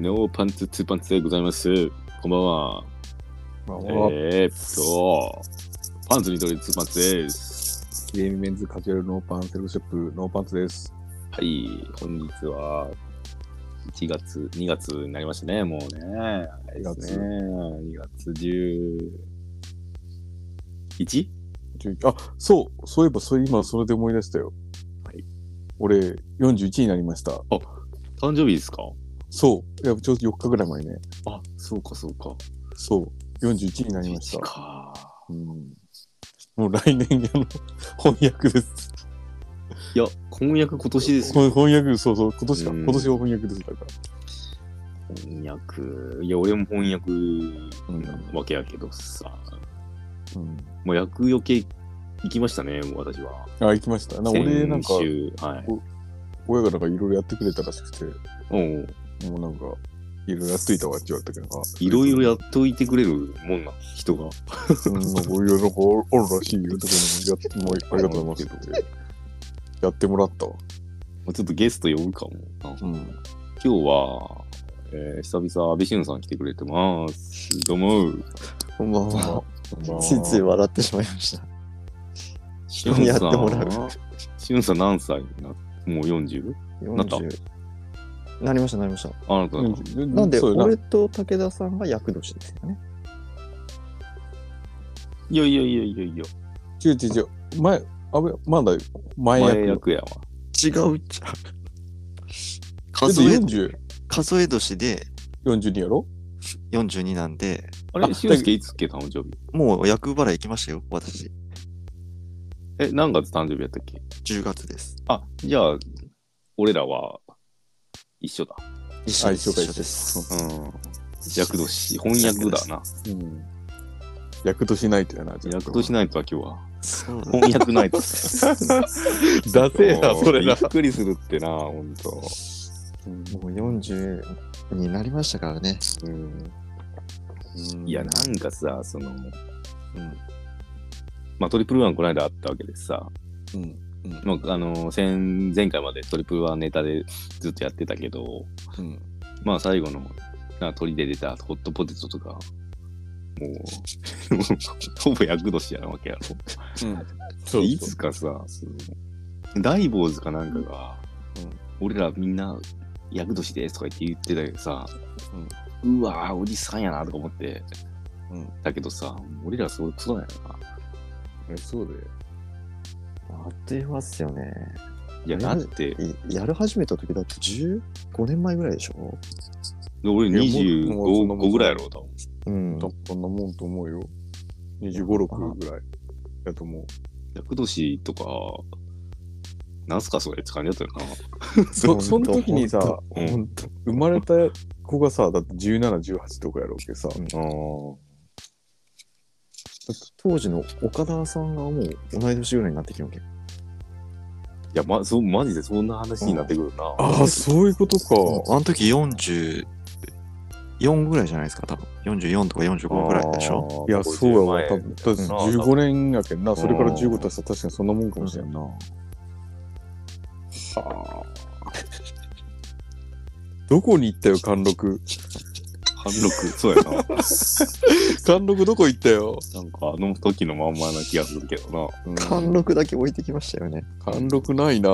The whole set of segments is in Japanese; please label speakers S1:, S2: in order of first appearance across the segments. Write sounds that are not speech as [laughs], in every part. S1: ノーパンツ、ツーパンツでございます。こんばんは。
S2: まあ、
S1: えー、っと、パンツにとりツーパンツです。
S2: ゲームメンズカジュアルノーパンセルフショップノーパンツです。
S1: はい、本日は1月、2月になりましたね、もうね。あれですね。2月 11?
S2: あ、そう、そういえば、それ今それで思い出したよ。
S1: はい。
S2: 俺、41になりました。
S1: 誕生日ですか
S2: そう、いやちょうど4日ぐらい前ね。
S1: あ、そうかそうか。
S2: そう、41になりまし
S1: 11
S2: た。
S1: か。
S2: うん、もう来年あの [laughs] 翻訳です。
S1: いや、翻訳今年ですよ。
S2: こ翻訳、そうそう、今年か、
S1: うん
S2: 今年は翻訳ですだから。
S1: 翻訳。いや、俺も翻訳なわけやけどさ。
S2: うん。
S1: もう役余計行きましたね、もう私は。
S2: あ、行きました。な俺なんか
S1: 先、週、はい。
S2: 親がなんかいろいろやってくれたらしくて、
S1: おう
S2: もうなんか、いろいろやっといたわって言われたけどな。
S1: いろいろやっといてくれるもんな、人が。
S2: うん、なんかいろいろおおるらしいよとかやってもうありがとうございますって。やってもらったわ。
S1: もう [laughs] ちょっとゲスト呼ぶかも。あ
S2: うん。
S1: 今日は、えー、久々、安倍晋さん来てくれてます。どうも。
S2: こんばんは。
S3: ついつい笑ってしまいました。
S1: 俊
S3: や
S1: さ
S3: って
S1: ん
S3: もらう
S1: は、俊さん何歳になもう 40? なった
S3: 40なりました、なりました。
S1: あなた、
S3: なんで、
S2: そうやな
S3: 俺と武田さんが役年ですよね。
S1: いやいやいやいやいや、
S2: 違う違う違う。前、あべ、まだ前役。
S1: 前役やわ。
S3: 違うじゃ
S2: だ
S3: ん。
S2: っ
S3: 数
S2: て
S3: え、
S2: 40、
S3: 数え年で
S2: 42やろ
S3: 42なんで、
S1: あ
S2: あ
S1: れ、俊介いつっけ誕生日。
S3: もう役払い行きましたよ、私。
S1: え、何月誕生日やったっけ
S3: 10月です。
S1: あ、じゃあ、俺らは一緒だ。
S3: 一緒で
S2: あ一
S3: す。
S2: 緒か
S3: 一緒です。
S1: うん。役年、翻訳だな。
S2: うん。役としないとやな。じゃあ
S1: 役としないとは今日は。
S3: そう [laughs] だね
S1: 翻訳ないと。
S2: だせえな、それ
S1: びっ
S2: な。
S1: くりするってな、ほんと。
S2: うん
S3: もう40になりましたからね。
S1: うんいや、なんかさ、その、
S2: うん。
S1: まあ、トリプルワンこの間あったわけでさ、
S2: うん。
S1: まあ、あの、先、前回までトリプルワンネタでずっとやってたけど、
S2: うん。
S1: まあ、最後の、な、鳥で出たホットポテトとか、もう、もうほぼ厄年やなわけやろ。
S2: そう
S1: いつかさ、その大坊主かなんかが、俺らみんな厄年ですとか言って言ってたけどさ、うわぁ、おじさんやなとか思って、
S2: うん
S1: だけどさ、俺らそうそうだよな。
S2: えそうだよ。
S3: あっという間っすよね。
S1: いや、だって、
S3: いやる始めた時だって15年前ぐらいでしょ
S1: 俺
S2: いやもうもうそん
S1: 25
S2: なもん
S1: 個ぐらいやろ、多分。
S3: うん。
S2: そんなもんと思うよ。25、6ぐらいやと思う。
S1: 厄年とか、なんすかそれって感じだったよ
S2: そその時にさ、
S1: うん
S3: ほんと、
S2: 生まれた子がさ、だって17、18とかやろうけどさ、
S1: な。あ
S3: 当時の岡田さんがもう同い年ぐらいになってきるわけ。
S1: いや、ま、そう、マジでそんな話になってくるな。
S2: ああ、そういうことか。
S3: あの時44ぐらいじゃないですか、多分。44とか45ぐらいでしょ
S1: ょ
S2: いや、そうやわ。多分だって
S3: うん
S2: 15年やけんな、それから
S1: うん
S2: 15足したら確かにそんなもんかもしれんな。
S1: は
S2: どこに行ったよ、貫 [laughs] 禄。
S1: あ、貫禄、そうやな。なんか、
S2: 貫禄どこ行ったよ。
S1: あの時のまんまな気がするけどな。
S2: うん
S3: 貫禄だけ置いてきましたよね。
S2: 貫禄ないな。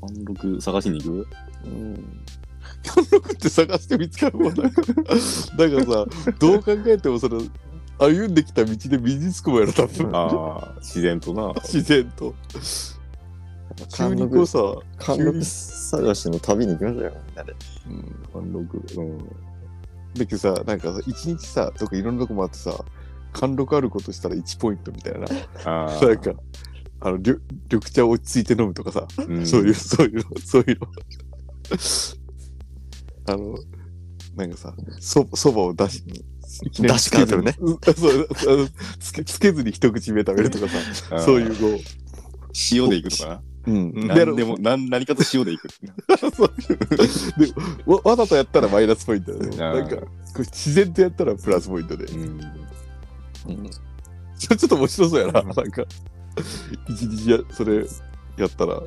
S1: 貫禄探しに行く
S2: うん貫禄って探して見つかるもん [laughs] なんか。だからさ、どう考えてもその、歩んできた道で身につくもんやろ、多分。
S1: ああ、自然とな。
S2: 自然と。急
S3: 貫
S2: にこう
S3: 禄、
S2: さ、
S3: 貫禄探しの旅に行きましたよ、みんなで。
S2: うん、貫禄。うん。だけどさ、なんかさ、一日さ、とかいろんなとこ回ってさ、貫禄あることしたら1ポイントみたいな。
S1: [laughs] ああ
S2: [laughs] なんか、あの、緑緑茶を落ち着いて飲むとかさ、
S1: うん
S2: そういう、そういうの、そういうの。 [laughs] あの、なんかさ、そそばを出し、いきなり
S3: 出しから取る
S2: つ
S3: ね
S2: けずに。うんそうあのつけ、つけずに一口目食べるとか
S1: あ
S2: さ、
S1: ー
S2: そういうこ
S1: 塩で行くとか
S2: う。うん
S1: な。
S2: で
S1: 何で [laughs] も、なん何かと塩で行く。
S2: そう [laughs] いうでわわざとやったらマイナスポイントだね。
S1: あー
S2: なんか、こう自然とやったらプラスポイントで。
S1: うん。
S2: それちょっと面白そうやな。なんか、一日や、それやったら。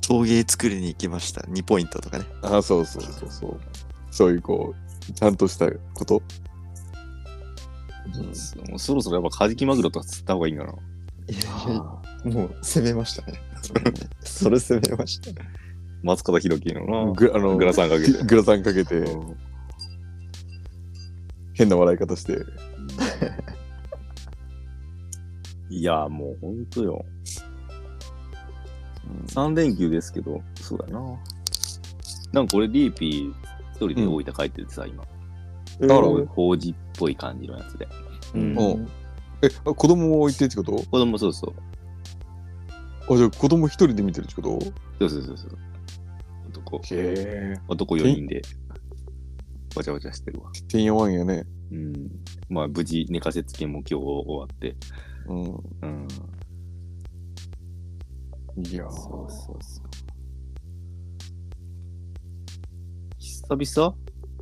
S3: 陶芸作りに行きました。2ポイントとかね。
S2: あ、そうそうそうそう。そういうこう、ちゃんとしたこと。
S1: もうそろそろやっぱカジキマグロとか釣った方がいいんかな。
S4: いやいや、もう攻めましたね。それ攻めましたね。
S1: 松方弘樹の
S2: グあ
S1: な。
S2: の
S1: グラサンかけて。
S2: グラサンかけて、変な笑い方して。
S1: [laughs] いや、もうほんとよ。3連休ですけど、そうだな。なんか俺、リーピー一人で大分帰っててさ、今。
S2: なるほ
S1: こ
S2: ど
S1: う法事っぽい感じのやつで。
S3: うん
S2: うえ、あ子供を置いてってこと
S1: 子供そうそう。
S2: あ、じゃあ子供一人で見てるってこと
S1: そうそうそうそう。男、
S2: へえ。
S1: 男4人で、わちゃわちゃしてるわ。
S2: てんやわんやね。
S1: うん。まあ、無事、寝かせつけも今日終わって。
S2: う
S1: う
S2: ん。
S1: ん。
S2: いやー
S1: そうそうそう。久々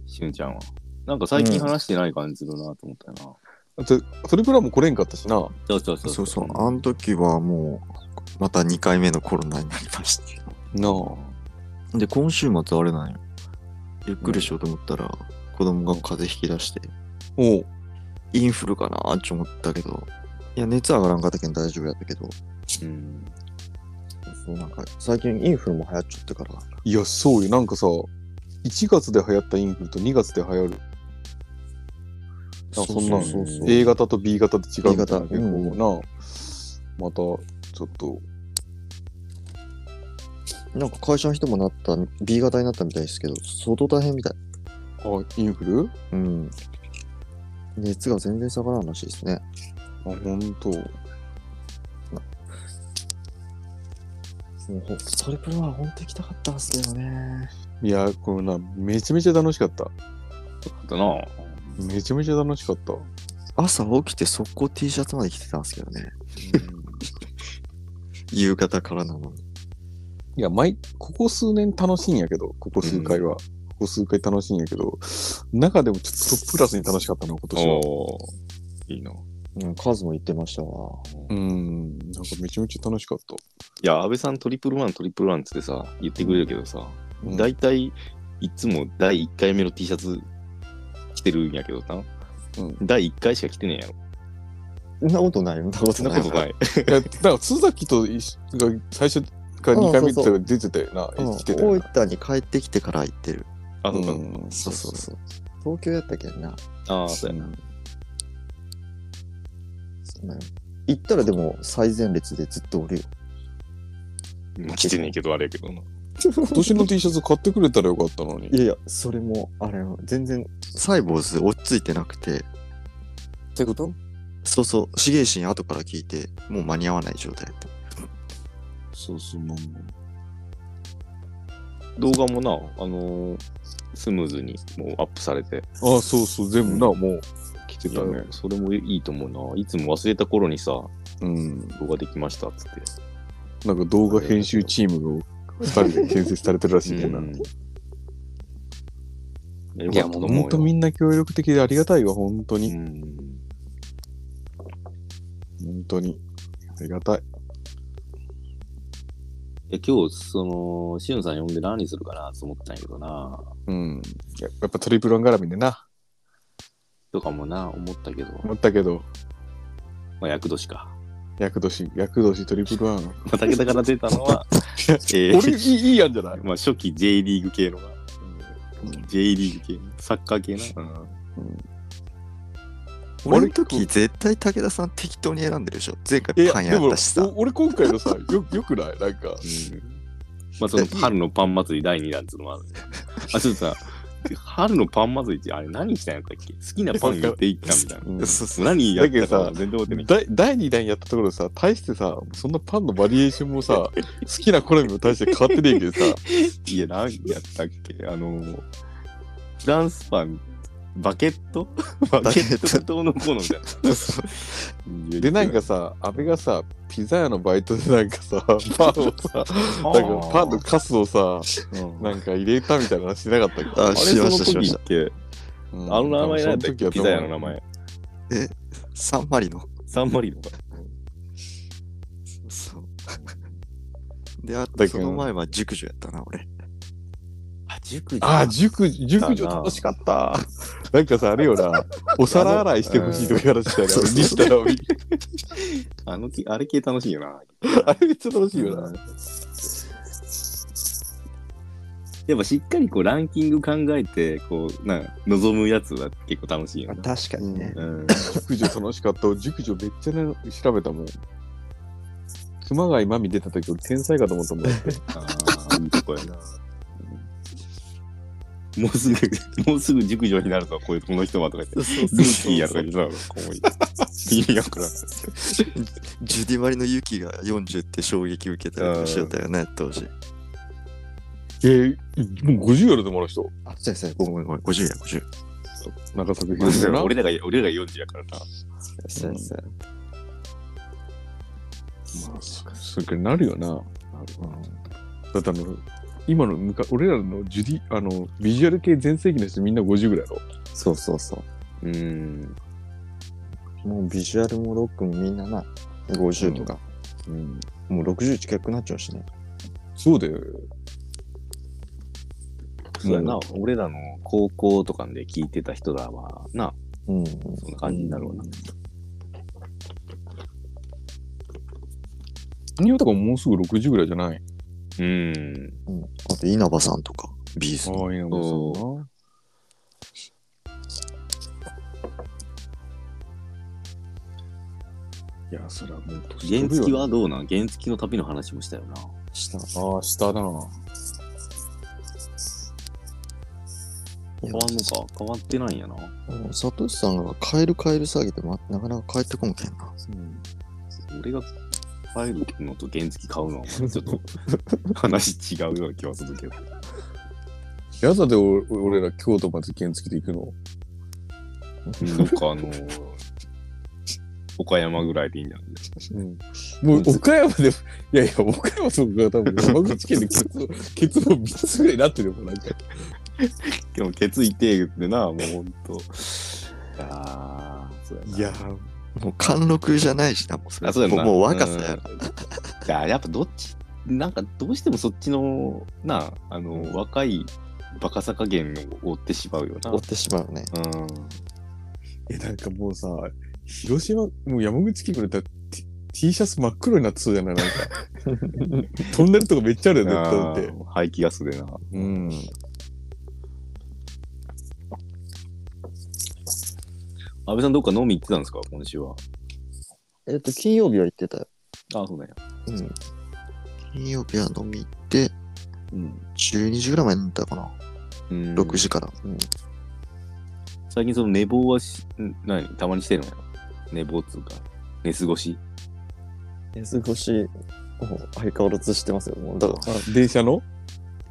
S1: しゅんちゃんは。なんか最近話してない感じするなと思ったよな。
S2: だってそれからいも来れんかったしな。
S1: そうそうそう。
S3: そうそう、あの時はもう、また2回目のコロナになりまして。
S2: なあ。
S3: で、今週末あれなんよ。ゆっくりしようと思ったら、子供が風邪ひき出して、
S2: おう。
S3: インフルかなって思ったけど、いや、熱上がらんかったけん大丈夫やったけど、
S1: うん。
S3: そうなんか最近インフルも流行っちゃったから、
S2: いや、そうよ。なんかさ、1月で流行ったインフルと2月で流行るあそんな
S3: そうそうそう
S2: A 型と B 型と違うみたいな
S3: B
S2: 結
S3: 型
S2: 構
S3: うんうん
S2: な、またちょっと
S3: なんか会社の人もなった、B 型になったみたいですけど、相当大変みたい。
S2: あインフル
S3: うん。熱が全然下がらんらしいですね。
S2: あ本当
S3: もうほんそれプロは本当行きたかったんですけどね。
S2: いやこれなめちゃめちゃ楽しかった
S1: あとな。
S2: めちゃめちゃ楽しかった
S3: 朝起きて速攻 T シャツまで着てたんですけどね。夕方からなのに。
S2: いや毎ここ数年楽しいんやけどここ数回は、ここ数回楽しいんやけど中でもちょっとプラスに楽しかったな今年は
S1: おーいいな。い
S3: うん、カズも言ってましたわ。
S2: うんなんかめちゃめちゃ楽しかった
S1: や、安倍さんトリプルワン、トリプルワンっつってさ、言ってくれるけどさ、
S2: うん
S1: 大体、いつも第1回目の T シャツ着てるんやけどな。
S2: うん
S1: 第1回しか着てねえやろ。
S3: そんなことない、そんなこ
S1: そ
S3: と
S1: んな
S3: ない
S1: こと。ない。
S2: いやだから須崎と一緒が最初から2回目って出てたよな
S3: うん
S2: 来てたよ
S3: 大分に帰ってきてから行ってる。
S1: あ、そう
S2: な
S1: か。
S2: うん
S3: そうそうそう。東京やったけんな。
S1: ああ、そうやな。
S3: そうなんよ行ったらでも最前列でずっとおるよ。
S1: 着てねえけど、あれやけどな。
S2: 今年の T シャツ買ってくれたらよかったのに
S3: [laughs] いやいや、それも、あれ、全然、サイボーズ落ち着いてなくて、
S2: ってこと
S3: そうそう、シゲイシン後から聞いて、もう間に合わない状態だった。
S2: そうそう、まあ
S1: 動画もな、あのースムーズにもうアップされて。
S2: ああ、そうそう、全部な、もう来て
S1: い
S2: た
S1: や
S2: ね。
S1: それもいいと思うな。いつも忘れた頃にさ、
S2: うん。
S1: 動画できましたっつって。
S2: なんか動画編集チームが2人で建設されてるらしいねんな。
S1: うん
S2: いや、もう
S1: よ
S2: 本当みんな協力的でありがたいわ、本当に。
S1: うん
S2: 本当に。ありがたい。
S1: え今日、その、しゅんさん呼んで何するかなと思ったんやけどな。
S2: うん。ややっぱトリプルワン絡みでな、
S1: とかもな、思ったけど、
S2: 思ったけど、
S1: まあ、役年か。
S2: 厄年、厄年トリプルワン。
S1: まあ、武田から出たのは、えー
S2: 俺、いいいいやんじゃない
S1: まあ、初期 J リーグ系のな。J リーグ系の、サッカー系な。
S3: 俺の時、絶対武田さん適当に選んでるでしょ。前
S2: い
S3: 回
S2: や
S3: パン
S2: で
S3: 屋あっ
S2: も
S3: たしさ。
S2: お俺今回のさよ [laughs] よくないなんか
S1: まあその春のパン祭り第2弾っつうのもある。あ、ちょっとさ、春のパン祭りってあれ何したんやったっけ好きなパン言っていったみたいな。
S2: うん
S3: そうそう。
S1: 何やって
S2: だけど
S1: た
S2: さ
S1: か全然覚えて
S2: [laughs]
S1: ない。
S2: 第第2弾やったところさ大してさそんなパンのバリエーショ
S1: [laughs]
S2: ンもさ好きな好みも大して変わってねえけどさ
S1: いや、何やったっけあの、フランスパン、バケッ [laughs] トバケットどうのこうのみたいな。
S2: でなんかさ阿部がさピザ屋のバイトでなんかさパンをさ
S1: あ
S2: な
S1: ー、
S2: んかパンのカスをさ
S1: うん
S2: なんか入れたみたいな話しなかったっけ
S3: あ
S1: あれその
S3: しま
S1: 時
S3: し
S1: ったて、
S2: うん
S1: あの名前なんだ
S2: 多
S1: っ
S2: 分その時
S1: け
S2: は
S1: ピザ屋の名前。
S3: サンマリの。
S1: サンマリノか。
S3: そう。で、あ
S2: けど
S3: その前は熟女やったな、俺。
S1: あ、塾
S2: ああ、塾、塾女楽しかった。なんかさ、あれよな、お皿洗いしてほしいとか言われてたよな、
S3: うん
S2: 西田直美
S1: あのき、あれ系楽しいよな。
S2: あれめっちゃ楽しいよな。
S1: やっぱしっかりこうランキング考えて、こう、なんか望むやつは結構楽しいよな。
S3: 確かにね。
S1: うん。
S2: 塾女楽しかった。塾女めっちゃ、ね、調べたもん。熊谷真美出た時俺天才かと思ったもん。
S1: ああ、いいとこやな。もうすぐ、 [laughs] もうすぐ熟女になるぞ、こういうこの人はとか言って。ルーキーやと
S5: [laughs]
S1: か言ってたの。こ [laughs] ういう意味がからん。
S5: ジュディマリのユキが40って衝撃受けたりとかしてたよね、当時。
S2: えー、もう50やろでもあの人。
S3: あ、そうですね。
S5: ごめんごめん、50や、50。
S2: 中作
S1: まあで
S2: 品
S1: も
S2: な。
S1: 俺らが、俺らが40やからな。
S3: そうですね。
S2: まあ、そそれくらいなるよな。だってあの、今の昔、俺らのジュディ、あの、ビジュアル系全盛期の人みんな50ぐらいやろ。
S3: そうそうそう
S1: ー
S3: う。もうビジュアルもロックもみんなな、50とか、
S1: ん。
S3: もう60近くなっちゃうしね。
S2: そうだよ。
S1: そうやな、俺らの高校とかで聞いてた人らは、な、
S3: うん。
S1: そんな感じになるわな。
S2: ニオとかももうすぐ60ぐらいじゃない
S1: うん。
S3: うん、
S5: あと稲葉さんとか、ビーズの。
S2: あ、いいな、もうそうな。いや、それはもう
S1: 原
S2: 年取るよ
S1: 付はどうなん原付の旅の話もしたよな。
S3: した。
S2: ああ、下だな。
S1: 変わんのか変わってないんやな。
S3: うんサトシさんがカエルカエル詐欺でまなかなか帰ってこんけんな。
S1: 俺が帰るのと原付買うのは、ちょっと [laughs] 話違うような気はするけど。
S2: やだでお俺ら京都まで原付で行くの。
S1: なんかあの岡山ぐらいでいいんじゃない
S2: もう岡山で、いやいや、岡山とか多分山口県で結論、結論3つぐらいになってるよ、もうなんか。
S1: 今日ケツいてえってな、もうほんと。 [laughs] ああ、そうやな。
S2: や
S5: もう貫禄じゃないしな、もうそれ
S1: あそうやん
S5: も
S1: な
S5: うもう若さや
S1: うんいや、やっぱどっち、なんかどうしてもそっちの、な、あの、若いバカさ加減を追ってしまうよな。
S3: 追ってしまうね。
S1: うん。
S2: え、なんかもうさ、広島、もう山口県ぐらいだったら T, T シャツ真っ黒になってそうじゃない [laughs] なんか。飛んでるとこめっちゃあるよね、絶対だ
S1: あ
S2: って。
S1: ー排気ガスでな。
S2: うん。
S1: 安倍さんどっか飲み行ってたんですか今週は。
S3: えっと、金曜日は行ってたよ。
S1: ああ、そうだよ。
S3: うん。
S5: 金曜日は飲み行って、
S1: うん。
S5: 12時ぐらいまで飲んだかな、
S1: うん
S5: 6時から。
S1: 最近その寝坊はし、ん何たまにしてるのよ。寝坊っつうか、寝過ごし。
S3: 寝過ごしを相変わらずしてますよ。もうだから
S2: あ電車の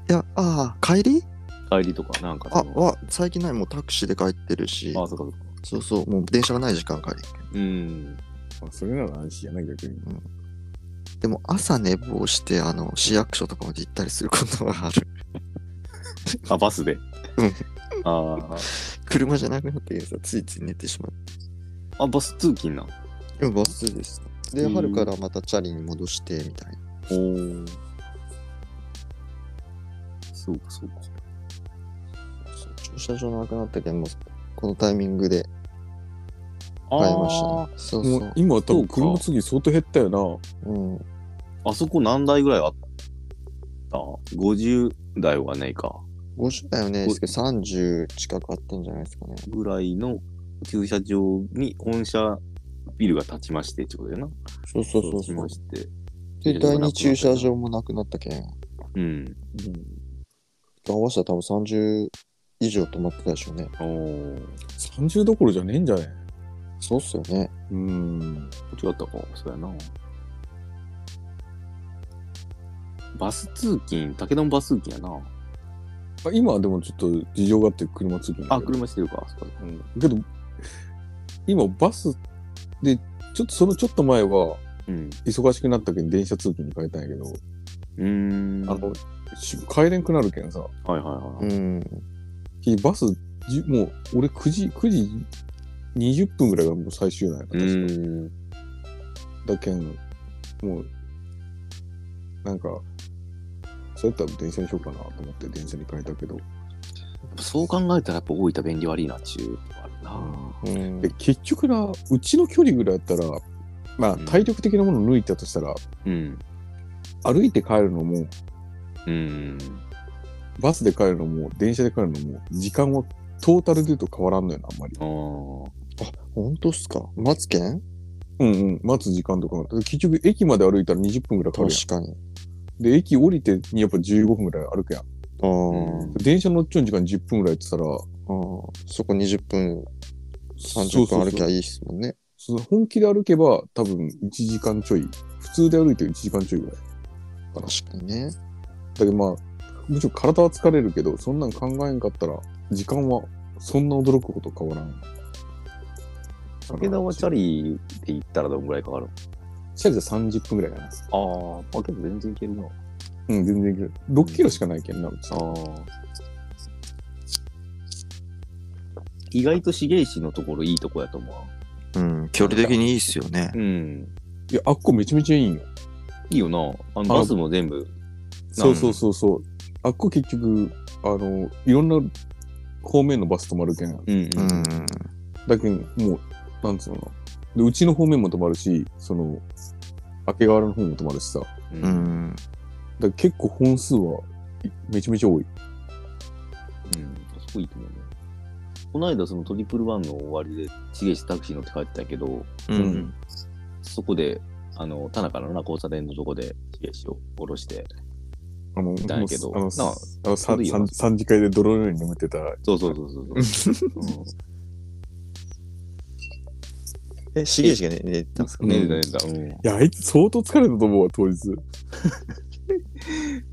S5: いや、ああ、帰り
S1: 帰りとか、なんか
S5: あ
S1: その
S5: は最近ない、もうタクシーで帰ってるし
S1: あ、そうかそうか。
S5: そうそう、もう電車がない時間帰り。
S1: うん。
S2: あそれなら安心やな、逆に。
S5: でも朝寝坊して、あの、市役所とかまで行ったりすることがある。 [laughs]
S1: あ、バスで。
S5: うん。
S1: あ
S5: 車じゃなくなってさ、ついつい寝てしまう。
S1: あ。あ、バス通勤な。
S5: でもバスです。
S3: で、
S1: うん
S3: 春からまたチャリに戻してみたいな。
S1: おお。そうかそうか。
S3: 駐車場なくなったけど、もうこのタイミングで買いましたね。そう
S2: も
S3: そう
S2: 今多
S1: そう
S2: 分
S1: か
S2: 車次相当減ったよな。
S3: う。うん。
S1: あそこ何台ぐらいあった50台はないか。
S3: 50だよね。ですけど30近くあったんじゃないですかね。
S1: ぐらいの駐車場に本社ビルが建ちましてってことだよな。
S3: そうそうそ
S1: 建
S3: うそ
S1: ち
S3: う
S1: ま。して。
S3: で、第二駐車場もなくなったけん。
S1: うん。
S3: 合わせたら多分30以上止まってたでしょうね。
S1: おお。
S2: 30どころじゃねえんじゃね
S3: そうっすよね。
S2: うん。
S1: 違ったか、そうやな。バス通勤、武田もバス通勤やな。
S2: あ今はでもちょっと事情があって車通勤。
S1: あ、。車してるか、そっか
S2: うん。けど、今バスで、ちょっとそのちょっと前は
S1: うん。
S2: 忙しくなったけど電車通勤に変えたんやけど、
S1: うーん。
S2: あ
S1: はい
S2: の、し帰れんくなるけんさ、
S1: はいは
S3: う
S1: い。
S3: ん。
S2: きバスじもう俺9時、9時20分ぐらいがもう最終なんやな、
S1: う
S2: 確か。
S1: ーん。
S2: だけん、もう、なんか、そうやったら電車にしようかなと思って電車に変えたけど、
S1: そう考えたらやっぱ大分便利悪いなっていうのがあるな。
S3: うん
S2: で結局なうちの距離ぐらいだったらまあ
S1: うん
S2: 体力的なもの抜いたとしたら、
S1: うん。
S2: 歩いて帰るのも
S1: うん。
S2: バスで帰るのも電車で帰るのも時間はトータルで言うと変わらんのよなあんまり
S1: あー
S3: 本当っすかマツケン
S2: うんうん待つ時間とか結局駅まで歩いたら20分ぐらいかかる
S3: 確
S2: や
S3: かに。
S2: んで駅降りてにやっぱ15分ぐらい歩くやん
S3: ああ、
S1: うん
S2: 電車乗っちゃう時間10分ぐらいって言ったら
S3: ああ、そこ20分、
S2: そう
S3: 30
S2: そう
S3: 分
S2: そう
S3: 歩きゃいいっすもんね。
S2: その本気で歩けば多分1時間ちょい普通で歩いて1時間ちょいぐらいそう
S3: 確かにね。
S2: だけどまあもちろん体は疲れるけどそんなん考えんかったら時間はそんな驚くこと変わらん
S1: 武田はチャリで行ったらどんぐらいかかる
S2: チャリで30分ぐらいかな
S1: ああ、まあけど全然いけるな。
S2: うん全然いける6キロしかないけんなうち
S1: ああ。意外と重石のところいいとこやと思
S5: うん、距離的にいいっすよね
S1: う。。うん。
S2: いやあっこめちゃめちゃいいんよ
S1: いいよな。あの
S2: あ
S1: バスも全部。
S2: そうそうそうそうあっこ結局あのいろんな方面のバス止まるけん
S1: うん
S5: うん。
S2: だけど、もう、なんつうのかな。で、うちの方面も止まるし、その、明け瓦の方も止まるしさ。だか
S1: う。
S5: うんん。
S2: ら結構本数はいめちゃめちゃ多
S1: う
S2: い。
S1: ん。あそこいいと思うね。この間、そのトリプルワンの終わりで、重石タクシー乗って帰ってたけど、
S5: うん。
S1: そこで、あの、田中のな交差点のとこで、重石を降ろして、
S2: あの、
S1: だけど
S2: もうあの、
S1: なあ
S2: あのさ
S1: 古いよ
S2: さん三次会で泥のように眠ってた。
S1: そうそうそうそうそう。
S3: え、しげしげね、寝てたんす
S1: う
S3: か
S1: ん、寝てた寝てた。
S2: いや、あいつ相当疲れたと思うわ、当日。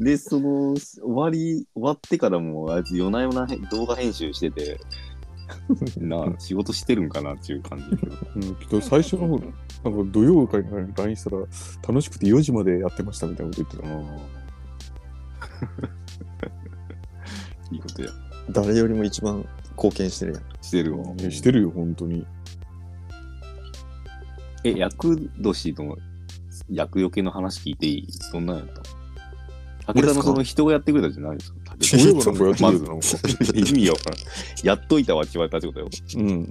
S1: で、その、終わり、終わってからも、あいつ夜な夜なへ動画編集してて、な、仕事してるんかなっていう感じだけど。
S2: うん、けど最初の方、なんか土曜かに LINE したら、楽しくて4時までやってましたみたいなこと言って
S1: いいことや。
S3: 誰よりも一番貢献してるやん。
S1: してる
S2: た。
S1: わ
S2: い。や、してるよ、本当に。
S1: え、厄年の厄除けの話聞いていいどんなんやった武田
S5: 俺っす
S1: の
S5: か
S1: その人がやってくれたじゃないですか
S2: そういえばなんかやってた
S1: ま
S2: よ
S1: ずの意味わからん。やっといたわって言われたってことよ。
S2: うん。
S3: い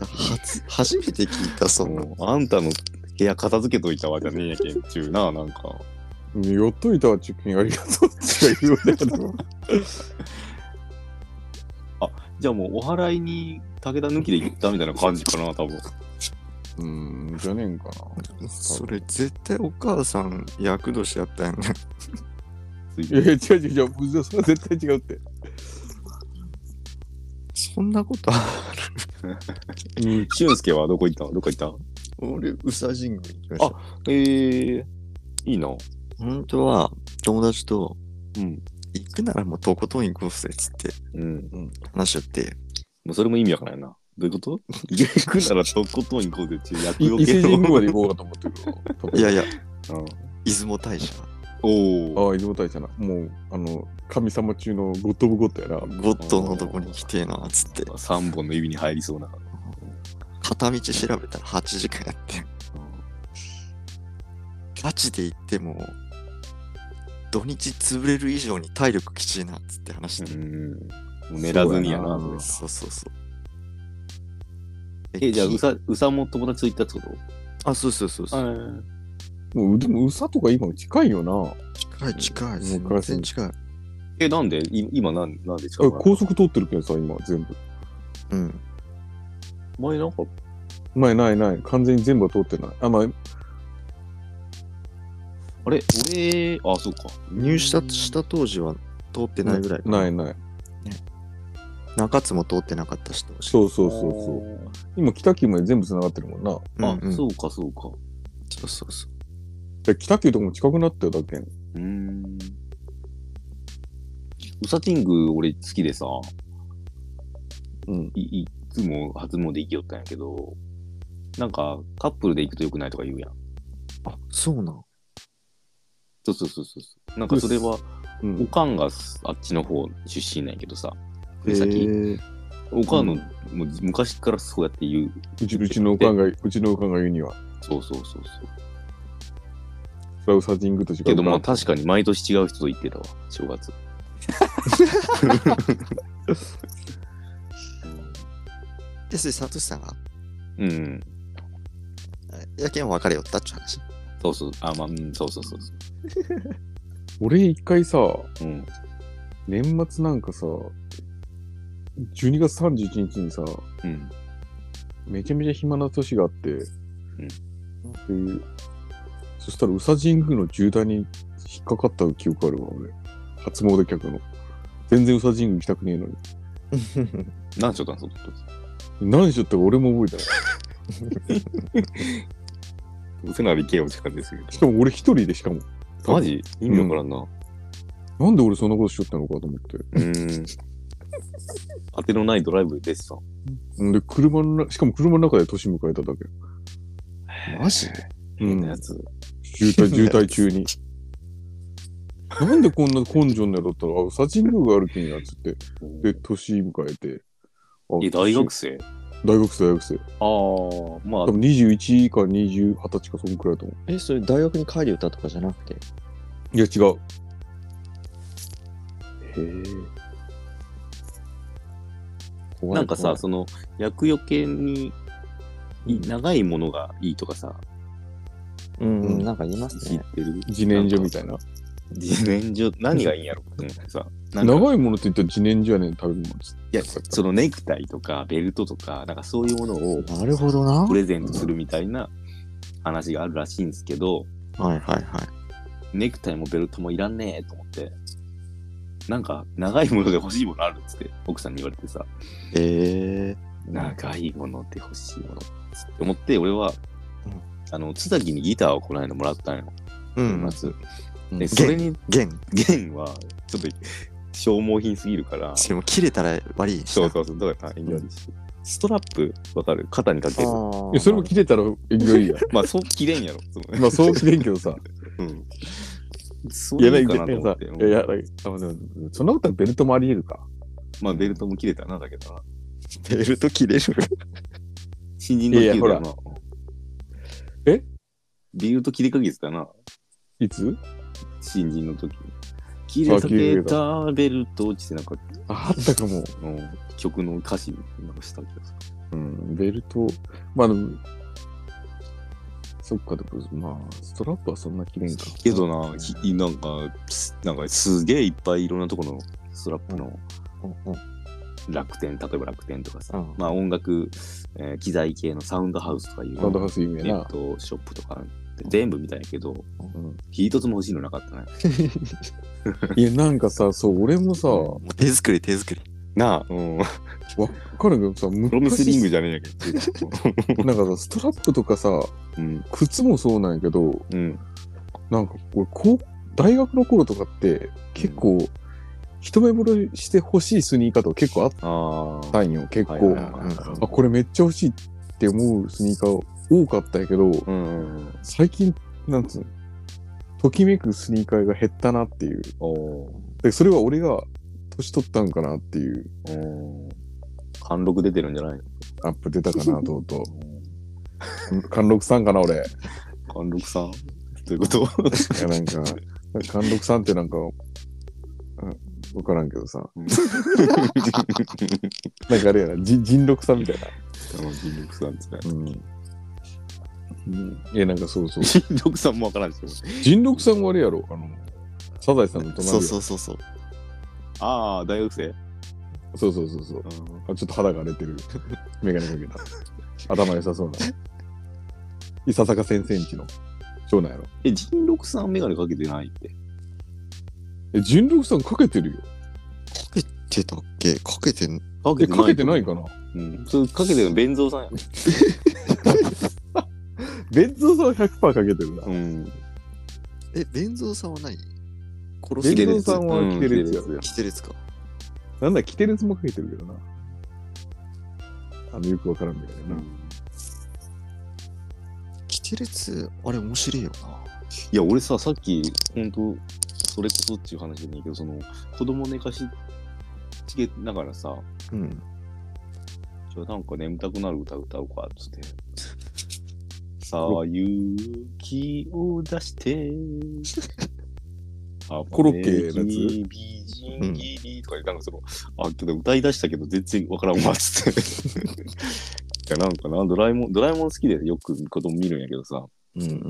S3: や [laughs] 初初めて聞いた、その。
S1: あんたの部屋片付けといたわじゃねえやけんちゅうな、なんか。
S2: やっといたわ、チュッキンありがとうって言われたけど。
S1: じゃあもうお祓いに武田抜きで行ったみたいな感じかな、多分。
S2: うん、じゃねえんかな。
S5: それ絶対お母さん役年やったよね。
S2: いやいや、違う違う違う、それは絶対違うって。
S5: [laughs] そんなことあ
S2: うん、
S1: 俊介はどこ行ったのどこ行った
S3: [laughs] 俺、宇佐神宮行きました。あ
S1: えー、いいな。
S5: 本当は友達と
S1: うん。
S5: 行くならもうとことん行こうぜっつって
S1: うん。
S5: 話しちゃって。
S1: もうそれも意味わからんな。どういうこと [laughs] 行くならとことん行こうぜっていう役
S2: い
S1: よ
S2: 伊
S1: けの
S2: 勢神宮まで行こうかと思ってるけど。
S5: いやいや、
S1: うん
S5: 出雲大社。
S1: おお。
S2: ああ、出雲大社な。もう、あの、神様中のゴッド・オブ・ゴッドやな。
S5: ゴッドのとこに来てえなっつって。
S1: 3本の指に入りそうな。
S5: 片道調べたら8時間やって。ガチで行っても、土日潰れる以上に体力きちいなっつって話
S1: う
S5: して。
S1: ん。寝らずにやな。
S2: そうやな
S5: そうそうそう。
S1: え、じゃあ、
S5: き
S1: うさ、うさも友達と行ったってこ
S5: あ、そうそうそう
S1: と
S5: そう。
S2: もう、でも、宇佐とか今近いよな。
S5: 近い近い。
S2: も
S5: 全
S2: う
S5: 然近い。
S1: え、なんでい今なん、なんで近
S2: あ
S1: くなの
S2: 高速通ってるけどさ、今、全部。
S5: うん。
S1: 前なんか、
S2: ないないない。完全に全部は通ってない。あ、まあ、
S1: あれ俺、あ、そうか。
S5: 入社した当時は通ってないぐらい。
S2: ないない。
S5: 中津も通ってなかったし。当時
S2: そうそうそうそう。今、北急まで全部繋がってるもんな。
S1: あー。あ、
S5: んんそう
S1: そか、そうか。
S5: うそうそう。
S2: で北急とかも近くなったよ、だけん。
S1: うーん。ウサティング俺好きでさ、
S2: うん。
S1: いいつも初詣行きよったんやけど、なんかカップルで行くと良くないとか言うやん。
S5: あ、そうなん。
S1: そうそうそうそうそう。なんかそれは、
S2: う
S1: お
S2: ん、
S1: かんがあっちの方出身なんやけどさ、
S5: へ
S1: で先
S5: ー
S1: おかんの、もう昔からそうやって言う。
S2: うちうちのおかんが、うちのおかんが言うには。
S1: そうそうそうそう。
S2: ラウサジングと違う
S1: けど、まあ
S2: も
S1: 確かに毎年違う人と行ってたわ、正月。
S3: で、それ、サトシさんが、
S1: うん。
S3: やけん別れよったっちゅう話。
S1: そうそう。あ、まあ、うん、そうそうそうそ
S2: 俺一回さ、
S1: う。うん。
S2: 年末なんかさ、12月31日にさ、
S1: うん。
S2: めちゃめちゃ暇な年があって、うん、そしたら宇佐神宮の渋滞に引っかかった記憶あるわ、俺。初詣客の。全然宇佐神宮行きたくねえのに。
S1: 何しょったんその時。
S2: 何しよって俺も覚えたよ。
S1: うせなら行けよって感じですけど。
S2: しかも俺一人でしかも。
S1: マジ意味わからんな。
S2: なんで俺そんなことしよったのかと思って。
S1: うん。当てのないドライブですさ。
S2: んで、車のな、しかも車の中で年迎えただけ。
S3: マジ
S1: 変なやつ。
S2: 渋滞、渋滞中 [laughs] に。なんでこんな根性のやろったら、あ、宇佐神宮があるけんや、つって。で、年迎えて。あ
S1: え、大学生
S2: 大学生、大学生。
S1: ああ、まあ
S2: 多、分21か20、20歳かそんくらいだと思
S3: え、それ、大学に帰りよったとかじゃなくて。
S2: う。いや、違う。
S3: 怖い
S1: なんか
S3: 怖
S1: さ、
S3: い
S1: その、厄除けに、い長いものがいいとかさ、
S3: うん、
S2: うん
S3: なんか言います
S1: 知っ
S3: ね。
S1: てる
S2: 自然薯みたいな。
S1: 自然薯、何がいいんやろと思ってさ。なんか
S2: 長いものって言ったら自然薯やねん、食べるものです。
S1: いや、そのネクタイとかベルトとか、なんかそういうものを
S3: なるほどな。
S1: プ
S3: はい
S1: レゼントするみたいな話があるらしいんですけど、
S3: はいはい。
S1: ネクタイもベルトもいらんねえと思って、なんか長いものが欲しいものあるっつって、奥さんに言われてさ、
S3: ええ
S1: 長いものって欲しいものっつって思って、俺は
S3: うん、
S1: あの、津崎にギターをこの間もらったんよ、
S3: う
S1: ま
S3: ん。
S1: ず。
S3: うん
S1: で、それに、
S3: 弦。
S1: 弦は、ちょっと消耗品すぎるから、
S3: でも切れたら悪いし
S1: そ
S3: な。
S1: うそうそう、だから、いいようにしてストラップ、わかる肩にかける。
S3: あ
S2: いや、それも切れたら、えぐいや。
S1: [laughs] まあ、そう切れんやろ。その
S2: まあ、そう切れんけどさ。
S1: うん。そう
S2: [laughs] い
S1: [laughs]
S2: や、
S1: い
S2: な
S1: うんかな
S2: か
S1: と思
S2: さ
S1: って。、
S2: いや、いやなんかあでもそんなことはベルトもあり得るか。
S1: まあ、ベルトも切れたな、だけどな。
S3: ベルト切れる。
S1: 新人の
S2: いやい
S1: 時
S2: や
S1: だな。
S2: え
S1: ベルト切れかけてたな、
S2: いつ
S1: 新人の時。切れかけたベルト落ちてなんか、
S2: ああったかも。
S1: うん曲の歌詞なんかした気がす
S2: うん、ベルト。まあ、でも、そっか、でも、まあ、ストラップはそんな切れんか。
S1: る。けどな、ひなんか、すなんかすげえいっぱいいろんなところのストラップの
S3: うん
S1: 楽天、例えば楽天とかさ、
S3: うん
S1: まあ音楽、えー機材系のサウンドハウスとかいう
S2: ランドハウス有名
S1: ネッ
S2: な。
S1: トショップとか全部みたいやけど、
S2: うん
S1: 一つも欲しいのなかったね。
S2: いや、なんかさ、そう、俺もさ、わ
S5: もう手作り手作り。
S1: なあ、うん。
S2: かるけどさ、
S1: プロミスリング
S2: 昔
S1: じゃねえやけど。
S2: なんかさ、ストラップとかさ、
S1: うん。
S2: 靴もそうなんやけど、
S1: うん。
S2: なんか俺こう大学の頃とかって結構、一目ぼれして欲しいスニーカーとか結構あっ
S1: ああ。
S2: たんよ結構、
S1: はいはい
S3: は
S2: あこれめっちゃ欲しいって思うスニーカー多かったんやけど
S1: うん。
S2: 最近なんつうのときめくスニーカーが減ったなっていう
S1: おお
S2: でそれは俺が年取ったんかなっていう
S1: ー。おー貫禄出てるんじゃないの
S2: アップ出たか
S5: [laughs]
S2: なとうとう貫禄さんかな俺い
S1: 貫禄さんということ
S2: やなんか貫禄さんってなんか分からんけどさなんかあれやなじ人禄さんみたいな
S1: 貫禄さんって
S2: うん。え、なんかそう
S5: [laughs]
S2: そう。
S1: 貫禄さんもわからんし。俺
S2: 人六さんもあれやろ、あの、サザエさんの隣。
S5: そうそううそうそう。
S1: ああ、大学生。
S2: そうそうそうそう
S1: うん
S2: あ。ちょっと肌が荒れてる。 [laughs] メガネかけた。頭良さそうな。いささか先生んちの長男やろ。
S1: え、人禄さんメガネかけてないって。
S2: え、人六さんかけてるよ。
S5: かけてたっけかけてん
S1: か
S2: え、かけてないかな
S1: うん。それかけてるの、弁蔵さんや。
S2: ベッゾーさんは100%かけてるな。
S1: うん。
S5: え、弁蔵さんは何殺
S2: ベ
S5: す
S2: ッ
S1: 弁
S2: ゾ
S1: 蔵
S2: ーさんは着てるやつやろ。
S5: 着てるやつか。
S2: なんだ、着てるやつもかけてるけどな。あの、よくわからんみたいな。
S5: 着てるやつ、あれ面白いよな。
S1: いや、俺さ、さっき、本当それこそっていう話じゃないけど、その、子供寝かしつけながらさ、
S3: うん。
S2: [laughs]
S1: じゃあなんか眠たくなる歌歌うか、っつって。さあ、勇気を出して。あ
S2: [laughs] コロッケのやつ
S1: 美人ギリとか言ったの、その、あ、けど歌い出したけど全然わからんわ、つって。
S2: [laughs]
S1: いや、なんかな、ドラえもん、ドラえもん好きでよく子供見るんやけどさ、
S5: うんうん。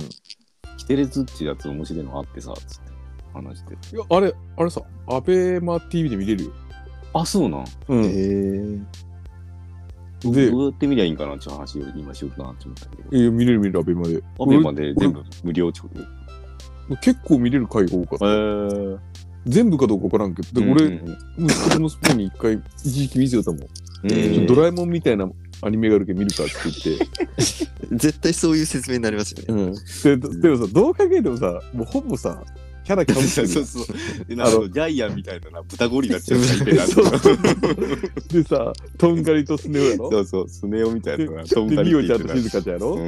S1: キテレツっていうやつ面白いのあってさ、つって話して。
S2: いや、あれ、あれさ、アベマ TV で見れるよ。
S1: あ、そうなん。
S2: う
S3: へ
S2: ん。
S3: え。
S2: で、
S1: どうやって見りゃいいんかなっていう話を今しようかなって思ったけど。
S2: いや見れる見れる、アベマで。
S1: アベマで全部無料ってこと
S2: 俺結構見れる回が多かった。
S1: え
S2: 全部かどうかわからんけど、で俺、息子のスプーンに一回、一時期見せようと思う。
S1: え
S5: えー
S2: ちょドラえもんみたいなアニメがあるけど見るかって言って。
S3: 絶対そういう説明になりますよね。
S2: うん。で、でもさ、どう考えてもさ、もうほぼさ、キャラか
S1: [laughs]
S2: ぶって
S1: そう
S2: る
S1: そうそう。でなんか
S2: あ
S1: ジャイアンみたいなな、豚ゴリラって
S2: そ
S1: や
S2: う
S1: つがいてな
S2: そう [laughs] でさ、とんがりとスネ夫やろ
S1: そうそう、スネ夫みたいなな、
S2: で、
S1: トンカリ
S2: リ
S1: っ
S2: オ
S1: て
S2: ちゃ
S1: 言って
S2: んと
S1: た。
S2: 静香ちゃんやろ
S1: う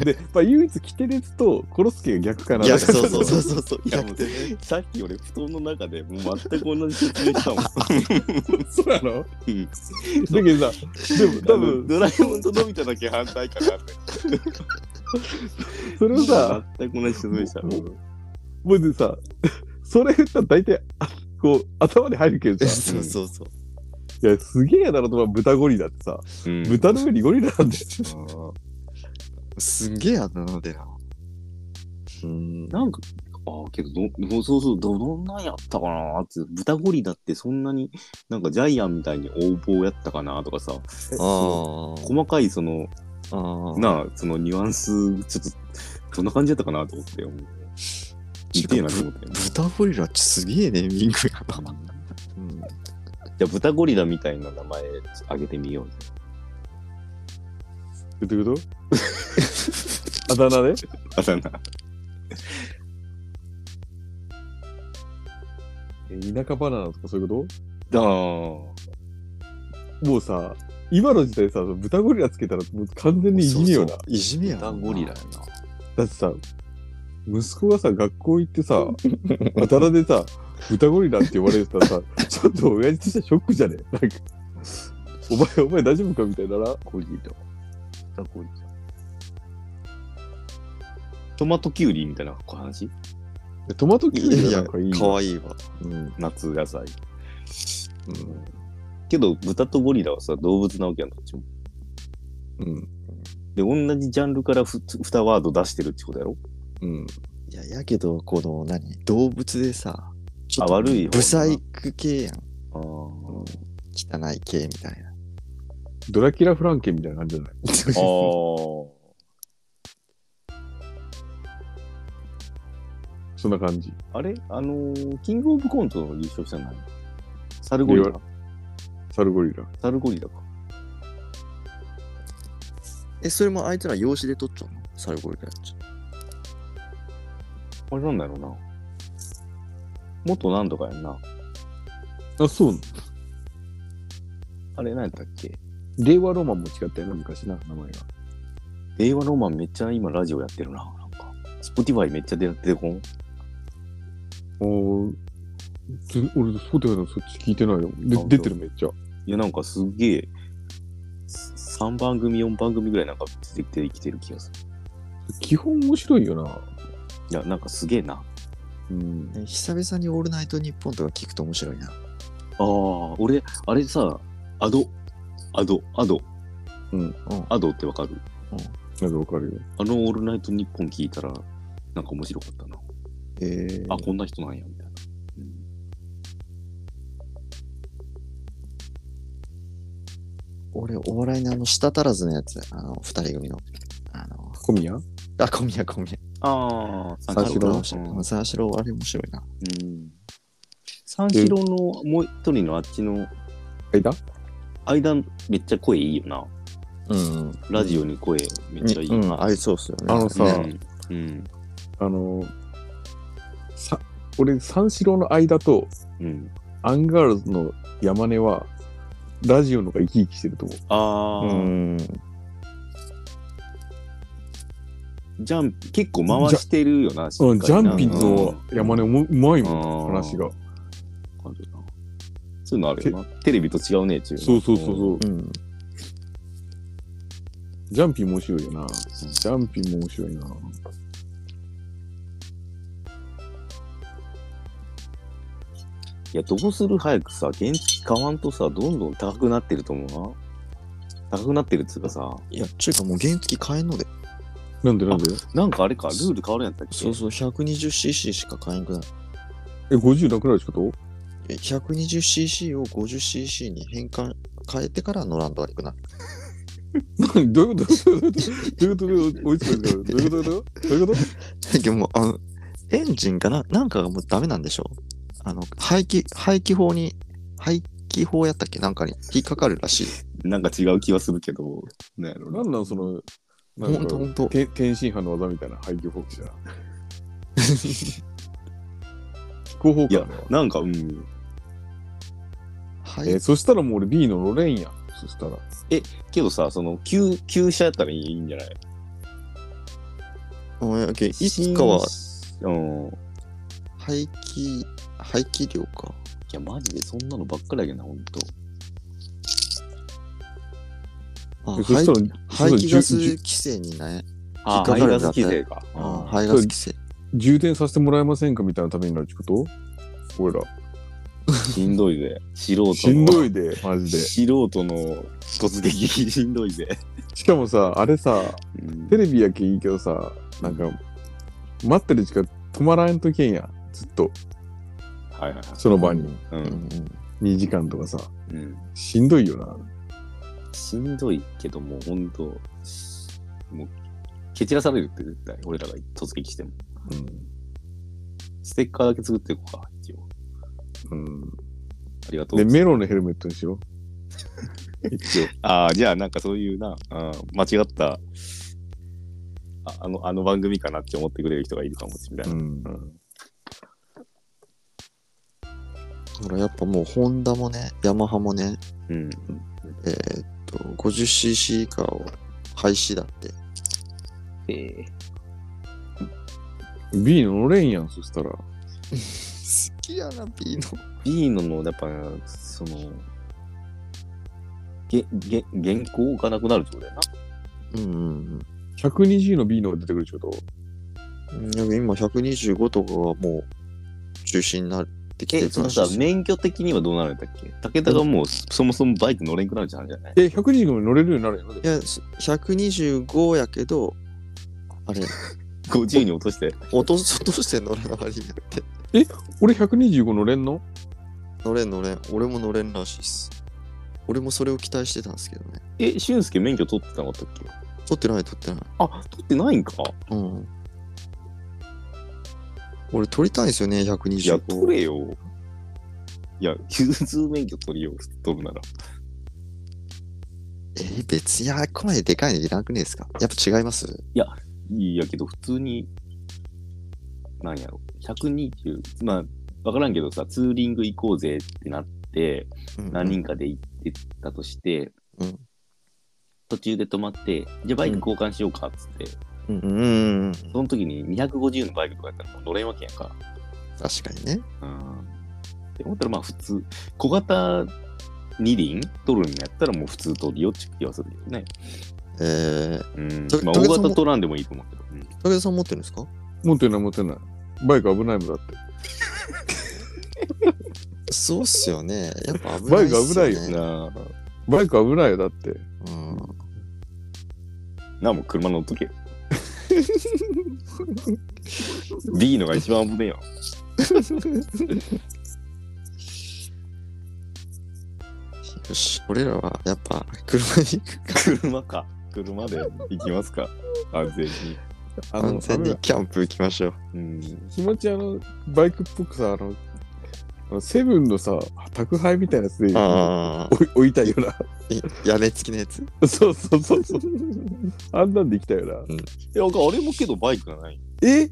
S1: ん、
S2: で、まあ、唯一キテレツとコロスケが逆かな。
S3: いや、
S2: だから
S3: そうそうそうそうそう。
S1: いや
S3: 逆
S1: もう
S3: 転ね。
S1: さっき俺、布団の中でもう全く同じ説明したもん。
S2: [laughs] そうやろ
S1: うん
S2: だけどさ、でも多分、
S1: ドラえもんとのび太だけ反対かなって。
S2: それをさ、
S1: 全く同じ説明した。うん
S2: もうでさ、 [laughs] それ言ったら大体、あこう、頭に入るけどさ、
S3: [laughs] そうそうそう。
S2: いや、すげえやだろと、豚ゴリラってさ、
S1: うん
S2: 豚の上にゴリラなんですよ。
S3: すんげえあだ名でな。うん。
S1: なんか、ああ、けどど、そうそう、ど、どんなんやったかなって、豚ゴリラってそんなになんかジャイアンみたいに横暴やったかなとかさ、
S3: あ
S1: 細かいその、
S3: あ。ああ。
S1: なあ、そのニュアンス、ちょっと、どんな感じだったかなと思って。見てえなと思って。じ
S3: 豚ゴリラってすげえネーミングやな。うん。
S1: ゃあ、豚ゴリラみたいな名前あげてみよう。
S2: どういうこと [laughs] あだ名で
S1: あだ名。
S2: え田舎バナナとかそういうこ
S1: だー
S2: ともうさ、今の時代さ、豚ゴリラつけたらもう完全にいじめよな。
S3: そうそう。いじめやな。
S1: 豚ゴリラやな。
S2: だってさ、息子がさ、学校行って [laughs] さ、あだ名でさ、豚ゴリラって呼ばれてたらさ、 [laughs] ちょっと親父としてはショックじゃねなんか、お前、お前大丈夫かみたいなな。
S1: ゴリラ。豚ゴリラ。トマトキュウリみたいな話
S2: トマトキュウ
S3: いや
S2: リが
S3: い
S2: な
S3: や、
S2: んかいいよ。
S3: かわいいわ。
S2: うん
S1: 夏野菜。けど、豚とゴリラはさ、動物なわけやん、どっちも。
S2: うん。
S1: で、同じジャンルからふ2ワード出してるってことやろ
S2: うん。
S3: いや、やけど、この、何動物でさ、ち
S1: あ悪い方
S3: ブサイク系やん。
S1: あー
S3: 汚い系みたいな。
S2: ドラキュラ・フランケンみたいな感じじゃない
S1: あー。
S2: そんな感じ。
S1: あれあのー、キングオブコントの優勝したの何サルゴリラ
S2: リサルゴリラ。
S1: サルゴリラか。
S3: [laughs] え、それもあいつら養子で取っちゃうのサルゴリラっち。
S1: あれなんだろうな。元なんとかやんな。
S2: あ、そうなの
S1: あれ何やったっけ
S2: 令和ロマンも違ったよな、昔な、名前が。
S1: 令和ロマンめっちゃ今ラジオやってるな。なんか。スポティファイめっちゃ出てこん
S2: おず俺、そうだよな、そっち聞いてないよ。
S1: あ
S2: で
S1: 本当
S2: 出てる、めっちゃ。
S1: いや、なんかすっげえ、3番組、4番組ぐらいなんか出てきてる気がする。
S2: 基本面白いよな。
S1: いや、なんかすげえな。
S2: うん。
S3: ね久々にオールナイトニッポンとか聞くと面白いな。
S1: ああ、俺、あれさ、アド、アド、アド、
S3: うん。
S1: アドってわかる
S2: なんかわかるよ。
S1: あのオールナイトニッポン聞いたら、なんか面白かったな。
S3: えー、
S1: あ、こんな人なんや、みたいな。
S3: 俺、お笑いのあの、舌足らずのやつ、あの、二人組の。あの、
S2: 小宮
S3: あ、小宮小宮。
S1: ああ、
S2: 三四郎
S3: 面白いうん三四郎、あれ面白いな。
S1: うん。三四郎のもう一人のあっちの
S2: 間
S1: 間、めっちゃ声いいよな。
S3: うん。
S1: ラジオに声めっちゃいい。
S3: うん、うんあれそうっすよね。
S2: あのさ
S1: うんうん。
S2: あの、さ、俺、三四郎の間と
S1: うん。
S2: アンガールズの山根は、ラジオの方が生き生きしてると思う。
S1: ああ、
S3: うん。
S1: ジャンプ、結構回してるよな、しっか
S2: う
S1: り
S2: ん、
S1: な
S2: ジャンピンの山根もうまいもん、
S1: うん
S2: 話が。
S1: あるなそういうのあるよな。テレビと違うね、ちゅうの
S2: そうそうそう。そう
S3: うん。
S2: ジャンピー面白いよな。ジャンピーも面白いな。
S1: いや、どうする早くさ、原付買わんとさ、どんどん高くなってると思うな。高くなってるっつうかさ、
S3: いや、ちゅうかもう原付買えんので。
S2: なんでなんで
S1: なんかあれか、ルール変わるんやったっけ
S3: そうそう、120cc しか買えんくなる。
S2: え、50なくなるってこと
S3: え 120cc を 50cc に変換、変えてから乗らんとあれくな。
S2: 何どういうことどういうことどういうこと追いつかないどういうことどういうこと
S3: [laughs] でも、
S5: あの、エンジンかななんかがもうダメなんでしょあの、排気、排気法に、排気法やったっけなんかに引っかかるらしい。
S1: なんか違う気はするけど、なんやろな
S2: なんなんその、な
S5: ほんとほ
S2: んか、
S5: んと。
S2: 天天津飯の技みたいな廃棄放棄だ。気候放棄だな。
S1: なんか、うん。
S3: は
S2: え
S3: い
S2: ー、。そしたらもう俺 B のロレンやん。そしたら。
S1: けどさ、その、旧、旧車やったらいいんじゃない
S3: おやけいつかは
S1: 新うん。い
S3: 排気、排気量か。
S1: や、マジでそんなのばっかりやけどな、ほんと。
S3: あ
S2: えそしたら、
S3: 排
S2: そ
S3: 排
S2: し
S3: 気
S2: たら
S3: ガ
S2: じ
S3: ス
S2: ゅじゅ
S3: 規制にね、
S1: あ
S3: 引っか
S1: ー、
S3: か
S1: 排
S3: るんだ
S1: ガ
S3: って
S1: ス規制か。
S3: あ
S1: あ
S3: ー
S1: ー
S3: 排ガス規制。
S2: 充電させてもらえませんかみたいなためになるってこと俺ら。
S1: しんどいぜ。素人の。
S2: しんどいで、マジで。
S1: 素人の突撃しんどいぜ。
S2: しかもさ、あれさ、
S1: うん
S2: テレビやけいいけどさ、なんか、待ってる時間止まらんとけんやん。ずっと、
S1: はいはいはい。
S2: その場に。
S1: う
S3: うん
S1: ん。
S3: うん。
S2: 2時間とかさ、
S1: うん。
S2: しんどいよな。
S1: しんどいけども、ほんと、もう、蹴散らされるって絶対、俺らが突撃しても。ステッカーだけ作っていこうか、一応。
S2: うん。うん。
S1: ありがとう
S2: で、。メロンのヘルメットにし
S3: [laughs]
S2: よう。一応。
S1: ああ、じゃあなんかそういうな、うん、間違ったあ、あの、あの番組かなって思ってくれる人がいるかもしれない。
S2: うん。
S3: ほら、やっぱもう、ホンダもね、ヤマハもね、
S1: うん。
S3: えーっと、50cc 以下を廃止だって。
S1: ええ
S2: B のロレンやん、そしたら。
S3: 好きやな、B の。
S1: ビーノの、やっぱ、その、げ、げ、原稿がなくなるってことだよな。
S3: うんうん
S2: 120の B のが出てくるってこと
S3: うん。なんか今、125とかはもう、中止になってきて
S1: え、
S3: る
S1: その
S3: らしい
S1: さ
S3: で、すよ
S1: 免許的にはどうなるんだっけ武田がもう、そもそもバイク乗れんくなるじゃんじゃない
S2: え、120も乗れるようになるよ
S3: い。や、そ125やけど、あれ、
S1: ?50 に落として。
S3: 落とす、落として乗らなありになって。
S2: 俺125乗れんの
S3: 乗れん乗れん。俺も乗れんらしいっす。俺もそれを期待してたんですけどね。
S1: え、俊介免許取ってなかったっけ
S3: 取ってない、取ってない。
S1: あ、取ってないんか
S3: うん。俺取りたいんですよね、
S1: いや、
S3: 125。
S1: 取れよ。いや、融通免許取りよう、取るなら。
S3: えー別に、あ、こまででかいのいらなくねえですかやっぱ違います
S1: いやけど、普通に、なんやろ、120、まあ、わからんけどさ、ツーリング行こうぜってなって、何人かで行ってたとして、
S3: うん
S1: 途中で止まって、じゃあバイク交換しようかっつって、
S3: うんうんうんうん。
S1: その時に250のバイクとかやったらもう乗れんわけやんか。
S3: 確かにね。
S1: うん。って思ったら、まあ普通、小型二輪取るんやったらもう普通取りよって気はするけどね。
S3: えー、
S1: うん
S3: と。
S1: まあ
S3: とりあ
S1: 大
S3: えずも
S1: 型取らんでもいいと思うけど。うん
S3: 武田さん持ってるんですか
S2: 持ってない持ってない。バイク危ないもんだって。
S3: そうっすよね。やっぱ危な
S2: バ
S3: い
S2: イ
S3: っすよ、ね。
S2: ク危ないよ
S1: なあ
S2: バイク危ないよ、だって。
S3: うん。
S1: なあもう車乗っ [laughs] とけ。B のが一番危ねえよ。
S3: よし、俺らはやっぱ車に行くか。
S1: 車か。車で行きますか。安全に。
S2: あ
S3: 完全にキャンプ行きましょう。
S1: うん。
S2: 気持ちあの、バイクっぽくさ、あの、あのセブンのさ、宅配みたいなやつで
S3: ああ
S2: 置い置いたいよ
S3: い屋根付きのやつ
S2: な。 [laughs] そうそうそうそう。あんなんで行きたいよな。
S1: いや、あれもけどバイクがない。
S2: え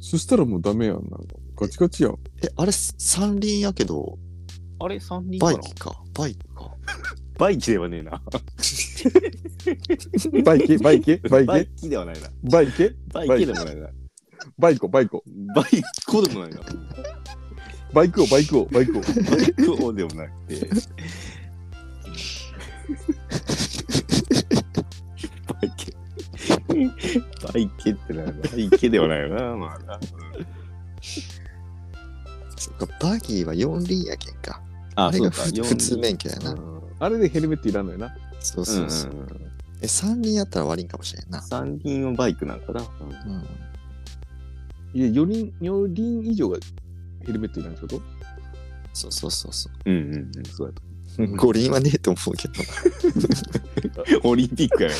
S2: そしたらもうダメやん。なんかガチガチ [laughs] やん。
S3: え、あれ三輪やけど、
S1: あれ三輪
S3: バ
S1: か
S3: イ
S1: な
S3: クか。バイクか。
S1: バイキではねえな。
S2: バイケバイケバイ
S1: バイ
S2: ケ
S1: キではないな。
S2: バイケ
S1: バイキでもないな。
S2: バイコバイコ
S1: バイコでもないな。
S2: バイクをバイクをバイクを。
S1: バイク王でもなくて。背景ってないな。背景ではないよな、まあな。
S3: そっか、バギーは四輪やけんか。
S1: あ
S3: あれがふ普通免許やな。
S2: あれでヘルメットいらんのよな。
S3: そう
S1: うんう
S3: そうそう。
S1: んうん。
S3: え、三輪やったら割りんかもしれんな。
S1: 三輪のバイクなんかな。
S3: うん。
S2: いや、4輪、4輪以上がヘルメットいらんってこと
S3: そうそうそうそう。
S1: うんうんうん、そうや [laughs]
S3: 五輪はねえと思うけど。
S1: オリンピックや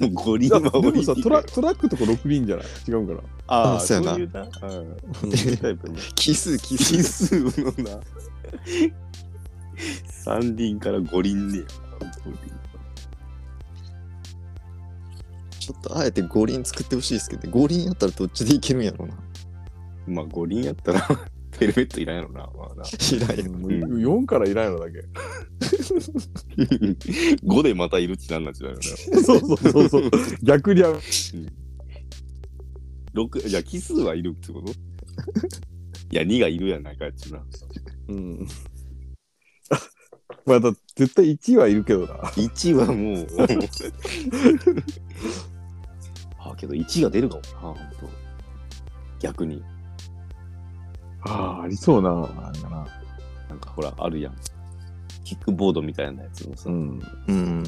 S1: な。もう五輪
S2: いや
S1: はオリン
S2: でも
S1: ピ
S2: さ
S1: ッ
S2: ト
S1: ク
S2: ラ、
S1: や。
S2: トラックとか6輪じゃない違うから。
S1: あ
S3: あ
S1: あ、
S3: そ
S1: そうう
S3: やな
S1: いうな。うん。
S3: [laughs]
S1: タイプね。奇数奇数。のな。 [laughs] 三輪から五輪で。
S3: ちょっとあえて五輪作ってほしいですけど、五輪やったらどっちでいけるんやろ
S1: [laughs]
S3: うな。
S1: まあ五輪やったら [laughs] ヘルメットいらんやろな。まあな。 [laughs]
S3: いらんやろ
S2: もう
S1: うん
S2: 4からいらんのだけ。
S1: 5でまたいるってなんなんじゃないの
S2: [laughs] そうそうそうそう。逆にある。
S1: 六じゃあ奇数はいるってこといや2がいるやないかっちゅうな
S2: うん。 [laughs] まあだ絶対1はいるけどな。
S1: 1はもう [laughs] あけど1が出るかもなほんと逆に
S2: ああ、ありそうな。なんかな。
S1: なんかほらあるやんキックボードみたいなやつもさ、
S2: ん。
S3: うん。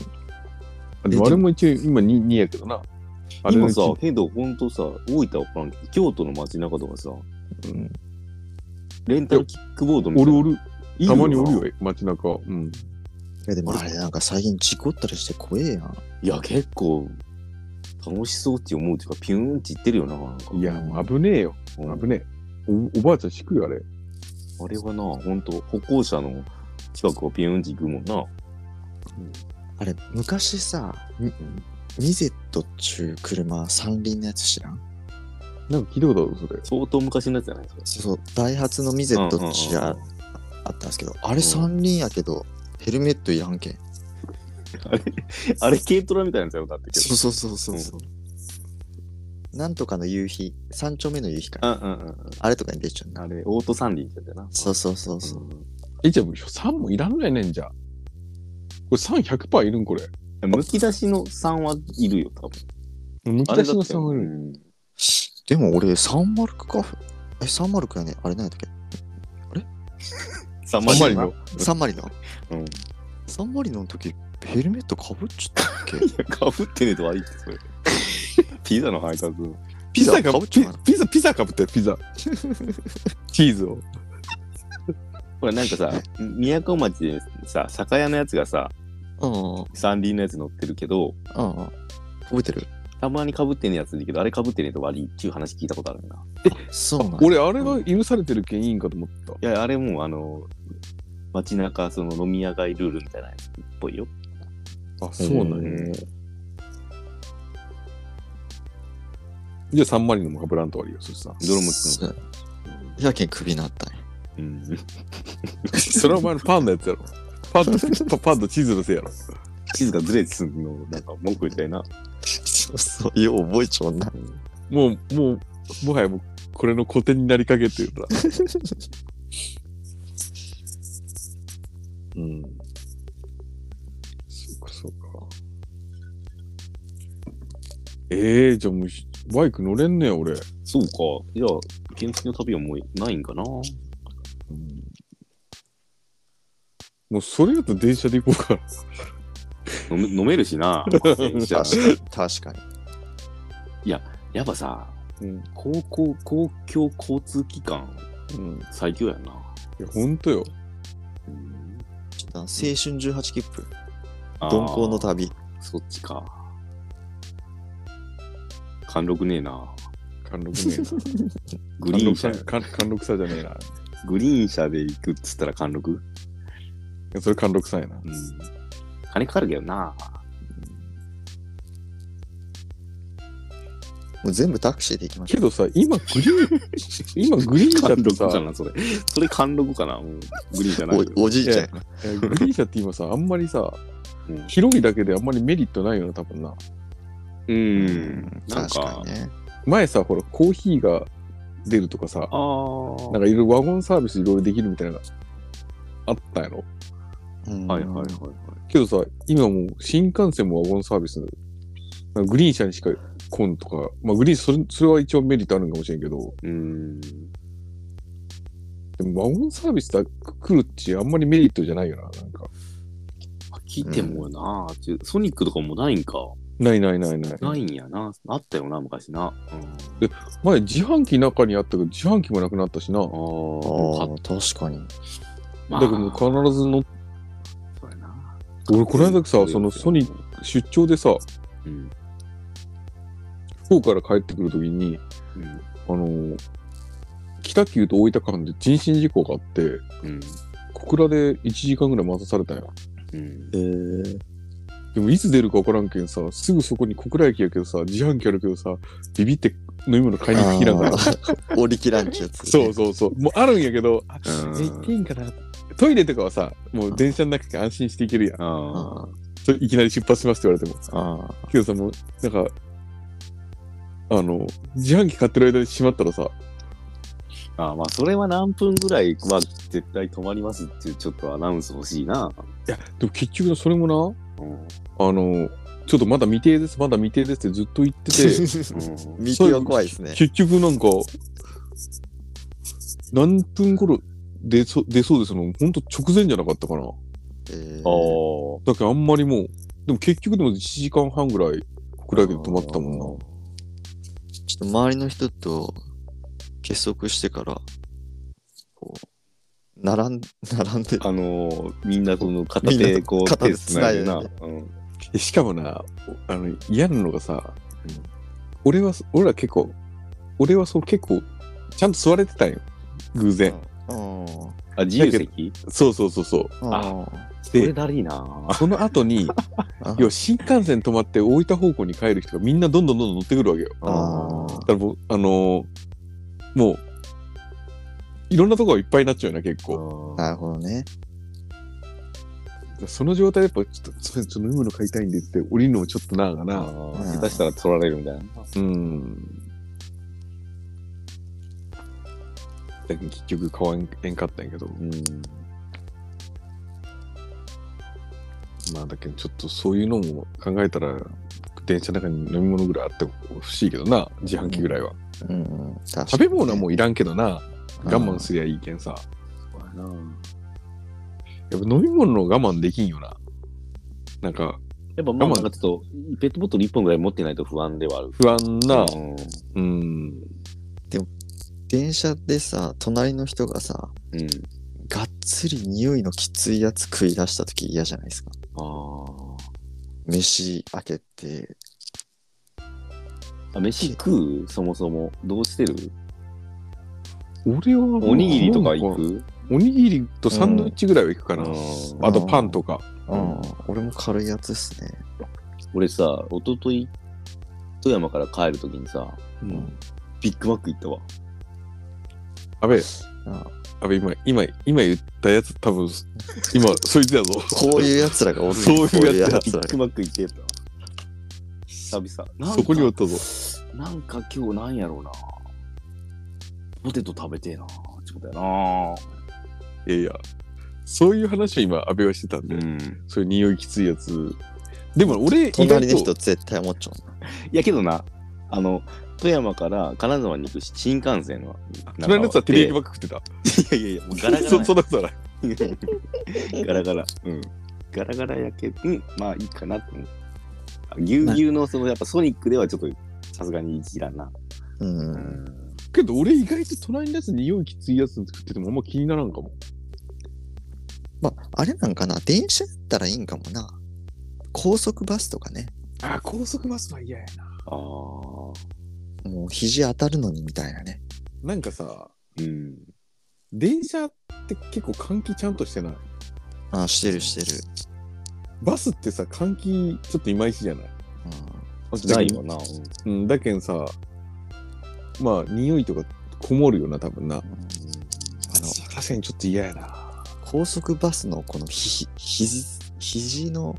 S2: でもあれも一応今 2, 2やけどな。あれの
S1: 今
S2: うち
S1: さけどほんとさ大分は分からんけど京都の街中とかさ
S3: うん。
S1: レンタルキックボードみた
S2: お
S1: いな
S2: るおる。
S1: いい
S2: た
S1: な
S2: まにおるよ、街中。うん。
S3: いやでもあれなんか最近事故ったりして怖えやん。
S1: いや結構楽しそうって思うっていうかピューンっていってるよななんか
S2: いや、もう危ねえよ。
S1: うん
S2: 危ねえ。おおばあちゃん敷くよ、あれ。
S1: あれはな、ほんと、歩行者の近くをピューンって行くもんな。
S3: あれ、昔さ、ミミゼットっちゅう車三輪のやつ知らん
S2: なんか聞いたことある、それ。
S1: 相当昔のやつじゃないですか。
S3: そうそう、ダイハツのミゼットっちゅうあ
S1: うんうん
S3: あったんですけど、あれ三輪やけど、ヘルメットいらんけん。
S1: あれ、あれ軽トラみたいなやつやろ、だってけど。
S3: そうそうそうそうそう。なんとかの夕日、三丁目の夕日かな。
S1: うんうんうん。
S3: あれとかに出ちゃうな。
S1: あれ、オート三輪ってやつやな。
S3: そうそうそうそう。
S2: え、じゃあ3もいらんのやねんじゃ。これ300%いるんこれ。
S1: うんむき出しの3はいるよ、多分。
S2: むき出しの3はい
S1: い
S2: る。
S1: る。
S3: でも俺、サンマルクか。え、サンマルクやね。あれなんやったっ
S1: 3
S2: あんま
S1: 割
S2: り
S1: の。
S2: の
S1: い。
S3: けサンマリノ。
S1: うん
S3: サンマリノの時、ヘルメットかぶっちゃった
S1: [laughs]
S3: っけ
S1: や、かぶってねえと悪いって、それ。 [laughs] ピザの配達。
S2: ピザか
S3: か
S2: ぶ
S3: ぶ
S2: っ
S3: っ
S2: ち
S3: ち
S2: ゃ
S3: ゃ
S2: う
S3: う
S2: ピザ、ピザかぶってる、ピ [laughs] ザ。チーズを。
S1: ほら、なんかさ、宮古町でさ、酒屋のやつがさ、
S3: うんうん
S1: 三輪のやつ乗ってるけど、
S3: うんうん。覚えてる
S1: たまにかぶってねえやついるけど、あれかぶってねえと悪いっていう話聞いたことあるな。
S3: そうなんや
S2: 俺、あれが許されてるけんいいんかと思った。
S1: いや、あれもうあの、街中、その飲み屋街ルールみたいなやつっぽいよ。
S2: あ、そうなんや。
S1: へえ
S2: じゃあ3マリノもかぶらんと悪いよ、そしたら。
S1: どれもつ
S3: そうやけん首になったんや。
S1: うん。 [laughs]
S2: それはお前のパンのやつやろ。パン
S1: [laughs]
S2: と、パンとチーズのせいやろ。
S1: 地図がずれてすんの、なんか文句みたいな。
S3: そうそう。よう覚えちゃうな。
S2: もう、もう、もはやもう、これの古典になりかけてる
S1: [laughs]
S2: な。うん。そうか、そうか。ええー、じゃあもうひ、バイク乗れんねや、俺。
S1: そうか。じゃあ、原付の旅はもうないんかな
S2: もう、それやと電車で行こうか。
S1: 飲め飲めるし
S2: [laughs]
S1: な。
S3: 確かに。
S1: やっぱさ、
S2: うん。
S1: 高校、公共交通機関、
S2: うん。
S1: 最強やんな。
S2: いや、ほんとよ。
S1: うん
S3: ちょっとあの青春18切符。
S1: あー
S3: 鈍行の旅。
S1: そっちか。貫禄ねえな。
S2: 貫禄ねえな。
S1: [laughs] グ
S2: 貫
S1: リーン
S2: 禄
S1: 車
S2: さ、。貫貫禄さじゃねえな。い
S1: グリーン車で行くっつったら貫禄
S2: やそれ貫禄さやな。
S1: うん。金かかるけどな。
S3: もう全部タクシーで行きまし
S2: けどさ、今グリ
S1: [laughs]
S2: ーン、今グリーン車
S1: 貫
S2: って
S1: 禄じ
S2: さ
S1: ゃ、な、それ。それ貫禄かな、もう。グリーンじゃな
S3: ょ。
S1: いう
S3: おおじいちゃんやな。
S2: えーグリーン車って今さ、あんまりさ、
S1: うん
S2: 広いだけであんまりメリットないよな、多分な。
S1: うん。なん
S3: 確
S1: か
S3: かに、ね。
S2: 前さ、ほら、コーヒーが出るとかさ、
S1: あー
S2: なんかいろいろワゴンサービスいろいろできるみたいなのがあったんやろ。
S3: うん
S1: はいはいはいはい。
S2: けどさ、今もう新幹線もワゴンサービス、なんかグリーン車にしか紺とか、まあ、グリーンそれ、それは一応メリットあるんかもしれんけど、
S1: うん。
S2: でも和音サービスだ来るっち、あんまりメリットじゃないよな、なんか。
S1: 聞いてもな、ちゅソニックとかもないんか。
S2: ないないないない。
S1: ないんやな。あったよな、昔な。うん
S2: 前、自販機の中にあったけど、自販機もなくなったしな。だ
S1: あ
S2: け
S6: あ
S1: ー
S6: あ、確かに。
S2: ど、もう必ず乗っ
S1: そうやな。
S2: 俺、この間さ、そのソニック、出張でさ、
S1: うん。
S2: 福岡から帰ってくるときに、
S1: うん。
S2: あのー北九と大分間で人身事故があって、
S1: うん。
S2: 小倉で1時間ぐらい待たされたんや。
S1: うん
S3: えー、
S2: でもいつ出るか分からんけんさ、すぐそこに小倉駅やけどさ、自販機あるけどさ、ビビって飲み物買いに行きながら。
S3: 折り切らんちや
S2: [laughs]
S3: つ。
S2: そうそうそう。もうあるんやけど、あ
S1: うん
S2: え行っていいんかなトイレとかはさ、もう電車の中で安心して行けるやん。
S1: あ
S3: あ
S2: それいきなり出発しますって言われても。
S3: ーあー。
S2: けどさ、もう、なんか、あの、自販機買ってる間に閉まったらさ、
S1: ーあー、まあ、それは何分ぐらいは絶対止まりますっていう、ちょっとアナウンス欲しいな。
S2: いや、でも結局それもな、
S1: うん。
S2: あの、ちょっとまだ未定です、まだ未定ですってずっと言ってて、
S3: [laughs] 見ては怖いですね。
S2: 結局なんか、何分頃出そ出そうですの、ほんと直前じゃなかったかな。
S3: えー
S1: ああ。
S2: だけどあんまりもう、でも結局でも1時間半ぐらい、小倉駅で止まったもんな。
S3: ちょっと周りの人と結束してから、こう、並ん並んで、
S1: あのー、みんなこの片手こ
S3: みん
S1: う
S3: な片
S1: 手
S3: 手
S1: つないでな。
S3: つな
S1: うん
S2: えしかもな、おあの嫌なのがさ、俺は、俺ら結構、俺はそう結構、ちゃんと座れてたんよ。偶然。
S3: うん
S1: あ、自由席
S2: そうそうそうそう。
S3: あ
S1: それ
S2: で、
S1: だりな。
S2: その後に、
S3: あ
S2: 要は新幹線止まって大分方向に帰る人がみんなどんどんどんどん乗ってくるわけよ。
S3: あ
S2: だ
S3: ー
S2: からもう、あのーもう、いろんなとこがいっぱいになっちゃうよな、結構。
S3: なるほどね。
S2: その状態でやっぱ、ちょっと、それちょっと飲むの買いたいんでって降りるのもちょっとなあか
S1: あ
S2: な。
S1: ー下手したら取られるみたいな。
S2: うん。だけど結局買わんえんかったんやけど、
S1: うん。
S2: まあだけどちょっとそういうのも考えたら、電車の中に飲み物ぐらいあっても欲しいけどな、自販機ぐらいは。
S3: うんうん、
S2: 食べ物はもういらんけどな、
S3: うん
S2: 我慢すりゃいいけんさ。
S1: そうやな
S2: やっぱ飲み物の我慢できんよな。なんか、
S1: やっぱまあ
S2: 我慢
S1: なんかちょっと、ペットボトル1本ぐらい持ってないと不安ではある。
S2: 不安な、
S1: うん
S2: うん、
S3: 電車でさ、隣の人がさ、
S1: うん。
S3: がっつり匂いのきついやつ食い出した時嫌じゃないですか。
S1: あ
S3: 飯開けて、
S1: あ。飯食うそもそも。どうしてる
S2: 俺はもう
S1: おにぎりとか行く
S2: おにぎりとサンドイッチぐらいは行くかな、
S1: うん
S2: あとパンとか、
S3: うん、俺も軽いやつですね。
S1: 俺さ、一昨日富山から帰るときにさ、
S2: うん、
S1: ビッグマック行ったわ。
S2: 安倍
S3: あ
S2: 安倍今今今言ったやつ多分今そいつやぞ
S3: こう
S2: [laughs]
S3: いうやつらがおる
S2: そういうやつ
S3: こういうや
S1: ビ
S3: つら
S1: ッ
S3: が
S1: グマック行ってやったわ。久々。なんか
S2: そこにおったぞ
S1: なんか今日なんやろうな。ポテト食べてえな。ってことやない
S2: やいやそういう話を今安倍はしてたんで、
S1: うん。
S2: そういう匂いきついやつでも俺意
S3: 隣の
S2: 外と
S3: 人絶対思っちゃう。
S1: いやけどな、あの、富山から金沢に行く新幹線は。
S2: 隣のやつはテレビば
S1: っ
S2: っか食ってた
S1: かり。いやいやいや、もうガラガラ
S2: [laughs] そそんなことない
S1: [laughs] ガラガラ。うん。ガラガラやけど、うん、まあいいかなと思う。あぎゅうぎゅうの、その、やっぱソニックではちょっと、さすがにいじらんな。
S3: うん
S1: う
S3: うん。
S1: ん。
S2: けど俺意外と隣のやつ匂いきついやつ食っててもあんま気にならんかも
S3: まあ、あれなんかな、電車やったらいいんかもな。高速バスとかね、
S2: あ高速バスは嫌やな
S1: ああ。
S3: もう肘当たるのにみたいなね。
S2: なんかさ
S1: うん。
S2: 電車って結構換気ちゃんとしてない
S3: ああ、してるしてる。
S2: バスってさ換気ちょっといまいちじゃない、
S1: ないよな。うん
S2: うん、だけんさまあ匂いとかこもるよな多分なあの確かにちょっと嫌やな
S3: 高速バスのこのひひ肘肘の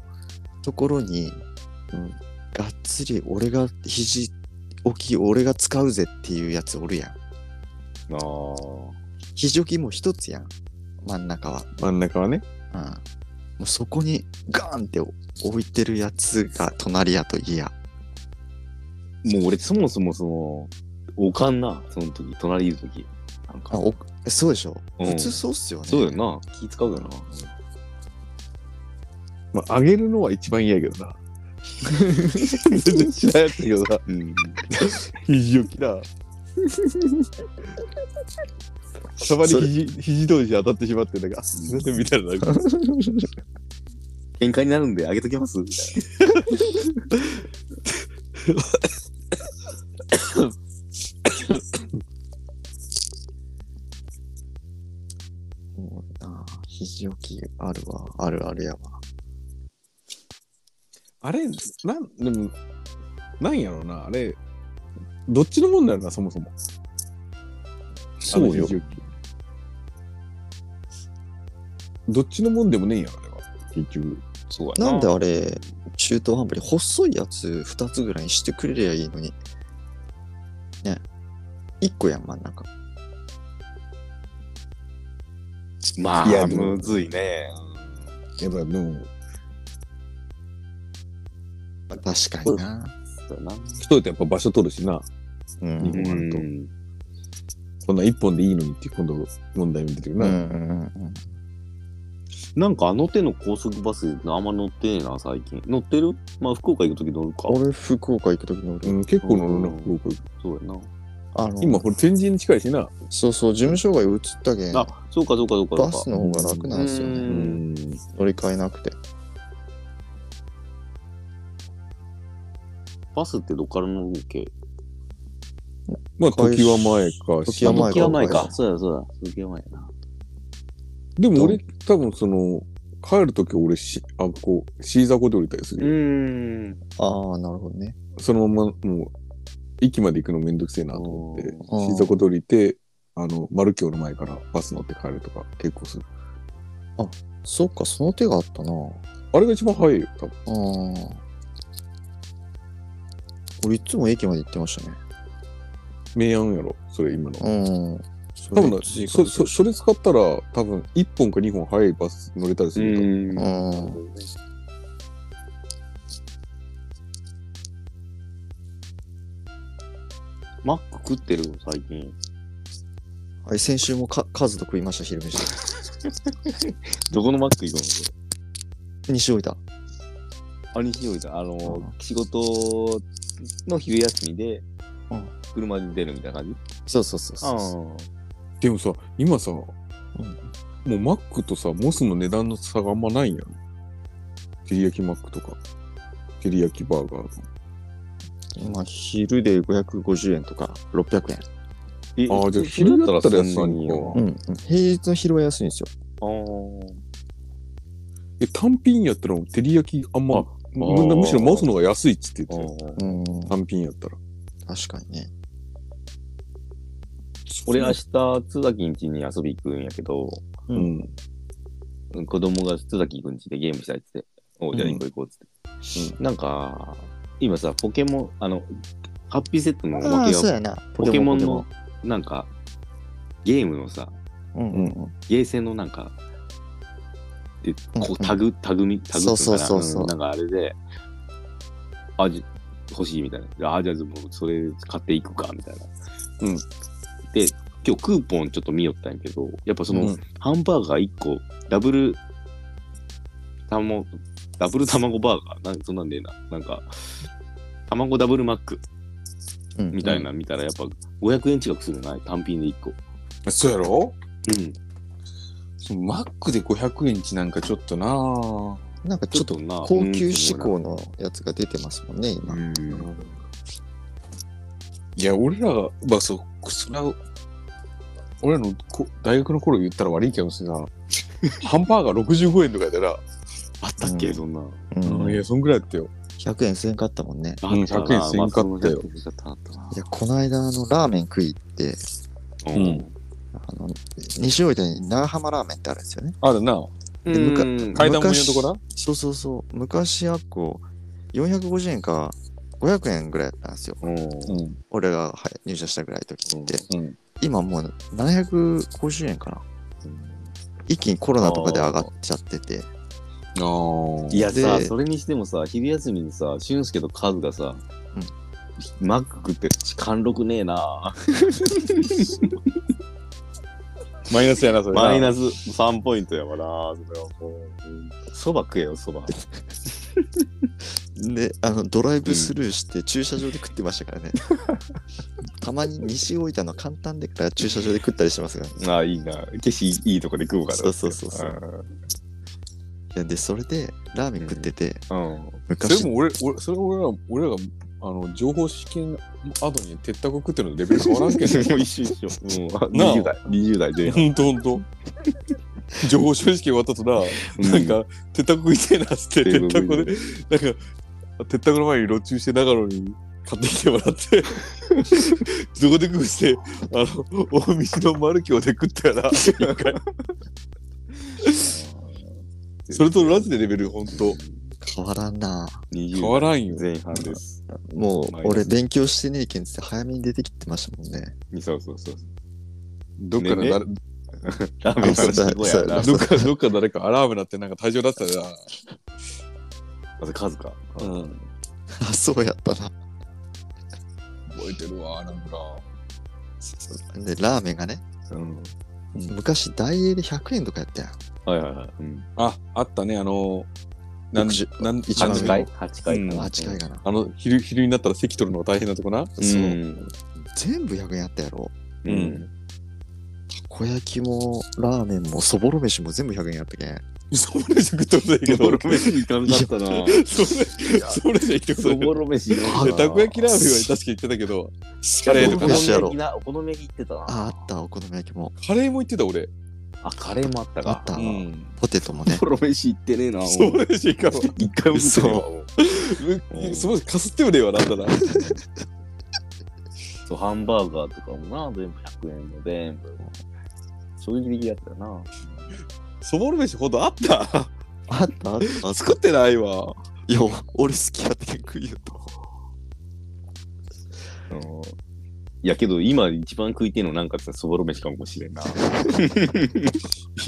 S3: ところに、うんがっつり俺が肘置き俺が使うぜっていうやつおるやん
S1: ああ。
S3: 肘置きも一つやん真ん中は、
S2: 真ん中はね
S3: うん、もうそこにガーンって置いてるやつが隣やと嫌
S1: もう俺、そもそもその、おかんな、その時、隣いる時。なんか
S3: あ、おえそうでしょ、
S1: うん
S3: 普通そうっすよね。
S1: そうだよな。気使うよな。
S2: まあ、あげるのは一番嫌やけどな。 [laughs] [laughs] 全然知らんやつやけどな。
S1: うん。
S2: 肘置き
S3: [laughs]
S2: だ。たまに
S3: それ
S2: 肘肘同士当たってしまって、なんか、あすいませんみ
S3: [laughs]
S2: たいな。なんか
S1: 喧嘩になるんで、あげときますみたいな。
S3: もうな肘置きあるわ、あるあるやわ。
S2: あれ、なん、でも、なんやろうな、あれ、どっちのもんだよな、そもそも。
S3: そうよ
S2: あの肘置きどっちのもんでもねえんやろ、あれは。結局。
S1: そうやな。
S3: なんであれ、中途半端に細いやつ2つぐらいにしてくれりゃいいのに。ね。1個やん、真ん中。
S1: ま
S2: いや
S1: あ、
S2: でも
S1: むずいね。
S2: やっぱ、でも、
S3: 確かにな。
S1: そうやな。
S2: 人ってやっぱ場所取るしな、
S3: う
S2: 日
S3: ん。
S2: 本あると
S1: う。ん
S2: こんな一本でいいのにって、今度問題見てる
S3: うんう
S2: な。
S3: んうん
S1: なんかあの手の高速バスあんま乗ってねえな、最近。乗ってるまあ、福岡行くとき乗るか。
S3: 俺、福岡行くとき乗
S2: う
S3: る。
S2: ん、結構乗るな、
S1: う
S2: 福岡。
S1: そうやな。
S3: あの、
S2: 今、これ天神に近いしな。
S3: そうそう、事務所が移ったけん、バ
S1: あ、そうかそうかそうかそうか。
S3: スの方が楽なんですよ
S1: う
S3: ね。
S1: ん
S3: 乗り換えなくて。
S1: バスってどっから乗るっけ
S2: まあ、時は前か、
S3: 時は前
S1: 時は前
S3: か
S1: か。そうやそうや。時は前やな。
S2: でも俺、多分その、帰るとき俺し、あ、こう、シーザコで降りたりす
S1: う
S2: るよ。
S1: ーん。
S3: ああ、なるほどね。
S2: そのまま、もう、駅まで行くのめんどくせえなと思って、シ
S1: あ
S3: ー
S2: ーザコで降りて、あの、丸京の前からバス乗って帰るとか、結構する。
S3: そっか、その手があったな。
S2: あれが一番早いよ、多分。
S3: ああ。俺いつも駅まで行ってましたね。
S2: 明暗やろ、それ今の。
S3: うん。そ
S2: 多
S3: れ
S2: 分
S3: 一時
S2: そ
S3: 間
S2: そ、それ使ったら、多分、1本か2本早いバス乗れたりす
S1: う
S2: ると思う。
S1: ん。
S3: うん。
S1: マック食ってる最近。
S3: はい、先週もかカズと食いました、昼飯。
S1: どこのマック行くの
S3: 西大分。
S1: あ、西大分、あの、仕事の昼休みで、
S3: うん
S1: 車で出るみたいな感じ
S3: そうそうそうそうそう。
S2: でもさ、今さ、もうマックとさ、モスの値段の差があんまないんやん。照り焼きマックとか、照り焼きバーガーの。
S3: まあ、昼で550円とか600円。
S1: え
S2: あーじゃあ昼だったら安いのか
S3: うん、うん。平日の昼は安いんですよ。
S1: あー
S2: え、単品やったら、照り焼きあんま、む
S1: あー
S2: むしろモスの方が安いっつって
S1: あ
S2: 言って
S1: ー。
S3: うん。
S2: たよ。単品やったら。
S3: 確かにね。
S1: 俺明日、津崎ん家に遊び行くんやけど、
S2: うん。
S1: うん子供が津崎くん家でゲームしたいっつって、おうじゃあ行こう行こうっつって。なんか、今さ、ポケモン、あの、ハッピーセットのお
S3: あ
S1: ま
S3: あ、
S1: け
S3: そう
S1: が、
S3: やな。
S1: ポケモンの、なんか、ゲームのさ、
S3: ポケモン。うんうんうん。
S1: ゲーセンのなんか、で、こうタグ、タグみ、タグっていか
S3: そう
S1: な
S3: そうそうそうん
S1: なんかあれで、あ、じ欲しいみたいな。あ、じゃあもうそれ買っていくか、みたいな。
S2: うん
S1: で、今日クーポンちょっと見よったんやけど、やっぱその、
S2: うん
S1: ハンバーガー1個、ダブル、たも、ダブル卵バーガー、なんそんなんでえな。なんか、卵ダブルマック
S3: うん
S1: みたいな、見たらやっぱ500円近くするない単品で1個。
S2: そうやろ
S1: うん。
S2: そのマックで500円ちなんかちょっとなぁ。
S3: なんか
S1: ちょ
S3: ちょっ
S1: っ
S3: と
S1: とな。
S3: 高級志向のやつが出てますもんね、今。
S1: うん。
S2: いや、俺ら、まあそう、それは、俺らのこ大学の頃言ったら悪いけどさ、
S1: [laughs]
S2: ハンバーガー65円とかやったら、
S1: あったっ
S3: う
S1: け
S3: ん
S1: そんな。
S3: うん
S2: いや、そんぐらいやったよ。
S3: 100円せんかったもんね。
S1: あ
S2: うん
S1: ったな
S2: 100円せん
S1: ま
S2: かったよ。
S1: あその100円
S3: いや、この間、あの、ラーメン食い行って、
S1: せんかったな
S2: うん
S3: あの、西大分に長浜ラーメンってあるんですよね。
S2: あるな。
S1: うん
S3: で向か
S1: うん
S2: 階段ものとこな
S3: そうそうそう。昔、あっこ、450円か500円ぐらいだったんですよ。
S1: うん
S2: ん。
S3: 俺が、はい、入社したぐらいの時って。
S2: うん。
S3: 今もう750円かな。一気にコロナとかで上がっちゃってて。
S2: ああ。
S1: いや
S3: で
S1: さ、それにしてもさ、昼休みにさ、俊介とカズがさ、マック食って貫禄ねえな。
S2: マイナスやな、それな。
S1: マイナス3ポイントやわな。それはもう。そば食えよ、そば。
S3: であのドライブスルーして駐車場で食ってましたからね、たまに西大分の簡単でから駐車場で食ったりしてますから、ね、
S1: ああ、いいな。景色いいとこで食おうかな。
S3: そうそうそうそういやでそれでラーメン食ってて、
S1: うん。 [laughs] うん。
S2: それ
S3: 昔
S2: も俺、俺、それが俺ら、俺らが、あの、情報試験後に鉄卓食ってるのレベル変わらん
S1: [laughs]
S2: けんね。
S1: もう一緒一緒。もうあ
S2: なあ
S1: 20代、20代前
S2: ほ
S1: 半。
S2: んとほんと。情報正直終わったとな、 [laughs] なん
S1: う
S2: か、鉄卓食いてえなっつって、
S1: 鉄
S2: 鉄
S1: 卓
S2: 卓
S1: 食い
S2: で、なんか、鉄卓の前に路中して長野に買ってきてもらって、どこで食うして、あの、大道の丸京で食ったよな、一回。それとラジでレベル、ほんと。
S3: 変わらんな
S1: 20
S2: 変
S1: 代
S2: わらんよ。
S1: 前半です。
S3: もう
S1: マイナス
S3: 俺勉強してねえけんっつって早めに出てきてましたもんね
S1: そうそうそうそう。
S2: どっかの
S1: ね
S2: だ、
S1: ラーメンの話
S3: そうだ
S1: すごいやな。
S2: どっか、どっか誰かアラームなってなんか退場だったよな。
S1: あと数か。
S2: うん。
S3: あそうやったな
S2: 覚えてるわ、なんか。
S3: でラーメンがね
S1: うん。
S3: 昔ダイエーで100円とかやったやん
S1: はいはいはい。うん。
S2: あ、あったね、あの、なん
S3: 60
S2: なん
S3: 一番
S2: あの
S1: 8
S3: 上
S1: 回 ?8 回。
S2: うん
S3: あ近いかな、
S2: あの、昼、昼になったら席取るのが大変なとこな。
S3: そう
S1: うん。
S3: 全部100円やったやろ
S1: う
S2: うんん。
S3: たこ焼きもラーメンもそぼろ飯も全部100円やったけん
S2: そぼろ飯食ったことない
S1: [laughs]
S2: けど、
S1: ろ飯いかん
S3: かった
S1: な。
S2: それ、それじゃ行ってこ
S1: そ
S2: と
S1: ぼろ飯いかん
S2: ない。
S1: な
S2: たこ焼きラーメンは確か言ってたけど、カレーと
S1: お好み
S2: かな
S3: どこ。飯やろ
S1: 焼きなお好み焼き行ってたな。
S3: ああったお好み焼きも
S2: カレーも行ってた俺。
S1: あ、カレーもあったか。
S3: あった
S1: う。
S2: うんん。
S3: ポテトもね
S1: ソロ飯行ってねえな。
S2: そぼ
S1: 俺
S2: ろ
S1: [laughs]
S2: 飯行かんわ。
S1: 一回も食ってねえわもううん
S2: うすごい、かすってもねえわ、なんだな。
S1: そう、ハンバーガーとかもな、全部100円の全部。衝撃的だったよな。
S2: そぼろ飯ほんとあった。 [laughs]
S3: あったあったあった
S2: 作ってないわ。
S3: いや俺好きやったけん食いよと
S1: うんいやけど今一番食いてえのなんかってそぼろ飯かもしれんな。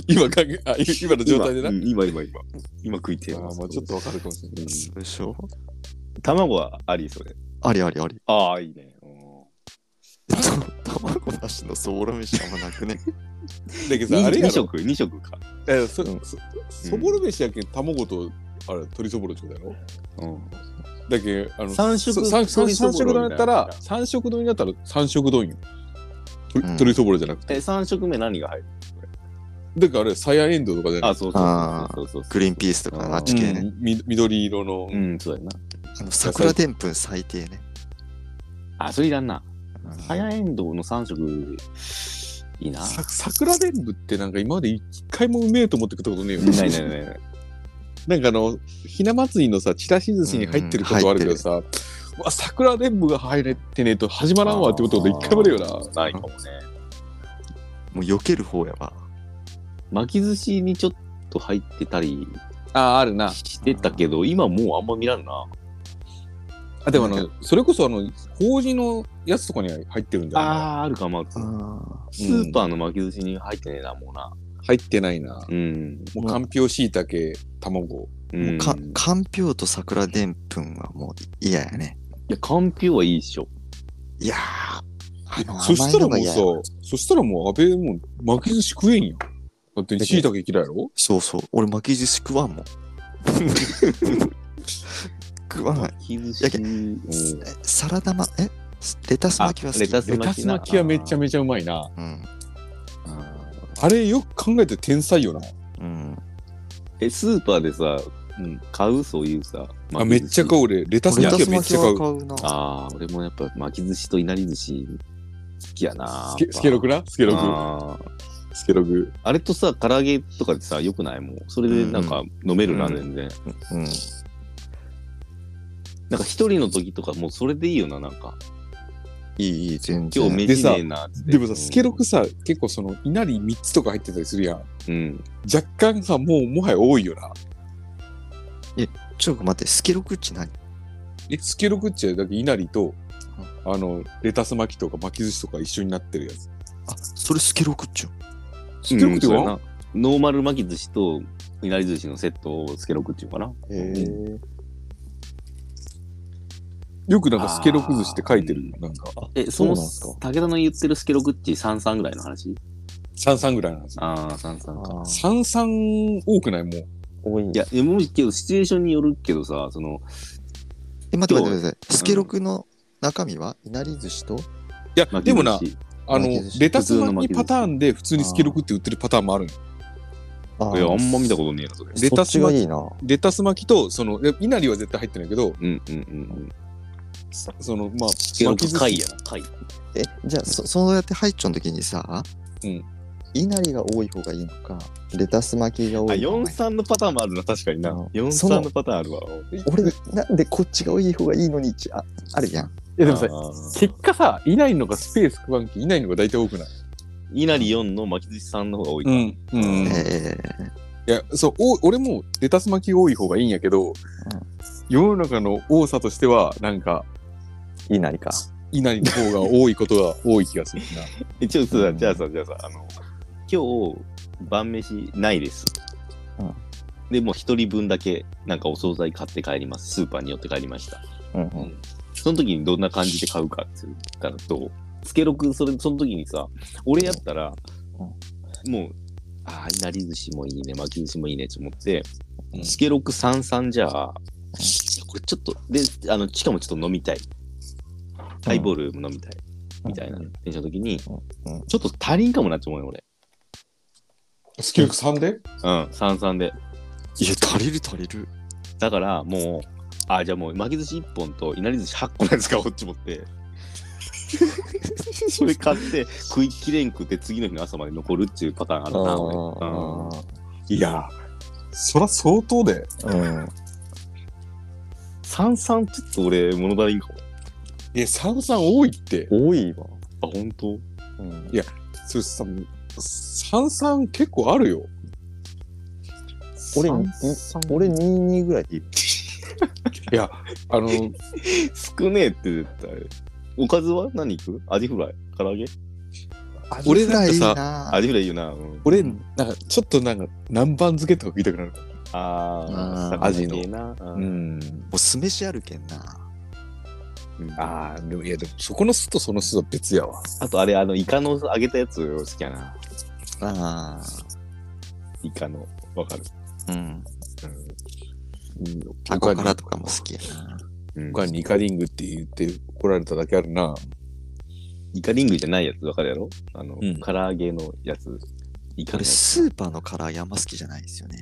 S2: 今考え、あ、今の状態でな。
S1: 今うん今今今。今食いてえ
S2: あ
S1: な。
S2: ーまあちょっとわかるかもしれ
S1: うん
S3: そうでしょ
S1: 卵はありそれ。
S3: ありありあり
S1: ああ、いいね。うん
S3: [laughs] 卵なしのそぼろ飯あんまなくね
S2: ない。だけどさ、あれ
S1: 二
S2: や
S1: 二
S2: ろ。
S1: 食二食か。
S2: えそそそぼろ飯やけん、卵と、あれ、鶏そぼろちょうだよ。だけんあの、
S1: 三
S2: そ
S1: 食
S2: 三三
S1: 鶏そ
S2: 三
S1: ぼ
S2: 色丼
S1: ろ
S2: に
S1: み
S2: な
S1: たいな
S2: ったら、三色丼になったら三色丼よ。と
S3: ん
S2: 鶏そぼろじゃなくて。
S1: え三食目何が入る？
S2: だからあれ、サヤエンドウとかじゃない
S1: あそうそうそうそうそうそう。
S3: グリーンピースとか
S1: うん
S3: あっち系
S2: う
S3: ね、
S2: んみ緑色の。
S1: うんそうやな。
S3: あの桜でんぷん最低ね
S1: あそれいらんな。
S3: うん
S1: 早エンドウの三食いいな。
S2: さ桜でんぶってなんか今まで一回もうめえと思って食ったことねえよ。
S1: ないないないない。
S2: なんかあの、ひな祭りのさ、ちらし寿司に入ってることはあるけどさ、うわ、桜でんぶが入れてねえと始まらんわってことで一回もねえよな。
S1: ないかもね。
S3: もう避ける方やわ
S1: 巻き寿司にちょっと入ってたり
S2: ああ、あるな。
S1: してたけど、今もうあんま見らんな。
S2: あ、でもあの、それこそあの、法事のやつとかには入ってるんだよな、
S1: ああ、あるかも。スーパーの巻き寿司に入ってねえな、もうな。
S2: 入ってないな。
S1: うん。
S2: もうかんぴょうしいたけ、卵。
S1: うん
S3: か
S1: い
S3: かんぴょうと桜でんぷんはもう嫌やね
S1: や、かんぴょうはいいっしょ。
S3: いやーあの
S2: そし
S3: 甘い
S2: たら
S3: の
S2: も
S3: が
S2: う
S3: 嫌
S2: さ
S3: や、
S2: そしたらもう安倍もう巻き寿司食えんよ。だってしいたけ嫌いやろ
S3: そうそう俺巻き寿司食わんもん食わない
S1: 巻き寿
S3: やけ
S1: 司。うん
S3: えサラダまえレタス巻きは好き
S1: あレタス
S2: レタス巻きはめちゃめちゃうまいな。
S3: うん
S2: あれよく考えて天才よな。
S3: うん
S1: え、スーパーでさ、うん買うそういうさ。
S2: あめっちゃ買
S1: う。
S2: う俺。レタス
S3: レ
S2: 巻
S3: タ
S2: きは
S3: ス
S2: めっ
S3: 巻き
S2: ちゃ買
S3: は
S2: う。
S3: 買うな
S1: ああ、俺もやっぱ巻き寿司といなり寿司好きやな
S2: ス。ケスケロク
S1: な
S2: なスケロク。
S1: あー
S2: スケロク。
S1: あれとさ、唐揚げとかでさ、よくないもう。それでなんか飲めるな、
S3: うん
S1: 全然。
S3: うん
S1: なんか一人の時とか、もうそれでいいよな、なんか。
S3: いいいい全
S1: 今
S3: 然
S1: 日飯ねえなっつって。
S2: でもさ、スケロクさ、結構その、いなり3つとか入ってたりするやん。
S1: うん。
S2: 若干さ、もうもはや多いよな。
S3: ちょっと待ってスケロクッチ何
S2: え、スケロクっちゃ、だっていなりと、あの、レタス巻きとか巻き寿司とか一緒になってるやつ。
S3: あそれスケロクッチョ
S2: スケロクって
S1: うんそうや
S2: は
S1: なノーマル巻き寿司といなり寿司のセットをスケロクっていうかな。
S7: へえ。
S2: よくなんかスケロク寿司って書いてる、なんか、
S1: え、その、
S3: そうなんすか
S1: 武田の言ってるスケログッチ33ぐらいの話
S2: 33ぐらいなんですよ。
S1: ああ、33か。
S3: あ
S2: 33
S3: ー
S2: 多くないもう。
S3: 多いん
S1: いや、でもけど、シチュエーションによるけどさ、その、
S5: え、待って待って待って。スケロクの中身はいなり寿司と
S2: いや、
S1: まあ
S2: でもな、
S1: 牛
S2: あの
S5: 巻き寿、司
S2: レタス
S1: 普通の
S2: 巻
S1: 巻き
S2: き
S1: 寿司
S2: パターンで普通にスケロクって売ってるパターンもあるのよ
S3: あ
S1: いや、あんま見たことねえな、それ。
S2: レ
S3: そ
S2: タ
S3: っ
S2: ス
S3: ちが
S2: 巻き
S3: いいな。
S2: レタス巻きと、その、いや稲荷は絶対入ってないけど、
S1: うんうんうん。
S2: そその、まあ、
S1: スケロ
S2: 巻
S1: グ
S2: き寿司
S1: 貝やな、貝。
S5: え、じゃあ、そそうやって入っちゃう時にさ、
S2: うん。
S5: いなりが多い方がいいのか、
S3: レタス巻きが
S1: あ、
S3: 多いな。
S1: 43のパターンもあるな、確かにな。
S5: うん
S1: 43のパターンあるわ。
S5: 俺、なんでこっちが多い方がいいのに、ちああるやん。
S2: いやでもさ
S1: あ、ー
S2: 結果さ、いないのがスペース区間機、いないのが大体多くない。
S1: 稲荷4の巻き寿司さんの方が多いか。
S2: ん。うん。い
S5: え
S2: や、そう、お俺もレタス巻き多い方がいいんやけど、世の中の多さとしては、なんか、
S3: いいなりか。
S2: 稲荷の方が多いことが多い気がするな。
S1: え、ちょっとさ、じゃあさ、じゃあさ、あの、今日、晩飯ないです。
S3: うん
S1: で、もう一人分だけ、なんかお惣菜買って帰ります。スーパーに寄って帰りました。
S3: うんうん
S1: んその時にどんな感じで買うかって言ったのと、つけろくん、それ、その時にさ、俺やったら、もう、ああ、いなり寿司もいいね、巻き寿司もいいねって思って
S2: う、ん
S1: つけろく三三じゃあ、これちょっと、で、あの、しかもちょっと飲みたい。ハイボールも飲みたい。みたいなテンションの時に、ちょ
S3: うんうん
S1: っと足りんかもなって思うよ、俺。
S2: [laughs] スケルク3で
S1: うん、三三で。
S5: いや、足りる足りる。
S1: だから、もう、あ、じゃあもう巻き寿司1本といなり寿司8個のやつ買おうって思
S3: [laughs]
S1: って。それ買って食いきれんくて次の日の朝まで残るっていうパターンあるな、俺。うん
S3: あ
S2: いや、そら相当で。
S3: ーうん。
S1: 三三ちょっと俺物足りんかも。
S2: え、33多いって。
S3: 多いわ。
S1: あ、本当
S3: うん
S2: いやそれさ、33結構あるよ。
S3: 俺
S1: 三
S3: に
S1: 三
S3: 俺22ぐらいでいい。
S2: いや、あの、
S1: 少ねえって絶対。おかずは何行くアジフライ唐揚げ
S2: 俺なんかさ
S1: アジフライいいよな。うん、
S2: 俺、なんか、ちょっとなんか、南蛮漬けとか食いたくなる。
S1: あ
S5: あ
S1: あ、
S5: ー
S1: 魚系な。うん
S2: ん。
S5: もう酢飯あるけんな。
S2: ああ、でも、いや、でも、そこの酢とその酢は別やわ。
S1: あとあれ、あの、イカの揚げたやつ好きやな。
S5: あ
S1: イカの。わかる。
S5: あ。うん。
S2: うん。
S5: タコからとかも好きやな。
S1: うん
S2: 他にイカリングって言って怒られただけあるな。
S1: イカリングじゃないやつわかるやろあの、
S2: うん
S1: 唐揚げのやつ。イカの
S5: 俺、
S1: やつ
S5: スーパーの唐揚げあんま好きじゃないですよね。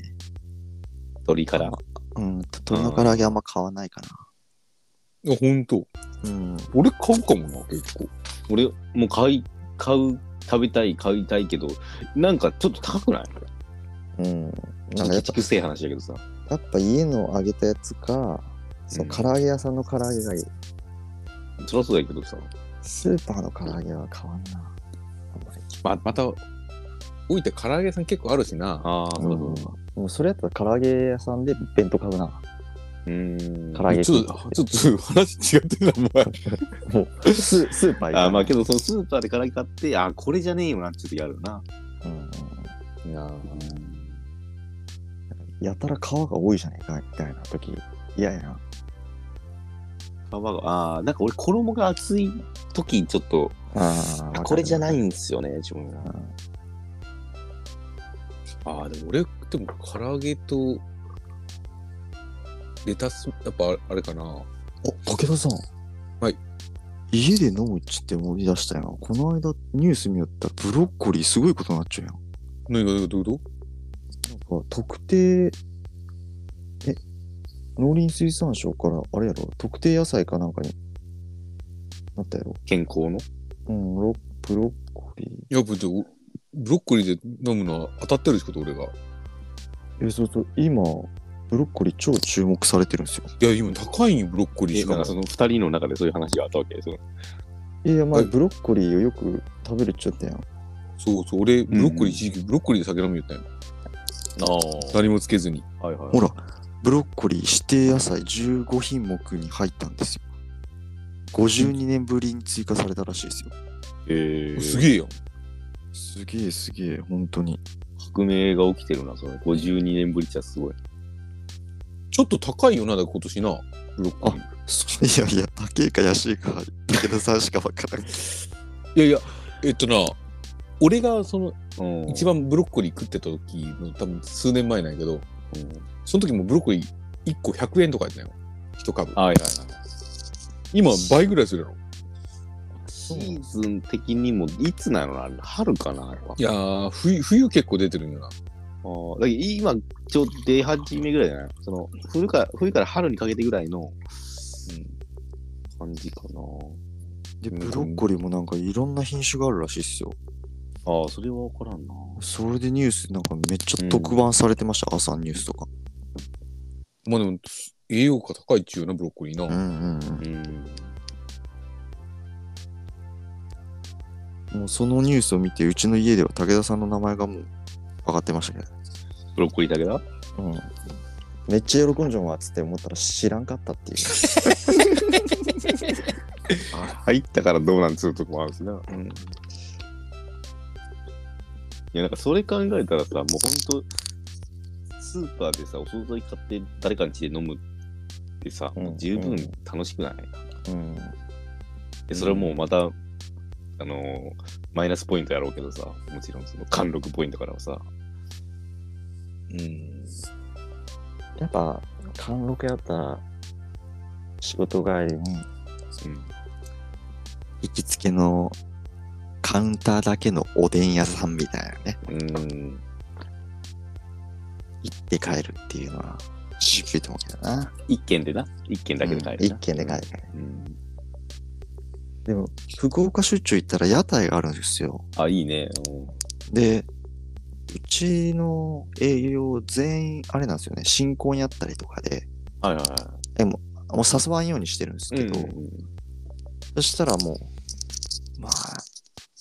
S1: 鶏から。
S5: うん。鳥の唐揚げあんま買わないか
S2: いや、ほんと。
S5: な。うん。
S2: 俺買うかもな、結構。
S1: 俺、もう買い、買う、食べたい、買いたいけど、なんかちょっと高くない
S3: うん。
S1: ち
S3: な
S1: ょっ
S3: んかや
S1: と
S3: っぱ
S1: きつい話だけどさ。
S3: やっぱ家の揚げたやつか、そううん唐揚げ屋さんの唐揚げがいい。
S1: そりゃそうだけどさ。
S3: スーパーの唐揚げは変わんな。あんまり
S2: まあ、また、置いて唐揚げさん結構あるしな。
S1: ああ、そううんそう
S3: でもそれやったら唐揚げ屋さんで弁当買うな。
S1: うーん。
S3: 唐揚げ
S2: ちょっと、ちょっとちょっと話違ってるな、お前。
S3: もうススーパー行く
S1: あーまあけど、そのスーパーで唐揚げ買って、あーこれじゃねえよなって時あるよな。
S3: うんうん
S2: いやー
S3: やたら皮が多いじゃねえかみたいな時嫌やな。
S1: 皮が、ああ、なんか俺、衣が厚い時にちょっと、
S3: あ。
S1: あこれじゃないいんですよね、自分が。
S2: [laughs] ああ、でも俺、でも唐揚げと、レタス、やっぱあれかな。
S3: お、武田さん。
S2: はい。
S3: 家で飲むっちって思い出したよ。この間ニュース見よったらブロッコリーすごいことになっちゃうよ。
S2: 何がどういうこと
S3: なんか特定、え、農林水産省からあれやろ、特定野菜かなんかになったやろ。
S1: 健康の
S3: うん、ブロブロッコリー。
S2: いや、ぶっちゃおブロッコリーで飲むのは当たってるでしょ、俺が。い
S3: え、そうそう、今、ブロッコリー超注目されてるんですよ。
S2: や、今高いんよ、ブロッコリー
S1: え
S2: し
S1: な
S2: か
S1: ん
S2: も
S1: かその2人の中でそういう話があったわけその
S3: いやいや、前
S2: え
S3: ブロッコリーをよく食べるっちゃったやん。
S2: そうそう、俺、ブロッコリー一時期、ブロッコリーで酒飲みよったんよ。
S1: あ
S2: 何もつけずに。
S1: あはいはい
S3: ほら、ブロッコリー指定野菜15品目に入ったんですよ。52年ぶりに追加されたらしいですよ。
S1: えー、
S2: す
S1: え
S2: げえよ。
S3: すげえすげえ、本当に。
S1: 革命が起きてるなそれ52年ぶりじゃすごい
S2: ちょっと高いよな、だから今年な。ブロッコリー。
S3: いやいや、高いか安いか、武田さんしか分からん。
S2: いやいや、えっとな、俺がその
S1: うん
S2: 一番ブロッコリー食ってた時の多分数年前なんやけど、その時もブロッコリー1個100円とかやったよ。一株。
S1: はいはいはい。
S2: 今倍ぐらいするやろ。
S1: シーズン的にも、いつなのあれ春かなあれは。
S2: いやー、冬、冬結構出てるんだな。
S1: あーだけど今、ちょうど出始めぐらいじゃないその冬から冬から春にかけてぐらいの、うん、感じかな。
S3: で、ブロッコリーもなんかいろんな品種があるらしいっすよ。
S1: ああ、それは分からんな。
S3: それでニュースなんかめっちゃ特番されてました、朝ニュースとか。
S2: まあでも、栄養価高いっちゅうよな、ブロッコリーな。
S3: うんうんうん。
S1: うん。
S3: もうそのニュースを見て、うちの家では武田さんの名前がもう上がってましたけど。
S1: ブロッコリーだけだ
S8: うん。めっちゃ喜んじゃんわっつって思ったら知らんかったっていう。
S1: 入ったからどうなんつうとこもあるしな。うん。いや、なんかそれ考えたらさ、もうほんと、スーパーでさ、お惣菜買って誰かん家で飲むってさ、もう十分楽しくない、
S8: うん。
S1: でそれはもうまた、あのーマイナスポイントやろうけどさ、もちろんその貫禄ポイントからはさ、
S2: うん。
S8: やっぱ、貫禄やったら、仕事帰りに、
S1: うん、
S3: 行きつけのカウンターだけのおでん屋さんみたいなね。
S1: うん、
S3: 行って帰るっていうのは、しっくりと思うけどな。
S1: 一軒でな、一軒だけで帰る
S8: 一
S1: な。
S8: 軒で帰る。
S1: うん、
S3: でも、福岡出張行ったら屋台があるんですよ。
S1: あ、いいね。
S3: で、うちの営業全員、あれなんですよね、新婚やったりとかで、
S1: うん、はいはいは
S3: もう誘わんようにしてるんです
S1: い。
S3: けど、
S1: うん、
S3: そしたらもう、まあ、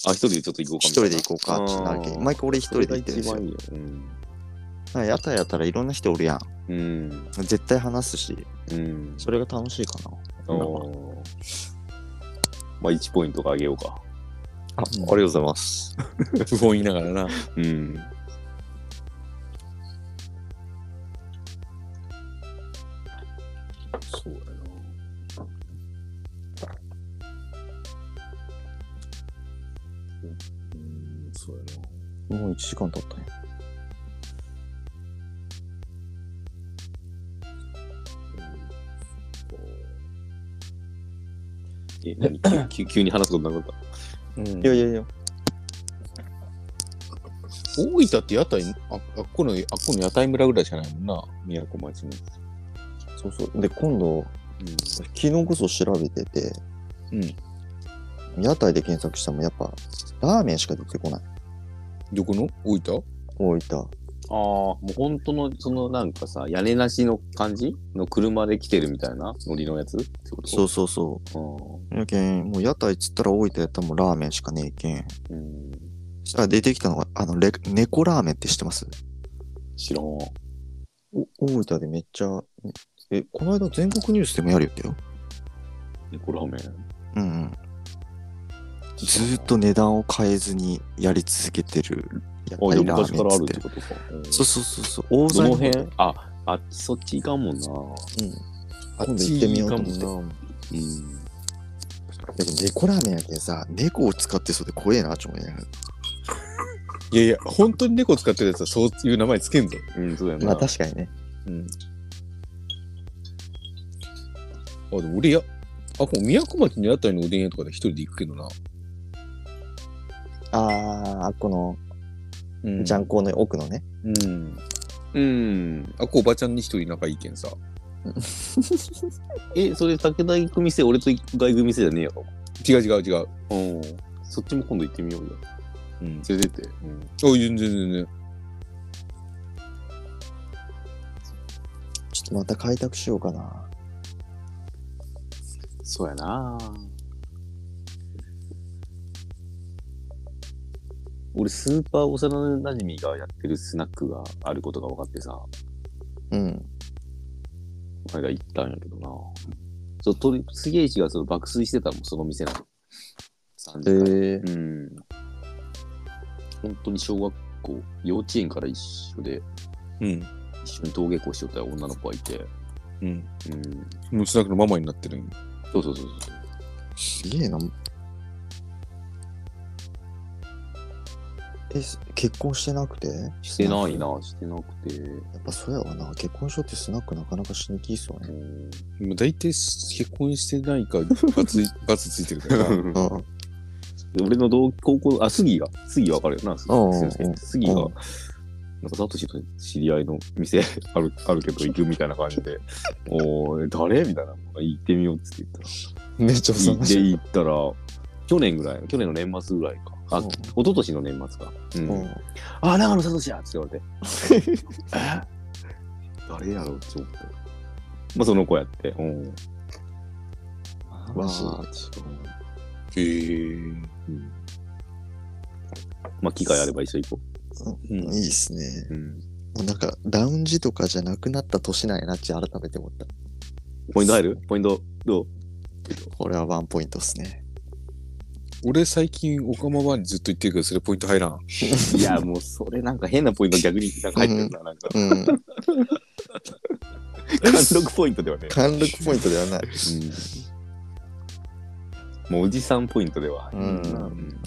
S1: あ、一人でちょっと行こうか
S3: 一人で行こうかってなるけど、毎回俺一人で行ってるんですよ。
S1: いいよ。うん
S3: だから屋台やったらいろんな人おるやん。
S1: うん。
S3: 絶対話すし、
S1: うん。
S3: それが楽しいかな。
S1: おーまあ、1ポイントがあげようか。
S3: あ、
S8: り
S3: がとうございます。
S2: 不本意ながらな。
S1: うん。
S2: そうやな。うん、そうやな。
S8: もう1時間経ったね。
S1: え、
S3: [laughs]
S1: 何急急急に話すことなかっ
S2: うん
S8: いやいやいや。
S2: 大分って屋台ああっこのあっこの屋台村ぐらいしかないもんな宮古町に
S8: そうそう。で、今度、
S1: た
S8: 昨日こそ調べてて、屋台で検索してもやっぱ、ラーメンしか出てこない。
S2: どこの大分
S8: 大分。
S1: ああ、もう本当の、そのなんかさ、屋根なしの感じの車で来てるみたいなノリのやつってこと
S3: そうそうそ。
S1: そう
S3: やけん、もう屋台っつったら大分やったらもうラーメンしかねえけん。
S1: うん。うん。
S3: そしたら出てきたのが、あの、レ猫ラーメンって知ってます
S1: 知らん。
S8: お大分でめっちゃ、
S3: え、この間全国ニュースでもやるよってよ。
S1: 猫ラーメン。
S3: うんうん。ずーっと値段を変えずにやり続けてる屋
S1: あ、
S3: 台
S1: いや
S3: ラー
S1: 昔
S3: メ
S1: か
S3: ン
S1: らあ
S3: っつ
S1: るっ
S3: っ
S1: て
S3: て。
S1: ことか。うん
S3: そうそうそうそう、大
S1: ど
S3: 座
S1: の
S3: に
S1: 辺あ、あっちそっち行かんもんな。う。
S2: あ
S8: 今度行ってみようと思って
S2: いいかもなん
S8: でも猫ラーメンやけんさ、
S3: さ、猫を使ってそうで怖えな、ちょっと思いながら
S2: いやいや本当に猫使ってるやつはそういう名前つけんぞ
S1: うん、そうやな。
S8: まあ確かにね。
S2: あでも俺やあこう宮古町の屋台のおでん屋とかで一人で行くけどな、
S8: あー、あっこの、
S2: うん
S8: ジャンコの奥のね。
S2: うん
S1: うん。
S2: あこうおばちゃんに一人仲いいけんさ
S1: え、それ、武田行く店、俺と外行く店じゃねえよ。
S2: 違う違う違う
S1: うん。そっちも今度行ってみようよ。
S2: う
S1: 連
S2: ん
S1: れてって。
S2: あ全然全然
S8: ちょっとまた開拓しようかな。
S1: そうやな俺、スーパー幼なじみがやってるスナックがあることが分かってさ、こ
S8: うん。
S1: の間行ったんやけどなそう、鳥、杉石がその爆睡してたもん、その店なの。3
S8: え
S1: 時間。
S8: ー、
S1: うん。本当に小学校、幼稚園から一緒で、
S2: うん
S1: 一緒に登下校しよった女の子がいて、
S2: うん。
S1: うん。
S2: 虫なくのママになってるん
S1: そうそうそう
S9: すげえな。
S3: え、す結婚してなくて
S1: そう。し
S3: して
S1: ないな、してなくて。
S3: やっぱそうやわな。結婚しようってスナックなかなかしにきいっすわね。
S1: うん。
S2: まあ大体結婚してないか、バツ [laughs] い、バツついてる
S1: [laughs]
S2: から。
S3: うん。
S1: 俺の同高校、あ、杉が、杉わかるよな、
S3: うん
S1: 杉先生。杉が、なんか、サトシと知り合いの店 [laughs] あるあるけど行くみたいな感じで、おー、誰みたいな、行ってみようっつって言ったら。
S3: [laughs] めっちゃおさ
S1: 行
S3: ま
S1: っ
S3: してい。
S1: 行ったら、去年ぐらい、去年の年末ぐらいか。あ、
S3: うん
S1: 一昨年の年末か。うん。
S3: うん
S1: あ、長野聡やっつって言われて。え誰やろうって思って。まあ、その子やって。うん。ま
S3: マ
S1: あ
S3: ジ、
S2: へえ。
S1: うんまあ、機会あれば一緒行こ
S2: うん
S3: いいっすね。
S1: う。うん。
S3: もうなんか、ラウンジとかじゃなくなった年なんやなって改めて思った。
S1: ポイント入るポイント、どう
S3: これはワンポイントっすね。
S2: 俺最近、オカマバーにずっと行ってるけど、それポイント入らん。
S1: いや、もうそれなんか変なポイント逆になんか入ってるな、なんか。
S2: [laughs]
S3: うん。
S1: 貫禄ポイントではね。
S3: 貫禄ポイントではない。
S1: うんもうおじさんポイントでは。
S3: う
S1: うん
S3: ん。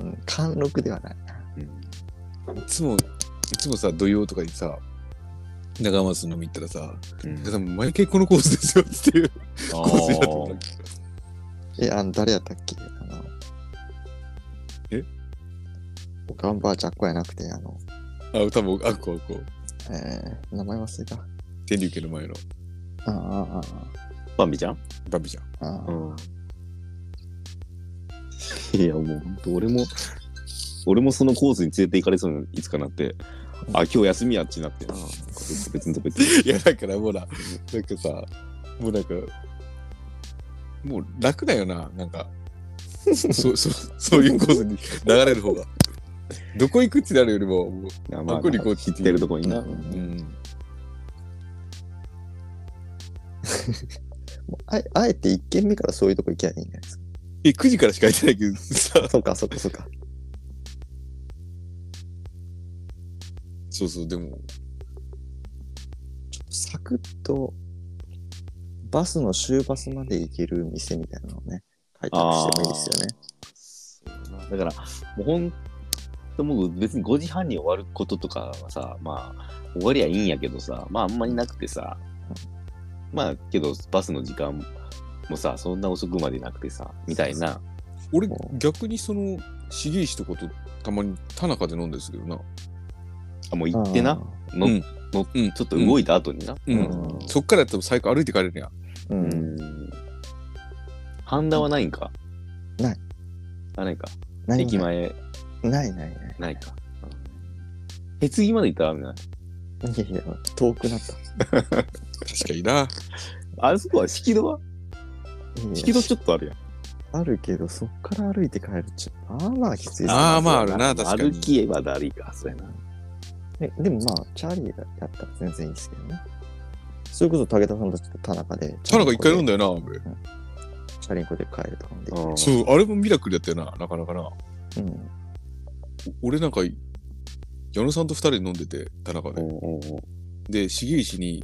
S3: うん貫禄ではない。
S2: いつも、いつもさ、土曜とかにさ、長松飲み行ったらさ、多分毎回このコースですよっていう
S1: あ
S2: コースになってもら
S1: ー
S2: う
S3: え、あの、誰やったっけあの、
S2: え
S3: おかんばあちゃんっ子やなくて、あの、
S2: あ、多分あっこあっこ。
S3: えー、名前忘れた。
S2: 天竜家の前の
S3: ああ、あ
S1: バンビちゃん
S2: バビじゃん。
S3: あ、ああ。
S1: いや、もう本当俺も、俺もそのコースに連れて行かれそうにいつかなって、あ、今日休みやっちなって、別にとこ行って。
S2: いや、だからもうな、なんかさ、もうなんか、もう楽だよな、なんか、そう、そう、そういうコースに流れる方が。どこ行くってなるよりも、もう
S1: いやまあ、
S2: どこにこう
S1: 知ってるとこにな。
S2: うん。
S3: ああえて一軒目からそういうとこ行きゃいいんじゃないですか。
S2: え、9時からしか空いてないけどさ、
S3: そうか、そうか、そうか。
S2: そうそう、でも、
S3: サクッと、バスの終バスまで行ける店みたいなのをね、開拓してもいいですよ
S1: だ
S3: ね。
S1: から、もうほんともう別に5時半に終わることとかはさ、まあ、終わりゃいいんやけどさ、まああんまりなくてさ、まあけどバスの時間もさ、そんな遅くまでなくてさ、みたいな。
S2: 俺、逆にその、重石とこと、たまに田中で飲んですけどな。
S1: あ、もう行ってな。の、
S2: うん
S1: の、
S2: うん
S1: ちょっと動いた後にな。
S2: う。
S3: うんん。
S2: そっからやったら最高歩いて帰れるやん。
S1: う
S3: う。
S1: んん。ハンダはないんか
S3: ない。
S1: あ、ないか。
S3: ない
S1: 駅前、
S3: ないないない。
S1: ないか。へつぎまで行ったら危ない。
S3: いやいや、遠くなった。
S2: 確かにな。
S1: あそこは敷戸はい
S3: やいや
S1: 敷戸ちょっとあるやん。
S3: あるけど、そっから歩いて帰るっちゃ、まあまあきついですね
S2: ああ、まああるな、確かに。
S1: 歩きえばだりか、それな。
S3: ねでもまあ、チャーリーだったら全然いいですけどね。それこそ武田さんたちと田中で、
S2: 田中一回飲ん
S3: だ
S2: だよな、俺。
S3: チャリンコで帰るとかもでき
S1: うん
S2: そう、あれもミラクルやったよな、なかなかな。
S3: る。うん。
S2: 俺なんか、矢野さんと二人で飲んでて、田中で。で、重石に、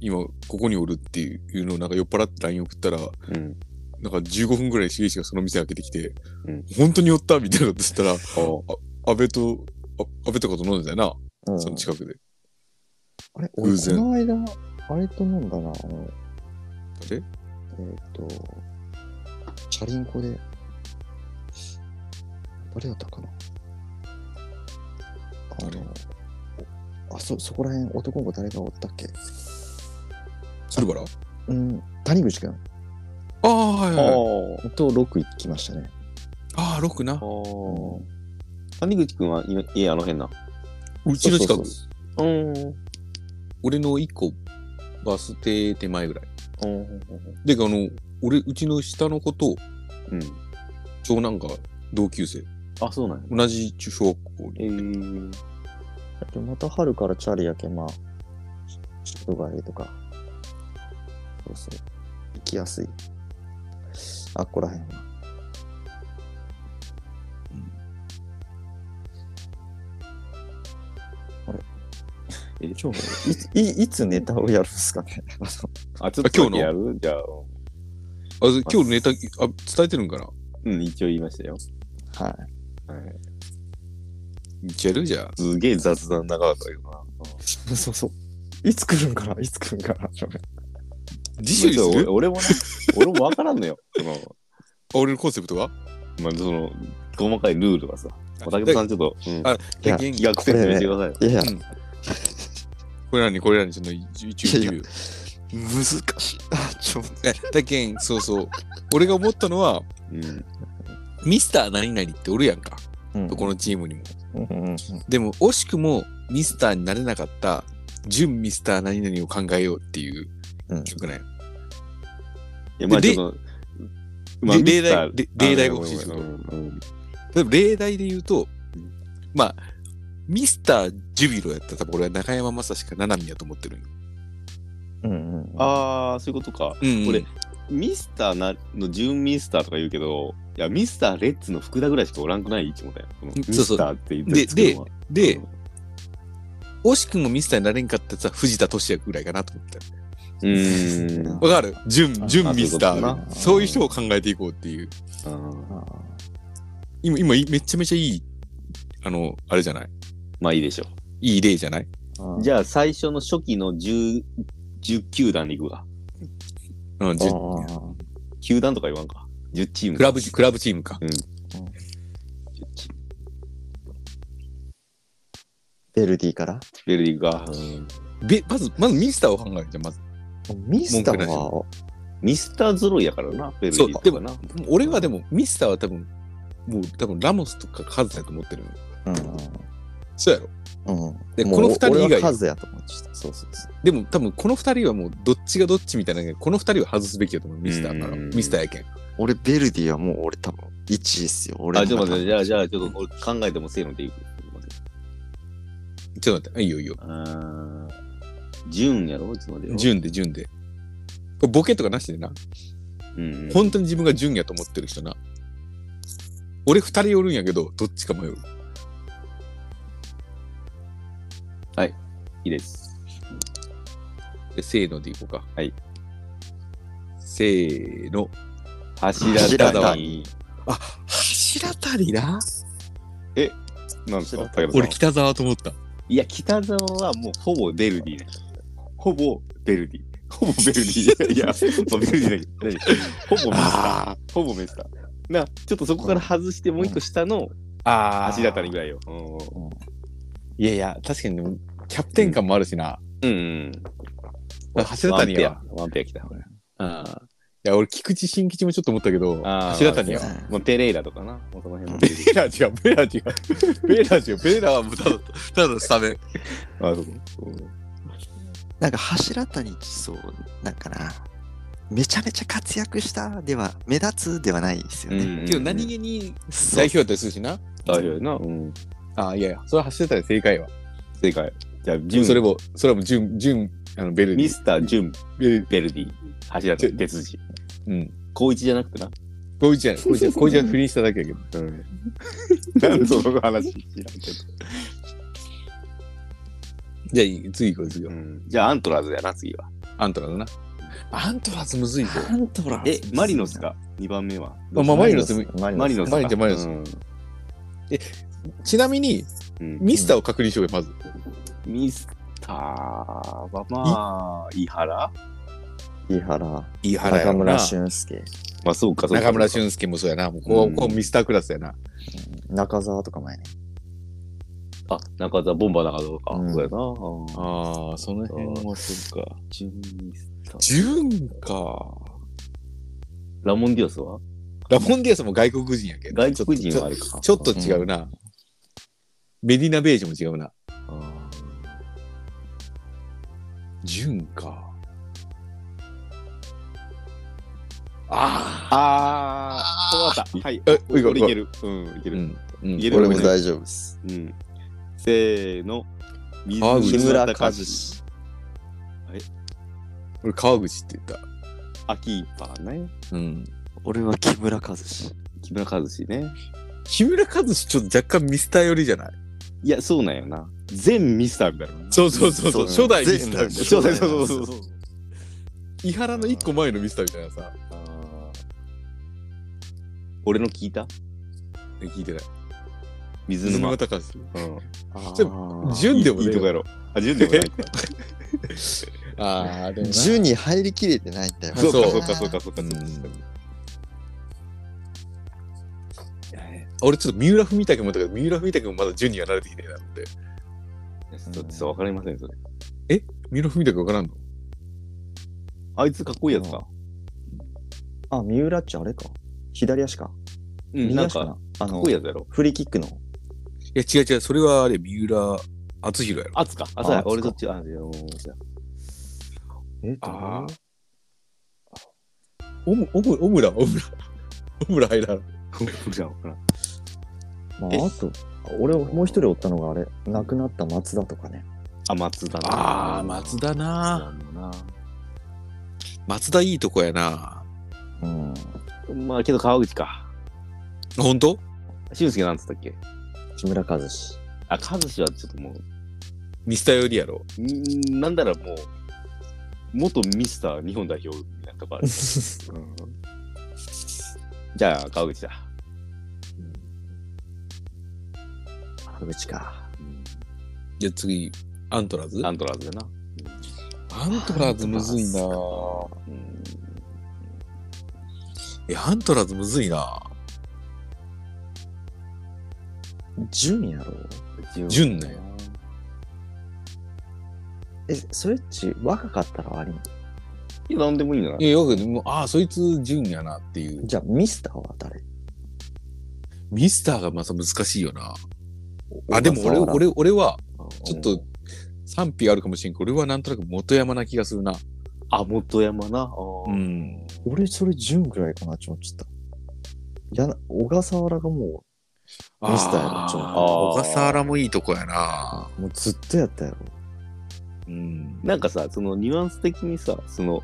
S2: 今、ここにおるっていうのを、なんか酔っ払って LINE 送ったら、
S1: うん。
S2: なんか15分ぐらい重石がその店開けてきて、
S1: うん
S2: 本当におったみたいなことしたら、
S1: お
S2: 安倍と、あ安倍とかと飲んでたよ
S3: う
S2: な、
S3: ん、
S2: その近くで。
S3: あれ、俺、
S2: 偶
S3: こ
S2: 然
S3: の間、あれと飲んだな、あの、
S2: 誰
S3: えーっ、と、チャリンコで、誰だったかなあ
S2: 誰
S3: の、おあ、そ、そこら辺、男の子誰がおったっけ
S2: 鶴原あ
S3: うん、谷口くん
S2: あー、はいはいはい。
S1: お
S3: とロック行きましたね。
S2: ああ、ロックな。
S1: お谷口くんは今家あの辺な。
S2: うちの近
S3: そ
S2: く
S3: う。そ
S1: うん。
S2: 俺の一個、バス停手前ぐらい。で、あの、俺、うちの下の子と
S1: うん。
S2: 長男が同級生。
S1: あ、そうなんや。
S2: 同じ中小学校に。
S1: えー。
S3: うそうでまた春からチャリやけん、まあ、人がえとか、そうそう、行きやすい。あっこらへんは。あれ
S1: え
S3: 超いいいつネタをやるんですかねあの
S1: あ、ちょっと
S2: 今
S1: 今日
S2: 日の
S1: やるじゃあ、
S2: あ今日ネタあ伝えてるんかな
S1: うん、一応言いましたよ。
S3: はい。
S1: はい、
S2: いけるじゃあ
S1: すげえ雑談長かったけどな。
S3: そうそうそう。いつ来るんかないつ来るんかなちょっと
S2: 次週にす
S1: 俺
S2: る
S1: 俺もね、 [laughs] 俺もわからんのよ。その、
S2: あ俺のコンセプトが
S1: まあ、その、細かいルールがさ。竹本さん、ちょっと、うん、
S2: あ
S3: いや
S2: 元
S1: 気
S2: 気
S1: が癖にしてくださいよ。
S3: いやいや、
S2: これ何これ何その一応言う
S5: 難しい。あ、ちょ、
S2: えだけんそうそう俺が思ったのは
S1: うん。
S2: ミスター何々っておるやんか
S3: うん
S2: どこのチームにも
S3: うんうんうん
S2: でも惜しくもミスターになれなかった準ミスター何々を考えようっていう
S3: うん
S2: 曲ね、
S1: いや、まあ、
S2: で
S1: ちょっと、
S2: で例題で例題が欲しいです
S1: け
S2: け
S1: ど。
S2: ど
S1: うん
S2: 例えば例題で言うと、まあミスタージュビロやったら多分俺は中山雅史か七海やと思ってるんよ
S3: うんうん。
S1: あー、そういうことか。
S2: うん
S1: これミスターなの準ミスターとか言うけど、いや、ミスターレッツの福田ぐらいしかおらんくないいつもだよ。このミ
S2: そうそう
S1: スターって言ってるのは
S2: で
S1: うん、
S2: 惜しくもミスターになれんかったやつは藤田俊也ぐらいかなと思って
S1: うーん。
S2: わかる準
S3: あ
S2: 準ミスタ
S1: あそういうこと
S2: ー
S3: な
S2: そういう人を考えていこうっていう
S1: うん
S3: あ
S2: 今今いめちゃめちゃいいあのあれじゃない
S1: まあいいでしょ
S2: いい例じゃない、
S3: ー
S1: う。じゃあ最初の初期の10、10球団でいくわ。
S2: うん、じゅ
S3: ー
S1: 球団とか言わんか。10チーム。
S2: クラブクラブチームか
S1: 10チーム。
S3: ベルディから
S1: ベルディが。
S2: べまずまずミスターを考えるじゃんまず
S3: ミスターは、
S1: ミスター揃いやからな、ベルデ
S2: そう
S1: ィ
S2: で
S1: と
S2: も
S1: かな。
S2: 俺はでもミスターは多分もう多分ラモスとかカズだと思ってるのよ
S3: うん
S2: そうやろ
S3: うんうん。
S2: で
S3: も
S2: こ
S3: う
S2: の二人以外
S3: 俺はカズやと思ってた。そうそうそう。
S2: でも多分この2人はもうどっちがどっちみたいなのがこの2人は外すべきだと思うミスターから
S1: うん
S2: ミスターやけん
S5: 俺、ベルディはもう俺多分1位っすよ。俺
S1: あ、ちょっと待って、じゃあ、じゃ
S5: あ。
S1: あ、ちょっと俺考えてもせーのでいく。
S2: ちょっと待ってあいいよいいよ
S1: あー順やろちょっと待ってよ。
S2: 順で順でこれボケとかなしでな
S1: うん。
S2: 本当に自分が純やと思ってる人な。俺二人おるんやけど、どっちか迷う。
S1: いいです。
S2: でせーのでいこうか。
S1: はい。
S2: せーの。
S1: 柱
S2: 柱
S1: 谷
S5: 谷。
S2: あ、柱谷な。
S1: なんですか竹本さん
S2: 俺北沢と思った。
S1: いや、北沢はもうほぼベルディね。ほぼベルディ。ほぼベルディ。 [laughs] いや、まあベルディだけど何、ほぼメスタ
S2: あ
S1: ー。ほぼメスター。な、ちょっとそこから外して、もう一個下の
S2: あ。ああ。
S1: 足だったりぐらいよ。うん
S2: いやいや、確かにでも、キャプテン感もあるしな。
S1: うんうん。
S2: あ柱谷やわ
S1: ワンペア。ワンペア来た。
S2: ああ。いや、俺、菊池新吉もちょっと思ったけど、
S1: あー
S2: 柱谷や
S1: そ
S2: わ。
S1: もうペレイラとかな。もうその辺も
S2: ベレラ違う、ベレラ違う。ベレラ違う、ベレラはもうただ、ただスタメン。
S1: [laughs] あ、そううん
S5: なんか柱谷ちそう、なんかな。めちゃめちゃ活躍したでは、目立つではないですよ
S1: う
S5: ね。
S1: ん。
S2: けど、何気に
S5: そう
S2: 代表やったりするしな。
S1: 代表やな。うん。
S2: ああ、いやいや、それは柱谷正解は。
S1: 正解。じゃあ、順
S2: それも、それはもう準、準、あの、ベルデ
S1: ミ
S2: ィ。
S1: スター・ジュン・
S2: ベルデ
S1: ベルディ。柱谷哲司。
S2: ィ。うん。
S1: 高一じゃなくてな。
S2: こいつじゃない。こいつじゃ [laughs] ない。こいつじゃない不倫しただけやけど。
S1: うん。 [laughs] なんでその話知らんけど。
S2: じゃあいい、次行こう、次行こ
S1: じゃあアントラーズやな、次は。
S2: う。アントラーズな。アントラーズむずいぞ。
S3: アントラ
S1: え、マリノス。か ?2 番目は。
S2: まあ、マリノス、
S3: マリノ
S1: マ
S3: ス
S1: リ。ノス
S2: マリノスマリノスちなみに、
S1: うん
S2: ミスターを確認しようよ、まず。
S1: ミスターはまあ、井原
S3: 飯原。
S2: 飯
S3: 中村
S2: 中
S3: 俊介。
S1: まあ、そうか、そうか。
S2: 村俊介もそうやな。もうこ
S1: う
S2: う、
S1: ん
S2: こうミスタークラスやな。
S3: 中澤とか前ね。
S1: あ、中田、ボンバー中田とか。
S3: うん
S1: そうやな。あ
S2: ああ、その
S1: 辺
S2: はそうか。
S1: ジュンミスター。
S2: 純か。
S1: ラモンディアスは
S2: ラモンディアスも外国人やけど。
S1: 外国人はあれか。
S2: ちょっと違うな。メディナベージュも違うな。
S1: あ
S2: 純か。あ
S1: あー、そうだった。はい。
S2: えいいか
S1: 俺いける。うん、いけ
S2: ーう
S1: る。
S2: ん。うん
S1: いける
S3: 俺も
S2: ね
S3: 大丈夫です。
S1: うん。せーの。
S2: あ
S1: 水
S2: 内
S1: 村
S3: 村
S1: 和
S3: 和
S1: 志。
S2: 俺川口って言っ
S1: アキーパーね。
S2: た。うん。
S5: 俺は木村和志。
S1: 木村和志ね。
S2: 木村和志ちょっと若干ミスター寄りじゃない
S1: いや、そうなんよな。全ミスターだからな。
S2: そうそうそうそう、初代ミスターみたいな。
S1: そうそうそうそうそう。
S2: 伊原の一個前のミスターみたいなさ、
S1: 俺の聞いた
S2: 聞いてない。
S1: 水
S2: 水
S1: 沼
S2: 沼。隆史。
S1: うん。
S2: で純でも
S1: いい
S2: ね
S1: とこやろ。あ、順でもないか。
S2: ああ、でもな
S5: 10に入りきれてないんだよ。
S1: [laughs] そうか、
S2: そ
S1: そううか、そうか、そうか。そうか
S2: 俺ちょっと三浦文武もだけど、三浦文武もまだ10には慣れてきてないなって。
S1: ちょっとわかりません、それ。
S2: 三浦文武わからんの
S1: あいつかっこいいやつか。
S3: あ、三浦っちあれか。左足か。
S1: うん、
S3: 右
S1: なん
S3: 足
S1: か、
S3: か
S1: か
S3: な。あ
S1: っ
S3: の
S1: こいい、やつやろ。
S3: フリーキックの。
S2: いや、違う違う、それはあれ、三浦篤弘やろ。
S1: あつか。あ、そうや
S3: あ。つか
S1: 俺どっちあ、いやもうそう
S3: え
S2: あオム、オム、オムラ、オムラ。オムラ入らん。
S1: や。ほら
S3: まあ、あ
S1: え
S3: と、俺、もう一人おったのがあれ、亡くなった松田とかね。
S1: あ、松田な。
S2: ああ、松田な。
S1: そうやんな。
S2: 松田いいとこやな。
S3: うん。
S1: まあ、けど川口か。
S2: 本当
S1: 俊介なんつったっけ
S3: 木村和志。
S1: あ、和志はちょっともう、
S2: ミスターよりやろ。
S1: んなんだらもう、元ミスター日本代表みたいなとこある。うんじゃあ、川口だ。
S3: 川口か。
S2: じゃあ次、アントラーズ
S1: アントラーズでな。
S2: アントラーズむずいな。
S1: うん
S2: え、アントラーズむずいな。
S3: 純やろ。
S2: 純ね。
S3: え、それっち、若かったらありん
S1: いや、なんでもいいんじゃない
S2: いや、よく、もうああ、そいつ純やなっていう。
S3: じゃあ、ミスターは誰
S2: ミスターがまた難しいよな。あ、でも俺、
S3: 小笠
S2: 俺、俺は、ち
S1: ち
S2: ょ
S1: ょ
S2: っ
S1: っ
S2: と
S1: と、
S2: 賛否あるかもしれんけど、俺はなんとなく元山な気がするな。
S1: あ、元山な。あー
S2: うん。
S3: 原俺、それ純ぐらいかなって思っちゃった。やな、小笠原がもミスターやなちょっと
S2: あー小笠原もいいとこやな。
S3: う、もうずっとやったやろ。
S2: うん。
S1: なんかさ、そのニュアンス的にさ、その、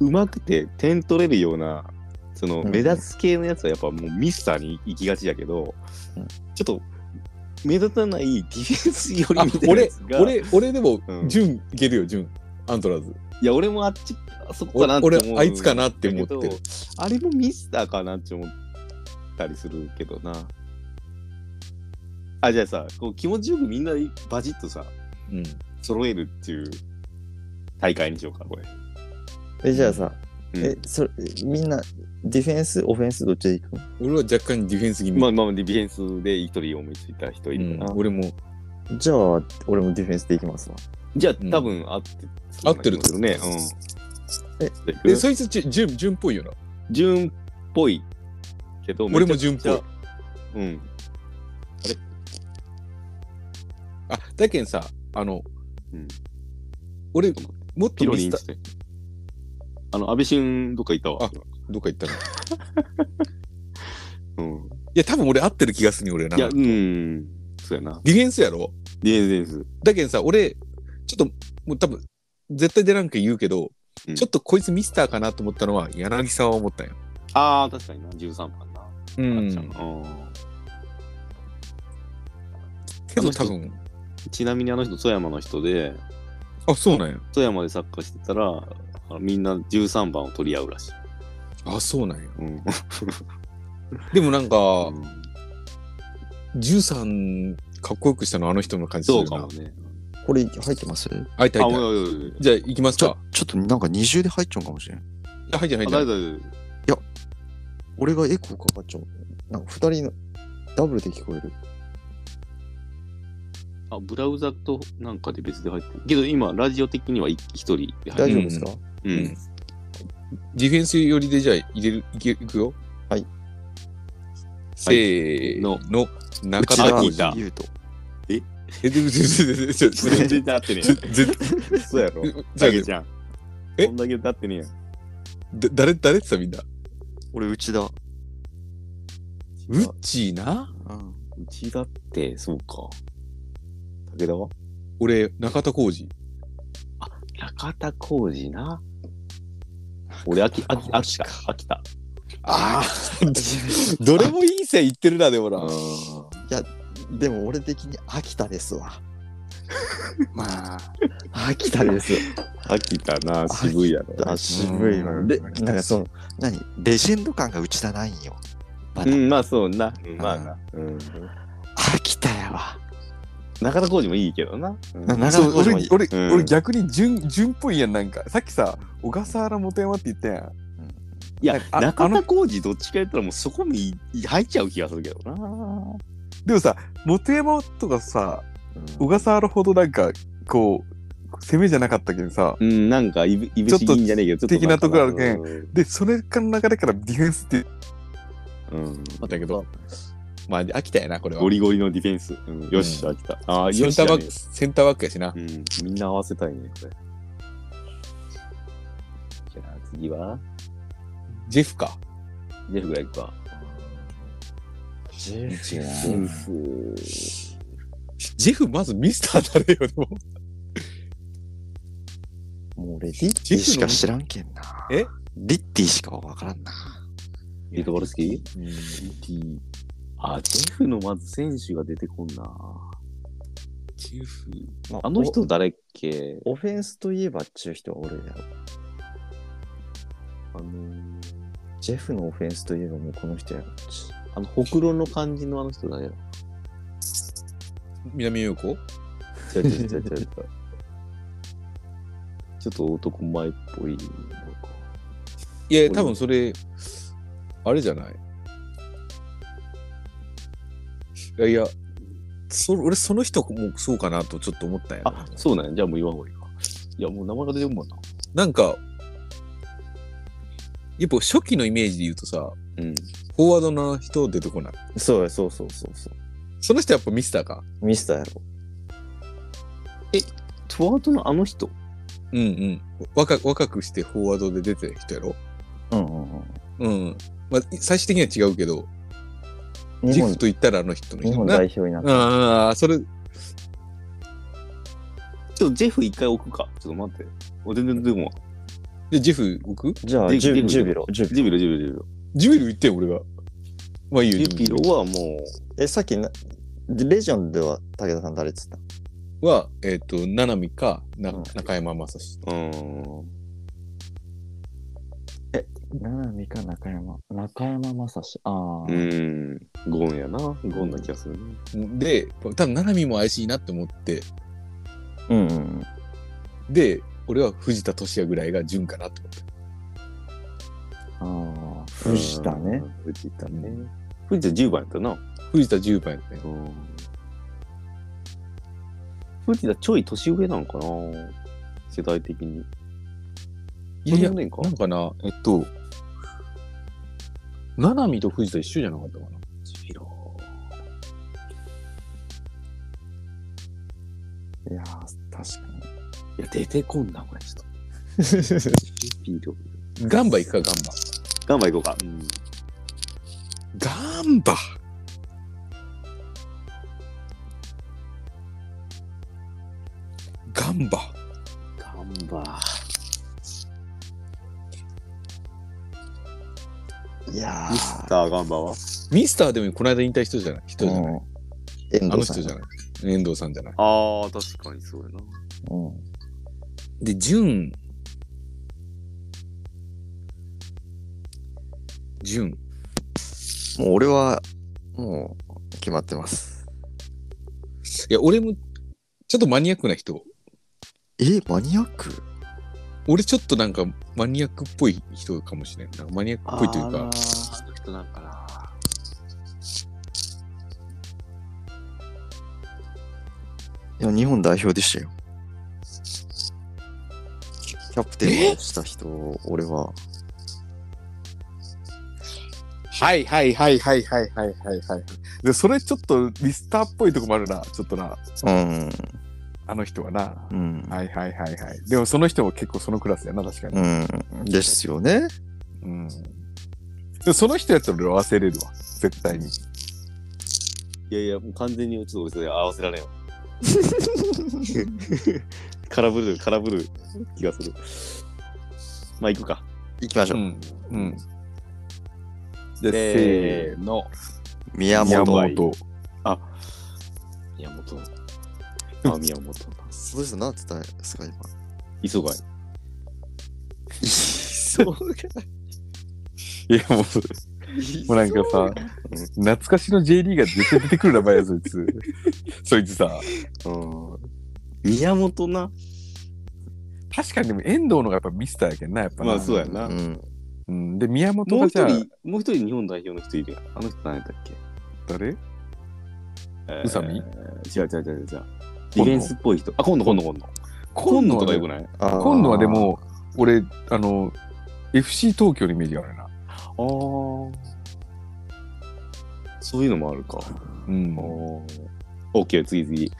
S1: うまくて点取れるような、その
S3: うん
S1: 目立つ系のやつはやっぱもうミスターに行きがちやけど、
S3: うん
S1: ちょっと目立たないディフェンス寄り
S2: あ
S1: みたいなや
S2: 俺
S1: つが、
S2: 俺、俺でも
S1: う、ん
S2: 純いけるよ、純。アントラーズ。
S1: いや、俺もあっち、あそこかなって思
S2: 俺
S1: う。、
S2: あいつかなって思って
S1: だけ
S2: る
S1: ど。あれもミスターかなって思ったりするけどな。あ、じゃあさ、こう気持ちよくみんなバジッとさ、
S2: うん。
S1: 揃えるっていう大会にしようか、これ。
S3: え、じゃあさ、
S1: うん
S3: え、それ、みんな、ディフェンス、オフェンス、どっちでいく
S2: 俺は若干ディフェンス気味。
S1: まあまあ、ディフェンスで一人思いついた人
S2: う
S1: いる
S2: ん
S1: かな。
S2: 俺も、
S3: じゃあ、俺もディフェンスでいきますわ。
S1: じゃあ
S2: うん、
S1: 多分合ってる、
S2: 合ってる
S1: よね。うん。
S3: え
S1: じゃあ、
S2: え、
S1: いく
S2: そいつ、じゅ純、純っぽいよな。
S1: 順っぽいけど、
S2: 俺
S1: め
S2: も
S1: ちゃ
S2: 純
S1: く
S2: っ
S1: ち
S2: ぽ
S1: ゃ
S2: い。
S1: うん。
S2: あ、だけんさ、あの、
S1: うん
S2: 俺、もっと
S1: ピロ
S2: ミ
S1: リ
S2: ス
S1: ン
S2: タ
S1: っ
S2: ー、
S1: つって。あの、安倍晋どっか行ったわ。
S2: どっか行ったのい
S1: うん。
S2: や、多分俺合ってる気がするよ、俺な。
S1: いや、う
S2: ディ
S1: ん。そうやな。
S2: フェンスやろ
S1: ディフェンス。
S2: だけどさ、俺、ちょっと、もう多分、絶対出らんけん言うけど、
S1: うん
S2: ちょっとこいつミスターかなと思ったのは、柳沢は思ったんよ。
S1: ああ、確かにな。13番な。
S2: う
S1: あっちゃん
S2: ん。
S1: の
S2: けど多分、
S1: うんちなみにあの人、富山の人で、
S2: あ、そうなんや。
S1: 富山でサッカーしてたら、あのみんな13番を取り合うらしい。
S2: あ、そうなんや。
S1: うん。
S2: でもなんか、
S1: うん
S2: 13、かっこよくしたのあの人の感じする
S1: そ
S2: よ
S1: う
S2: な
S1: かもね。
S3: これ、入ってます
S2: あ、いたい
S1: あ、
S2: た。
S1: おいおいおいおい。
S2: じゃあ、行きます
S5: ち
S2: か
S5: ょ。ちょっとなんか二重で入っちゃうかもしれん。
S2: あはいじゃあ、はい
S1: あ
S2: じゃあ
S1: 大丈夫。
S3: 俺がエコーかかっちゃう。なんか、二人の、ダブルで聞こえる。
S1: あ、ブラウザとなんかで別で入ってる。けど今、ラジオ的には一一人で入
S3: 大
S1: る。
S3: 丈夫ですか、
S1: う
S2: うん
S1: ん。
S2: ディフェンス寄りでじゃあ入れる、いけ、いくよ。
S3: はい。
S2: せーの、の、中田
S1: 内田浩二
S2: 浩二。
S5: 言うと。
S2: え、でも、ちょちょちょちょちょ
S1: 全然立ってね
S2: ぜぜ
S1: え。 [laughs] そうやろ。
S2: じゃ
S1: だ
S2: あ
S1: けじゃん。
S2: え
S1: こんだけ立ってねえやん。
S2: だ誰、誰ってさ、みんな。
S5: 俺、内田。う
S2: ウッチーな。
S3: [laughs]
S5: ん。
S1: うちだって、そうか。武田は
S2: 俺、中田浩二。
S1: 中田浩二な。俺、秋、秋、秋田、秋田。
S2: ああ、どれもいい線いってるな、でもな。
S1: あ
S3: いでも俺的に秋田ですわ。
S2: まあ、
S3: 秋田です。
S1: 秋田な、渋いやろ。
S3: あ、渋いわ。
S2: うん
S3: で、なんかその、何レジェンド感がうちだないんよ。ま
S1: う
S3: だ
S1: ん、まあそうな。うんまあな。うん。
S3: 秋田やわ。
S1: 中田浩二もいいけどな。うん
S3: な長
S2: そ
S3: 野
S2: う
S3: 工場
S2: 俺
S3: に。
S2: 俺,、
S1: うん
S2: 俺逆に純純っぽいやんなんかさっきさ小笠原元山って言ったやん
S1: いや、
S2: あ
S1: 中
S2: あの
S1: 田浩二どっちか言ったらもうそこに入っちゃう気がするけどな。
S2: でもさ元山とかさ小笠原ほどなんかこう攻めじゃなかったけどさ
S1: うん、なんかいぶ、いぶし銀じゃねえけど、ちょっとんか
S2: 的なとこあるけん
S1: うん
S2: でそれからの流れからディフェンスって
S1: うん。
S10: あったけど、まあ、秋田やな、これは。
S1: ゴリゴリのディフェンス。うんよし、秋田。ああ、
S10: セ
S1: よ
S10: ン
S1: し
S10: ター
S1: や
S10: バ
S1: ね
S10: ック、。センターバックやしな
S1: う。ん、みんな合わせたいね、これ。じゃあ次は、
S10: ジェフか。
S1: ジェフがいくか。
S3: ジェフ
S1: ジェフ。
S10: ジェフ、まずミスター誰よ、でも。
S3: もう俺、リッティしか知らんけんな。
S10: え
S3: リッティしかわからんな。
S1: リトボルスキーあ、ジェフのまず選手が出てこんな。
S10: ジェフ。
S3: ま
S1: あの人誰っけ
S3: オフェンスといえばっちゅう人はおるやろ。
S1: あの、
S3: ジェフのオフェンスといえばもうこの人やろ。
S1: あの、ほくろの感じのあの人誰や
S10: 南洋子
S1: 違う違う違う違う違 [laughs] う。ちょっと男前っぽい。なんか
S10: いや、多分それ、あれじゃない。いやいや、そ俺、その人もそうかなとちょっと思ったんやな
S1: あ、そうなんや。じゃあもう言わんほうがいいか。いや、もう名前が出てこんもんな。
S10: なんか、やっぱ初期のイメージで言うとさ、
S1: うん。
S10: フォワードの人出てこない。
S3: そうや、そうそうそうそう。
S10: その人やっぱミスターか。
S3: ミスターやろ。
S1: トワートのあの人
S10: うんうん。若若くしてフォワードで出てる人やろ。
S3: うんうん
S10: う
S3: うん。
S10: ん。まあ、最終的には違うけど、
S3: 日
S10: ジフ
S3: 本
S10: と言ったらあの人の
S3: 日
S10: 人
S3: 本
S10: な。
S3: 代表になった。
S10: ああ、それ、
S1: ちょっとジェフ一回置くか。ちょっと待って。お全然出てこんわ。
S10: で、ジェフ置く
S3: じゃあ、
S1: ジェ
S3: ジュ
S1: ジェ
S3: ジュ
S1: フ
S3: ビロ、ジュビロ。
S1: ジュビロ、ジュビロ、ジュビロ。
S10: ジュビル言ってよ、俺が。まあいいよ。
S1: ジュビロはも
S3: え、さっきな、レジョンでは武田さん誰っつった
S10: は、えっ、と、ナナミか、な
S3: うん
S10: 中山雅史。
S1: う、うーん。
S3: 七海か中山。中山正史。あ
S1: う
S3: あ、
S1: ーん。ゴンやな。ゴンな気がするね。
S10: で、多分ナナミも怪しいなって思って、
S3: うんうん。
S10: で、俺は藤田俊也ぐらいが順かなと思って。
S3: ああ、藤田ね
S1: う。ん。藤田ね。藤田10番やったな。
S10: 藤田10番やったよ。
S1: うん。藤田ちょい年上なのかな世代的に。
S10: いやいや
S1: そんなもんねんか
S10: なんかな、えっと、ナナミと藤田一緒じゃなかったかな。
S1: ジュビロ。
S3: いやー、確かに。
S1: いや、出てこんな、これ、ちょっと。ジュビロ。
S10: ガンバ行くか、ガンバ。
S1: [laughs] ガンバ行こうか。うん。
S10: ガンバガンバ
S1: ガンバ。
S3: いや
S1: ミスターガンバは
S10: ミスターでもこの間引退した人じゃない人
S3: ー、
S10: じゃない、
S3: うん遠
S10: あの
S3: 藤さん
S10: 人じゃない遠藤さんじゃない
S1: ああ、確かにそうやな。
S3: うん。
S10: で、純。純。
S3: もう俺は、もう、決まってます。
S10: いや、俺も、ちょっとマニアックな人。
S3: え、マニアック
S10: 俺ちょっとなんかマニアックっぽい人かもしれない。なんかマニアックっぽいというか、
S1: あの人なんかな。
S3: いや、日本代表でしたよ。キャプテンをした人を、俺は。
S2: はいはいはいはいはいはいはいはいでそれちょっとミスターっぽいとこもあるなちょっとな
S3: うん。
S2: あの人はな
S3: うん。
S2: はいはいはいはいでもその人も結構そのクラスやな確かに
S3: うん。ですよね。
S2: うんでその人やったら俺は忘れるわ絶対に
S1: いやいや、もう完全にちょっと俺それ合わせられんわ。空振る、空振る気がする。まあ、行くか。
S3: 行きましょう。
S10: ん。
S2: うんで
S1: せ
S2: せーの
S3: 宮
S1: 宮
S3: 本。
S1: 本
S2: 本
S1: あ、宮本。あ、宮本。
S5: その人なんつったんですか、今。
S1: 磯貝。
S5: そう
S2: いや、もう、
S1: [laughs]
S2: もうなんかさ、懐かしの J リーガー絶対出てくる名前や、そいつ。 [laughs] そいつさ。
S1: うん。宮本な。
S2: 確かにでも遠藤のがやっぱミスターやけんな、やっぱな。
S1: まあそうやな。
S5: う
S1: も
S5: ん。
S2: うん、で、宮本
S1: う
S2: が
S1: 一
S2: じゃあ、
S1: 人、もう一人日本代表の人いるやん。あの人何やったっけ
S2: 誰
S1: え
S2: 宇佐美
S1: 違う違う違う違う。ディフェンスっぽい人。あ、今度今度今度。今度とかよくない
S5: あー
S2: 今度はで、も、俺、あの、FC 東京のイメージがあるな。
S1: ああ。そういうのもあるか。
S2: うん
S1: あ。ー OK、次次。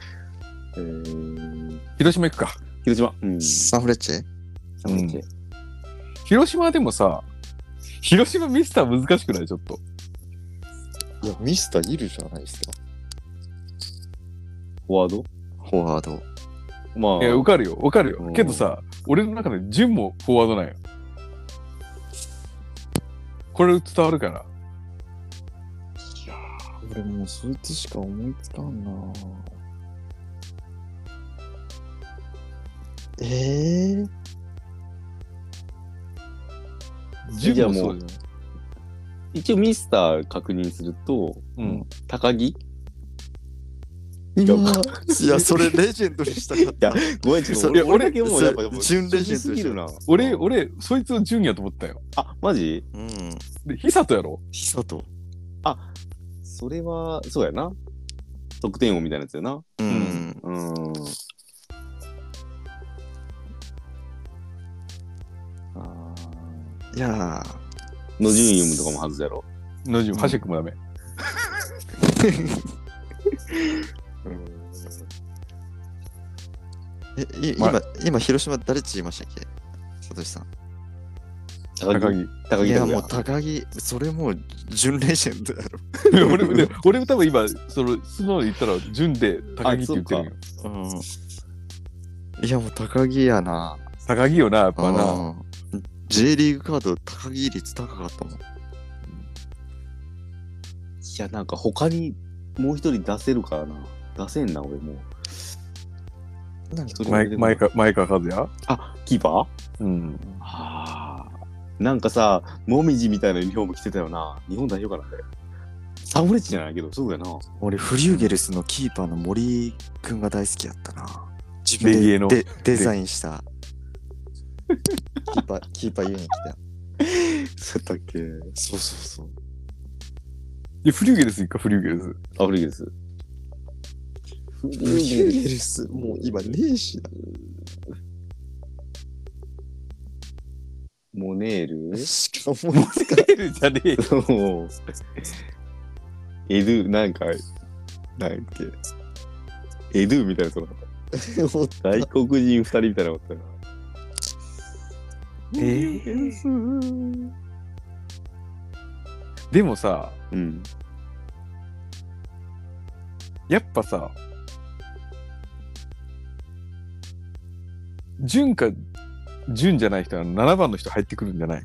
S1: えー、
S2: 広島行くか。
S1: 広島。うん。
S5: サンフレッチェ
S2: うん広島はでもさ、広島ミスター難しくないちょっと。
S3: いや、ミスターいるじゃないですか。
S1: フォワード
S5: フォワード。
S1: ま
S2: いや、わ
S1: あ、
S2: かるよ。わかる
S1: う
S2: よ。
S1: ん
S2: けどさ、俺の中で順もフォワードなんよ。これ伝わるから。
S3: 俺もうそいつしか思いつかんな。
S5: ええ
S1: じゃ
S2: 順
S1: あ
S2: も
S1: もう
S2: そうじゃない
S1: 一応ミスター確認すると、
S2: うん。
S1: 高木
S5: いや、それレジェンドにしたかった。
S1: ごめん、ちょっと
S5: そ
S1: 俺
S2: いや俺
S1: 俺だけもうやっぱ、でも
S5: 準レジェンドでしょ
S1: 厳しすぎるな。
S2: 俺、俺、そいつの順やと思ったよ。
S1: あ、マジ
S5: うん。
S2: で、久とやろ
S5: 久と。
S1: それは、そうやな。得点王みたいなやつやな。
S5: うんん。
S1: うーん。あ
S5: いやー
S1: ーの順位読むとかもはずやろ。
S2: の順、ハシェックもダメ。
S5: え、い
S2: まあ
S5: 今、今、広島誰チームいましたっけサトシさん。
S1: 高
S2: 高
S1: 木、
S2: 木。
S1: 高
S5: い
S1: 木
S5: や、も
S1: 拓
S5: う
S1: 也。
S5: 高木、それもう、準レジェンドだろ。
S2: 俺も、で俺も多分今、その、素直に言ったら、順で高木って言ってるよ。
S5: うん。いや、もう高木やな。
S2: 高木よな、やっぱな。
S5: うん J リーグカード高木率高かったもん。
S1: いや、なんか他にもう一人出せるからな。出せんな、俺もう。
S3: なん
S1: 一人も出て
S2: 前
S1: こない
S2: 前か前川和也
S1: あ、キーパー
S2: うん。
S1: あーなんかさ、もみじみたいなユニフォーム着てたよな。日本代表かな、あれ。サンフレッチェじゃないけど、そうやな。
S5: 俺、フリューゲルスのキーパーの森くんが大好きやったな。自
S2: レゲエの
S5: 分ででデザインした。
S3: キーパー、キーパーユニ来た。
S1: そうやったっけ
S5: そうそうそう。
S2: いや、フリューゲルス行くか、フリューゲルス。
S1: あ、フリーゲルス。フリ
S3: ブリューゲルス、もう今ねえしな。
S1: モネール [laughs]
S3: しか思いつか
S2: エルじゃねえ。
S1: そう。エドゥ、なんか、なんやっけ。エドゥみたいなことなかっ
S3: ん。もう
S1: た。外国人二人みたいなことなかった。
S2: え
S3: [laughs]
S2: でもさ、
S1: うん。
S2: やっぱさ、順か順じゃない人は7番の人入ってくるんじゃない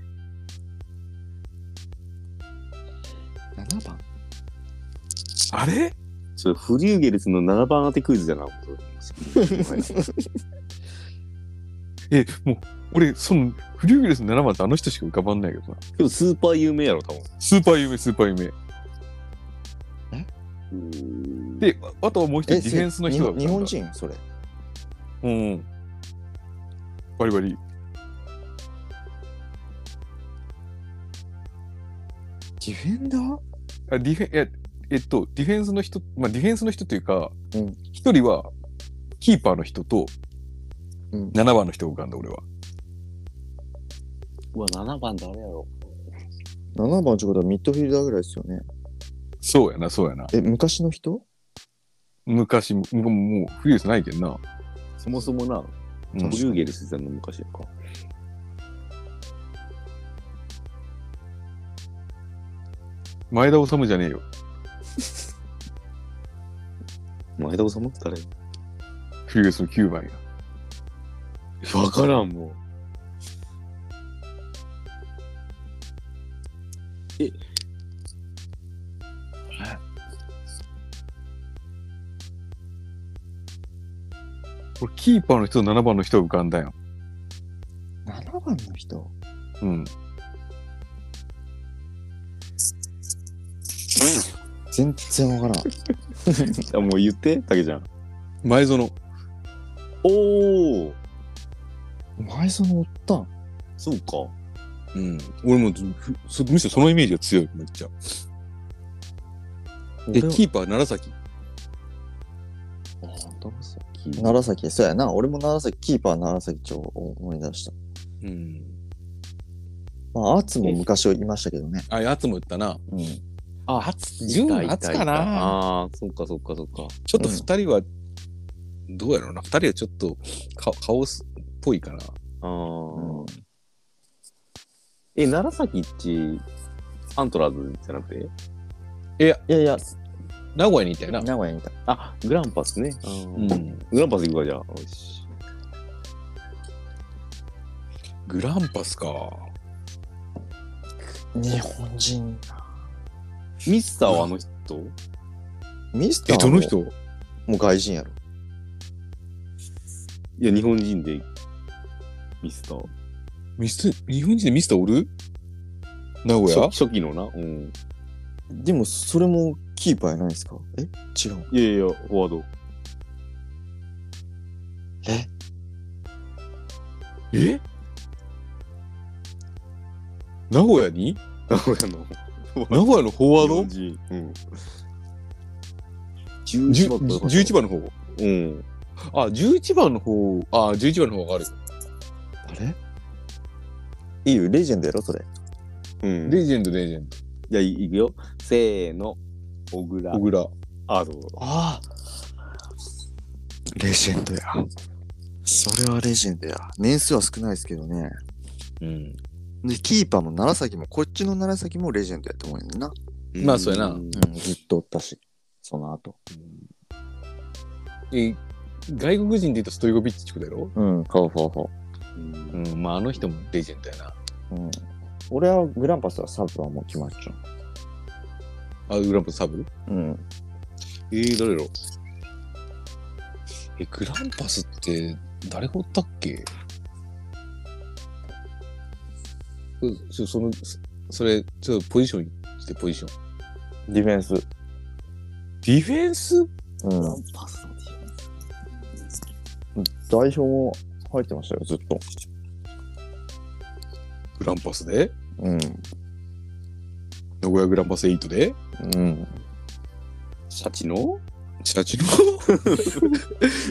S3: 7番
S2: あれ
S1: それ、フリューゲルスの7番当てクイズじゃなかった。
S2: え、もう、俺、その、フリューゲルスの7番ってあの人しか浮かばんないけどな。
S1: [laughs] でもスーパー有名やろ、多分。
S2: スーパー有名、スーパー有名。で、ああとはもう一人ディフェンスの人が浮かんだ
S3: 日本人それ。
S2: うんうん。バリバリ。
S3: ディフェンダー
S2: あディフェン、え、えっと、ディフェンスの人、まあ、ディフェンスの人というか、
S3: うん
S2: 一人は、キーパーの人と、
S3: うん
S2: 7番の人が浮かんだ、俺は。
S1: うわ、7番誰やろ。
S3: ?7 番ってことはミッドフィルダーぐらいですよね。
S2: そうやな、そうやな。
S3: え、昔の人
S2: 昔、ももう、もうフリュースないけんな。
S1: そもそもな、
S2: う
S1: フ
S2: ん
S1: リューゲルスっての昔やか。
S2: 前田治じゃねえよ。
S1: 前田治って誰
S2: フリュースの9番や。
S1: わからん、もう。え
S2: 俺、キーパーの人と7番の人が浮かんだよ。
S3: 7番の人
S2: うん。
S3: 全然わからん。 [laughs]
S1: あもう言って、たけちゃん。
S2: 前園。
S1: おお、
S3: 前そのおったん
S1: そうか。
S2: うん。俺もず、ふそむしろそのイメージが強い、めっちゃ。で、
S3: 俺は
S2: キーパー、楢崎。
S3: 楢崎、そうやな。俺も楢崎、キーパー楢崎町を思い出した。
S2: うん。
S3: まあ、アーツも昔はいましたけどね。
S2: あ、やつも言ったな。
S3: うん。
S2: あ、初、純
S1: いたい
S2: 初
S1: た
S2: かな。
S1: ああ、そうかそうかそうか。
S2: ちょっと二人は、どうやろうな。二人はちょっと、かカオスっぽいから。
S1: ああ。え、楢崎っち、アントラーズじゃなくて
S3: いやいや、
S2: 名古屋にいたよな。
S3: 名古屋にいた。
S1: あ、グランパスね。
S2: うん。
S1: グランパス行くか、じゃあ。よし。
S2: グランパスか。
S3: 日本人。
S1: ミスターはあの人
S3: ミスター
S2: え、
S3: も
S2: どの人
S3: もう外人やろ。
S1: いや、日本人で、ミスター
S2: ミス、日本人でミスターおる名古屋
S1: 初初期のな。うん。
S3: でも、それもキーパーやないですかえ違う。
S1: いやいや、フォワード。
S3: え
S2: え名古屋に
S1: 名古屋 [laughs] の。
S2: 名古屋のフォワ
S1: 日
S2: ード
S1: 本人うん。
S2: じゅ
S1: 11番とか
S2: 11番の方
S1: うん。
S2: あ、11番の方、あ、11番の方がある。
S3: あれいいよ、レジェンドやろ、それ。
S1: うん。
S2: レジェンド、レジェン
S1: じゃあ、いいくよ。せーの。小倉
S2: ド。小倉。
S1: アード。
S3: ああ。レジェンドや。それはレジェンドや。年数は少ないですけどね。
S2: うん。
S3: で、キーパーも楢崎も、こっちの楢崎もレジェンドやと思うねんな。
S2: まあそうやな
S3: うん、ずっとおったし、その後。
S2: え、外国人で言うとストイゴビッチってことやろ
S3: うん、ほうほうほ
S1: うん
S2: うん、まああの人もレジェンドやな。
S3: う。うん。俺はグランパスはサブはもう決まっちゃ
S2: あ、グランパスサブ
S3: う。うん。
S2: えー、誰やろえ、グランパスって誰がおったっけうちょ、その、そそれ、ちょっとポジションして、ポジション。
S3: ディフェンス。
S2: ディフェンス
S3: うん。代表も入ってましたよ、ずっと。
S2: グランパスで
S3: うん。
S2: 名古屋グランパス8で
S3: うん。
S1: シャチの
S2: 社長の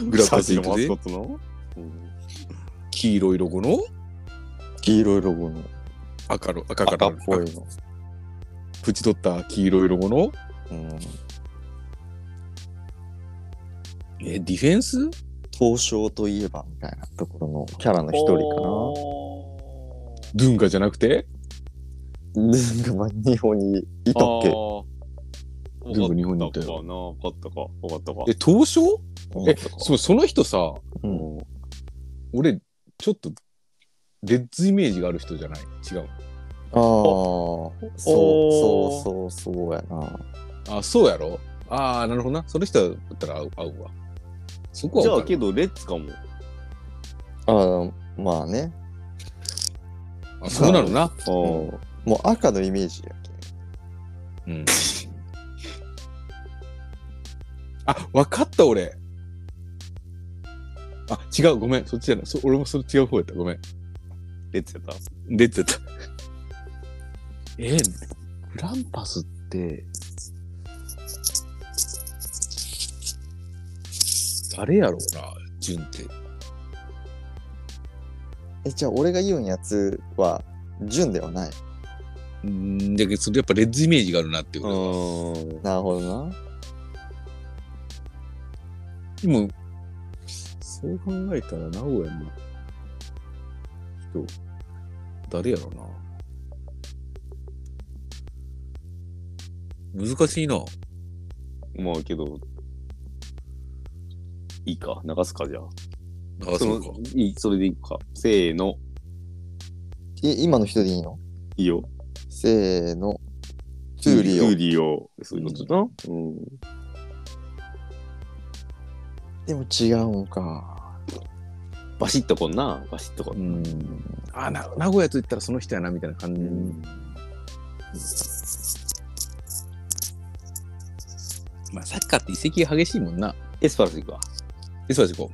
S2: グランパス
S1: シャチのマスコ
S2: 8で
S1: ットのうん
S2: 黄色いロゴの
S3: 黄色いロゴの
S2: 赤の赤から
S3: 赤っぽいの。
S2: プチ取った黄色いロゴの
S3: うん。
S2: え、ディフェンス
S3: 東証といえばみたいなところのキャラの一人かな。
S2: ドゥンガじゃなくて
S3: [laughs] なんか日本にいたっけ
S1: あー
S2: 全部日本にいたよ
S1: わかったかなわかったか。わかったか。
S2: え、東証
S3: うん
S2: え、そうその人さ、
S3: うん
S2: 俺、ちょっと、レッズイメージがある人じゃない違う。
S3: ああ、
S1: お
S3: そう
S1: ー
S3: そうそうそうやな。
S2: あ、そうやろああ、なるほどな。その人だったら合う合うわ。そこは
S1: じゃ
S2: 合
S1: あ
S2: うか
S1: け
S2: な
S1: ど、レッツかも。
S3: あーまあね、
S2: あ、そうなのな。
S1: うん
S3: もう赤のイメージやけ。
S2: うん。あ、わかった、俺。あ、違う、ごめん。そっちじゃない。そ俺もそれ違う方やった。ごめん。
S1: レッツやった。
S2: レッズやった。えー、グランパスって、誰やろうな、ジュンって。
S3: え、じゃあ俺が言うんやつは、純ではない。
S2: うんだけど、それやっぱレッズイメージがあるなっていうこと。
S1: うん。
S3: なるほどな。
S2: でも、そう考えたら、名古屋の人、誰やろな。難しいな。
S1: まあけど、いいか。流すか、じゃあ。
S2: あ、そうか
S1: の。いいそれでいくか。せーの。
S3: え、今の人でいいの
S1: いいよ。
S3: せーの。トゥーリ
S1: トゥー
S3: オ。
S1: リオ。そういうことな。うん。
S3: でも違うんか。
S1: バシッとこんな、バシッとこんな。
S3: うん。
S2: あな名古屋と言ったらその人やなみたいな感じ、まあサッカーって移籍が激しいもんな
S1: エスパルス行くわ。
S2: エスパルス行こう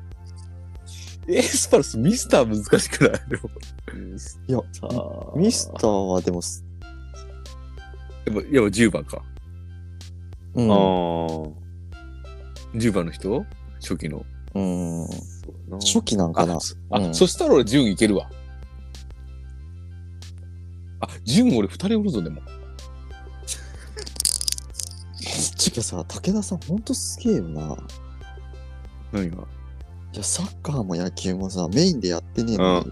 S2: エスパルスミスター難しくないでも
S3: いや、
S1: さあ
S3: ミスターはでも、
S2: やっぱやっぱ10番か
S3: うん
S1: あー
S2: 10番の人初期の
S3: うん。
S1: そうな
S3: 初期なんかな。
S2: あ、
S3: うん
S2: そしたら俺順いけるわあ順俺2人おるぞでも
S3: ちゅうかさ、武田さんほんとすげえよな。
S2: 何が
S3: いや、サッカーも野球もさ、メインでやってねえ
S1: うんうんう
S3: の
S1: ん
S3: に、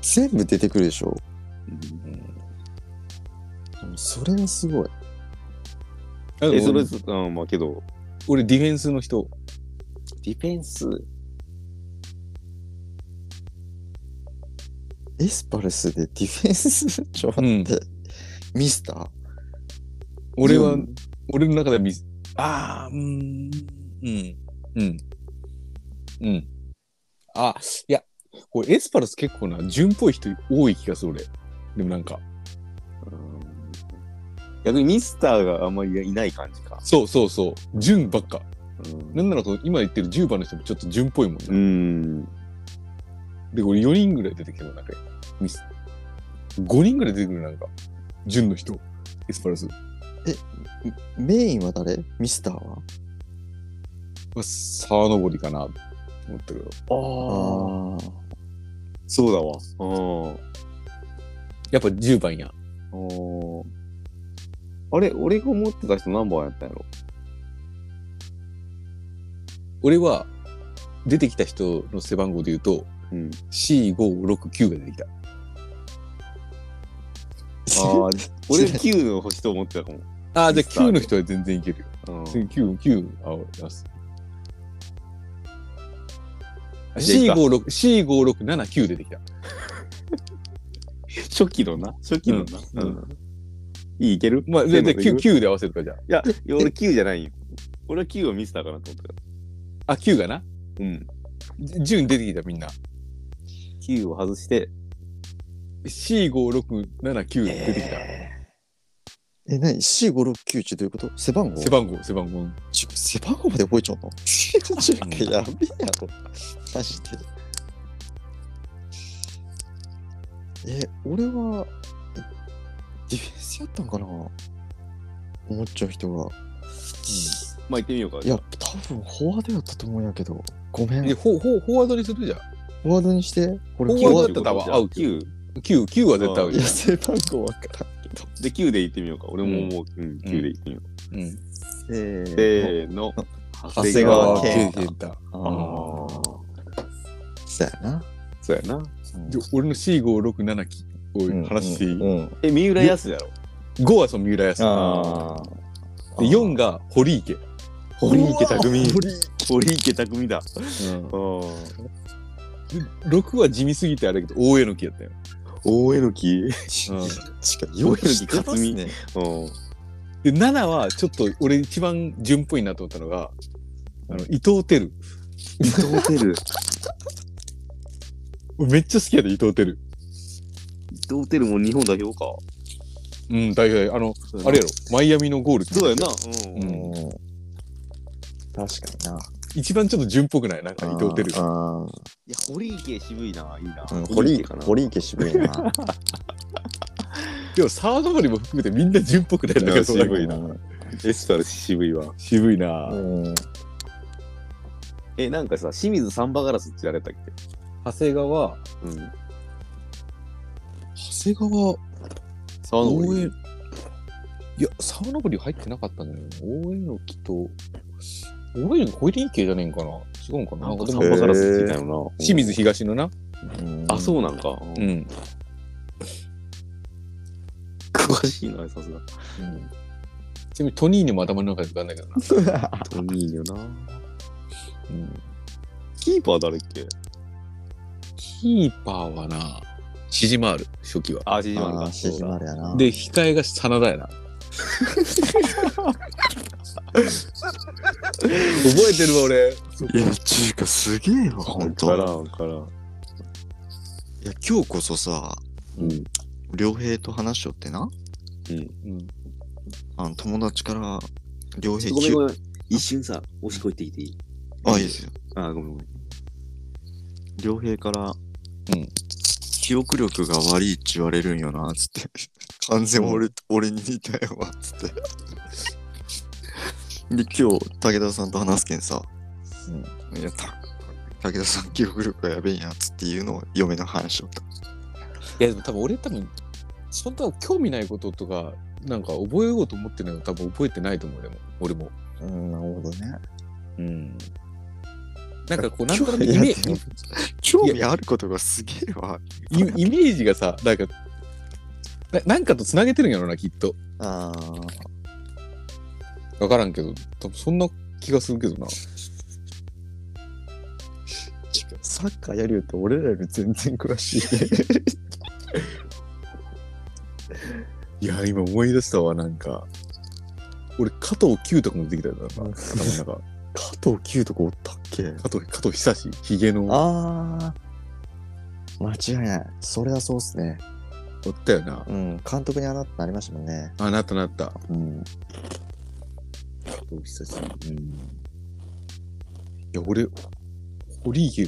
S3: 全部出てくるでしょ。
S1: うん。
S3: うんそれがすごい。
S2: え
S1: え、それ
S2: 俺
S1: ず、うん、まあけど、
S2: 俺ディフェンスの人
S1: ディフェンス、
S3: エスパルスでディフェンスちょっと待って、ミスター
S2: 俺は、
S3: うん
S2: 俺の中ではミスああうーんうんうんうんあいやこれエスパルス結構な順っぽい人多い気がする俺でもなんか
S1: うん逆にミスターがあんまりいない感じか。
S2: そうそうそう順ばっか
S1: うん
S2: なんならこの今言ってる10番の人もちょっと順っぽいもんね、
S1: うん。
S2: で俺4人ぐらい出てきてもなんかミス5人ぐらい出てくるなんか順の人エスパルス
S3: メインは誰ミスターは
S2: まあ沢登りかなと思ったけど
S1: ああ。
S3: ああ。
S1: そうだわ。
S2: やっぱ10番や
S1: うん。おーあれ、俺が思ってた人何番やったんやろ
S2: 俺は出てきた人の背番号で言うと
S1: うん。
S2: C569 が出てきた
S1: ああ、 [laughs] 俺9の星と思ってたかも。
S2: ああ、
S1: ミ
S2: じゃ
S1: ス
S2: あ
S1: ター
S2: 9の人は全然いけるよ。
S1: うん
S2: 9、9、あ、出す。
S1: じゃあ
S2: C56、C56、7、9出てきた。
S1: 初期のな。初期のな。
S2: うん
S1: うんいい、いける
S2: まあ、じゃあ、じゃあ9、
S1: い
S2: 9で合わせるか、じゃ
S1: や、いや俺9じゃないよ。俺は9はミスターかなと思ってた。
S2: あ。あ、9がな。
S1: うん。
S2: 順出てきた、みんな。
S1: 9を外して、
S2: C56、7、9出
S3: [laughs]
S2: てきた。
S3: え、何 ?C569 ってどういうこと背番号
S2: 背番号、背番号。
S3: ちょ背番号まで覚えちゃうの [laughs] ちょっとやべえやろ。マジで。え、俺は、えディフェンスやったんかな思っちゃう人が。
S1: まあ行ってみようか。
S3: いや、多分フォワードやったと思うんやけど。ごめん。
S2: で、フ
S3: フ
S2: ォフォフォワードにするじゃん。
S3: ォワードにして。これ
S2: フ
S3: フ
S2: ォワ
S3: ォワ
S2: ー
S3: ー
S2: ド
S3: ド
S2: だったら多分合うけ
S1: 9。
S2: 9、9は絶対合う
S3: い
S2: よ
S3: や、。背番号わからんけど。
S1: で、9で行ってみようか。俺ももう、うん、9で行ってみよう。
S2: うん。
S3: せ
S1: せー
S3: ーの。
S1: の。長
S3: 長谷川
S2: 9
S3: 健
S2: 出てきた。
S1: ああー。
S3: そうやな。
S1: そうやな。
S2: で俺の C56、7、9を話していい、
S3: うん。
S1: え、三浦康やろ。
S2: ?5 はその三浦康。
S3: ああ。
S2: で、4が堀池。
S1: 堀池匠。
S3: 堀
S1: 堀池匠だ。
S2: うん
S1: ああ。
S2: 6は地味すぎてあれだけど、大江の木やったよ。
S1: 大江の木。
S3: しか
S1: よ
S3: よ
S1: く
S3: く
S1: 知
S3: 知
S1: っ
S3: ってて
S1: ま
S3: ますす
S1: ね
S3: ね。
S1: うん。
S2: で7はちょっと俺一番順っぽいなと思ったのがあの伊藤輝
S1: 伊藤輝。
S2: 俺めっちゃ好きやで伊藤輝
S1: 伊藤輝も日本代表か。
S2: うん大体あのあれやろマイアミのゴール決め
S1: そうや
S2: た
S1: な。
S2: う
S1: うんん。
S3: 確かにな。
S2: 一番ちょっと順っぽくないなんか伊藤輝
S3: あ
S1: いや、堀池渋いな。いいな
S3: ー。うん堀池
S1: か
S3: か
S1: な
S3: な。。堀池渋いな。
S2: でもサードリも含めてみんな順っぽくないなんか
S1: 渋い [laughs]
S2: な
S1: な。エスパルス渋いわ。
S2: 渋いな、
S3: うん。
S1: え、なんかさ、清水サンバガラスってあれやったっけ
S2: 長谷
S1: う
S2: 川
S1: ん。
S2: 長谷川
S1: 沢
S2: 大江
S1: 登
S2: いやサードリ入ってなかったんだよね大江の木と大江の小池池じゃねえんかな違うんかな
S1: なんか
S2: で
S1: サ
S2: も
S1: ンバガラ
S3: へ
S1: ス
S3: ー
S1: ってたよな。
S2: 清水。東のな
S1: あ、そうなんか。うん
S2: うん
S1: 詳しいな、さすが。
S2: ちなみにトニーニも頭の中で浮かんだけどな。
S1: トニーよな。キーパー誰っけ
S2: キーパーはな、シジマール、初期は。
S1: あ、シジマル
S3: ああ、
S1: か。
S3: シジマルやな。
S2: で、控えが真田やな。覚えてるわ、俺。
S11: いや、中華すげえわ、ほんと。
S1: からんから
S11: い
S1: ん。
S11: や、今日こそさ、
S1: うん。
S11: 良平と話しよってな。
S1: うん
S2: うん。
S11: あの、友達から、良平
S1: ごめん
S11: 急
S1: ごめん。一瞬さ、おしっこ行ってきていい
S11: あ、いいですよ。
S1: あ、ごめんごめん。
S11: 良平から、
S2: ん
S11: 記憶力が悪いって言われるんよな、つって。
S3: [laughs]
S11: 完全俺、俺に似たよな、つって。 [laughs] で、今日、武田さんと話すけんさ、いや、た武田さん記憶力がやべえんや、つっていうのを嫁の話しよった。
S2: いや、でも多分俺多分、そんな興味ないこととか、なんか覚えようと思ってないの多分覚えてないと思う、でも。俺も。
S3: うん、なるほどね。
S2: うん。なんかこう、なんとなくイメージ。
S11: 興味あることがすげえわ。
S2: イイメージがさなんかななんかとつなげてるんやろなきっと
S3: あ
S2: 分からんけど多分そんな気がするけどな
S3: サッカーやるよって俺らより全然詳しい。
S11: [laughs]
S2: いや今思い出したわなんか俺加藤九とかも出てきたよな頭の中
S3: 加藤九とかおったっけ
S2: 加藤加藤久志ひげの
S3: ああ。間違いない。それはそうっすね。
S2: おったよな
S3: うん。監督にあなたなりましたもんね。
S2: あなったなった
S3: うん。
S2: 加藤久志うんいや俺堀池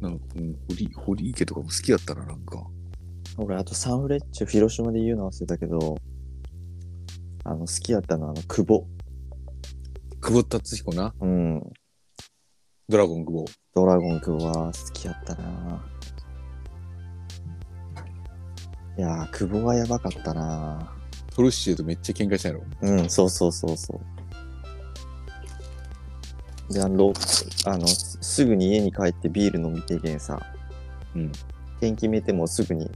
S2: なんか、うん、堀堀池とかも好きだったななんか
S3: 俺、あとサンフレッチェ、広島で言うの忘れたけど、あの、好きやったのは、あの、久保。
S2: 久保達彦な
S3: うん。
S2: ドラゴン久保
S3: ドラゴンくんは好きやったないやー、久保はやばかったな
S2: トルシエとめっちゃ喧嘩したやろ
S3: うん、そうそうそうそう。で、あの、ろあの、すすぐに家に帰ってビール飲みてけんさ。
S2: うん。
S3: 天気見てもすぐに、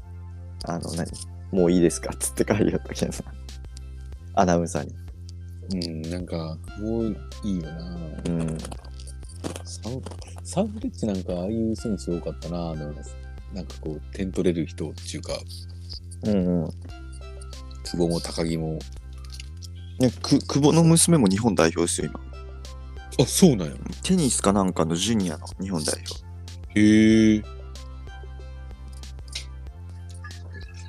S3: あの、何もういいですかっつって帰りよったけんさ。アナウンサーに。
S2: うん、なんか、もういいよな。
S3: うん。
S2: サウサウフレッチなんか、ああいう選手多かったな、でもなんかこう、点取れる人っていうか、
S3: うんうん。
S2: 久保も高木も。
S11: ね、く久保の娘も日本代表ですよ、今。
S2: あ、そうなんや。
S11: テニスかなんかのジュニアの日本代表。
S2: へえ。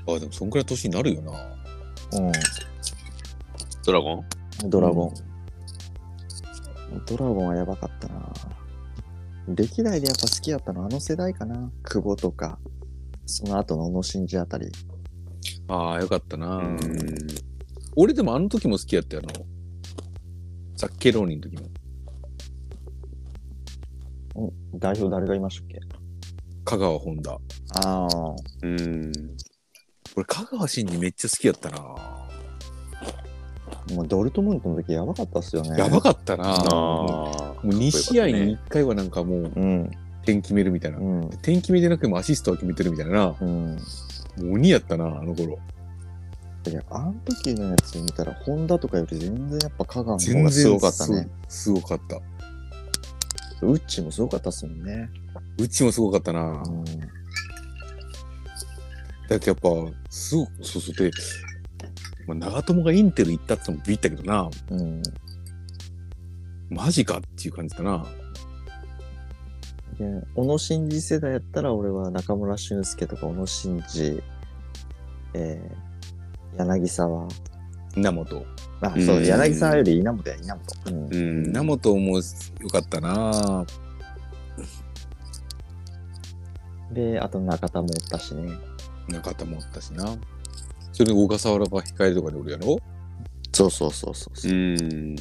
S2: あ、でもそんくらい年になるよな。
S1: ドラゴン
S3: うん。ドラゴン。ドラゴンはやばかったな歴代でやっぱ好きやったのあの世代かな久保とか、その後の小野伸二あたり。
S2: ああ、よかったな。
S1: うん。
S2: 俺でもあの時も好きやったよな。ザッケローニの時も。
S3: 代表誰がいましたっけ
S2: 香川本田。
S3: ああ。
S1: うん。
S2: 俺、香川真司めっちゃ好きやったな。
S3: もうドルトムントの時やばかったっすよね。
S2: やばかったな。
S1: ああ。
S2: もう2試合に1回はなんかもう
S3: うん。
S2: 点決めるみたいな
S3: う。ん。
S2: 点決めてなくてもアシストは決めてるみたいなな。も
S3: うん。
S2: う鬼やったな、あの頃。
S3: いや、あの時のやつ見たら、ホンダとかより全然やっぱカガンの方
S2: 全
S3: がす
S2: 然
S3: ごかったね。
S2: すごかった。
S3: ウッチもすごかったっすもんね。
S2: うちもすごかったな。
S3: うん。
S2: だってやっぱ、すごく、そうそうで、まあ、長友がインテル行ったってのもビビったけどな、
S3: うん。
S2: マジかっていう感じだな。
S3: いや小野伸二世代やったら、俺は中村俊輔とか小野伸二、えー、柳沢。
S2: 稲本。
S3: あ、
S1: うん
S3: そう、柳沢より稲本や、稲本。うん。
S1: うん。
S2: 稲本もよかったな。
S3: で、あと中田もおったしね。
S2: 中田もおったしな。それに小笠原が控えとかでおるやろ
S11: そうそうそうそうそうう。
S1: ん。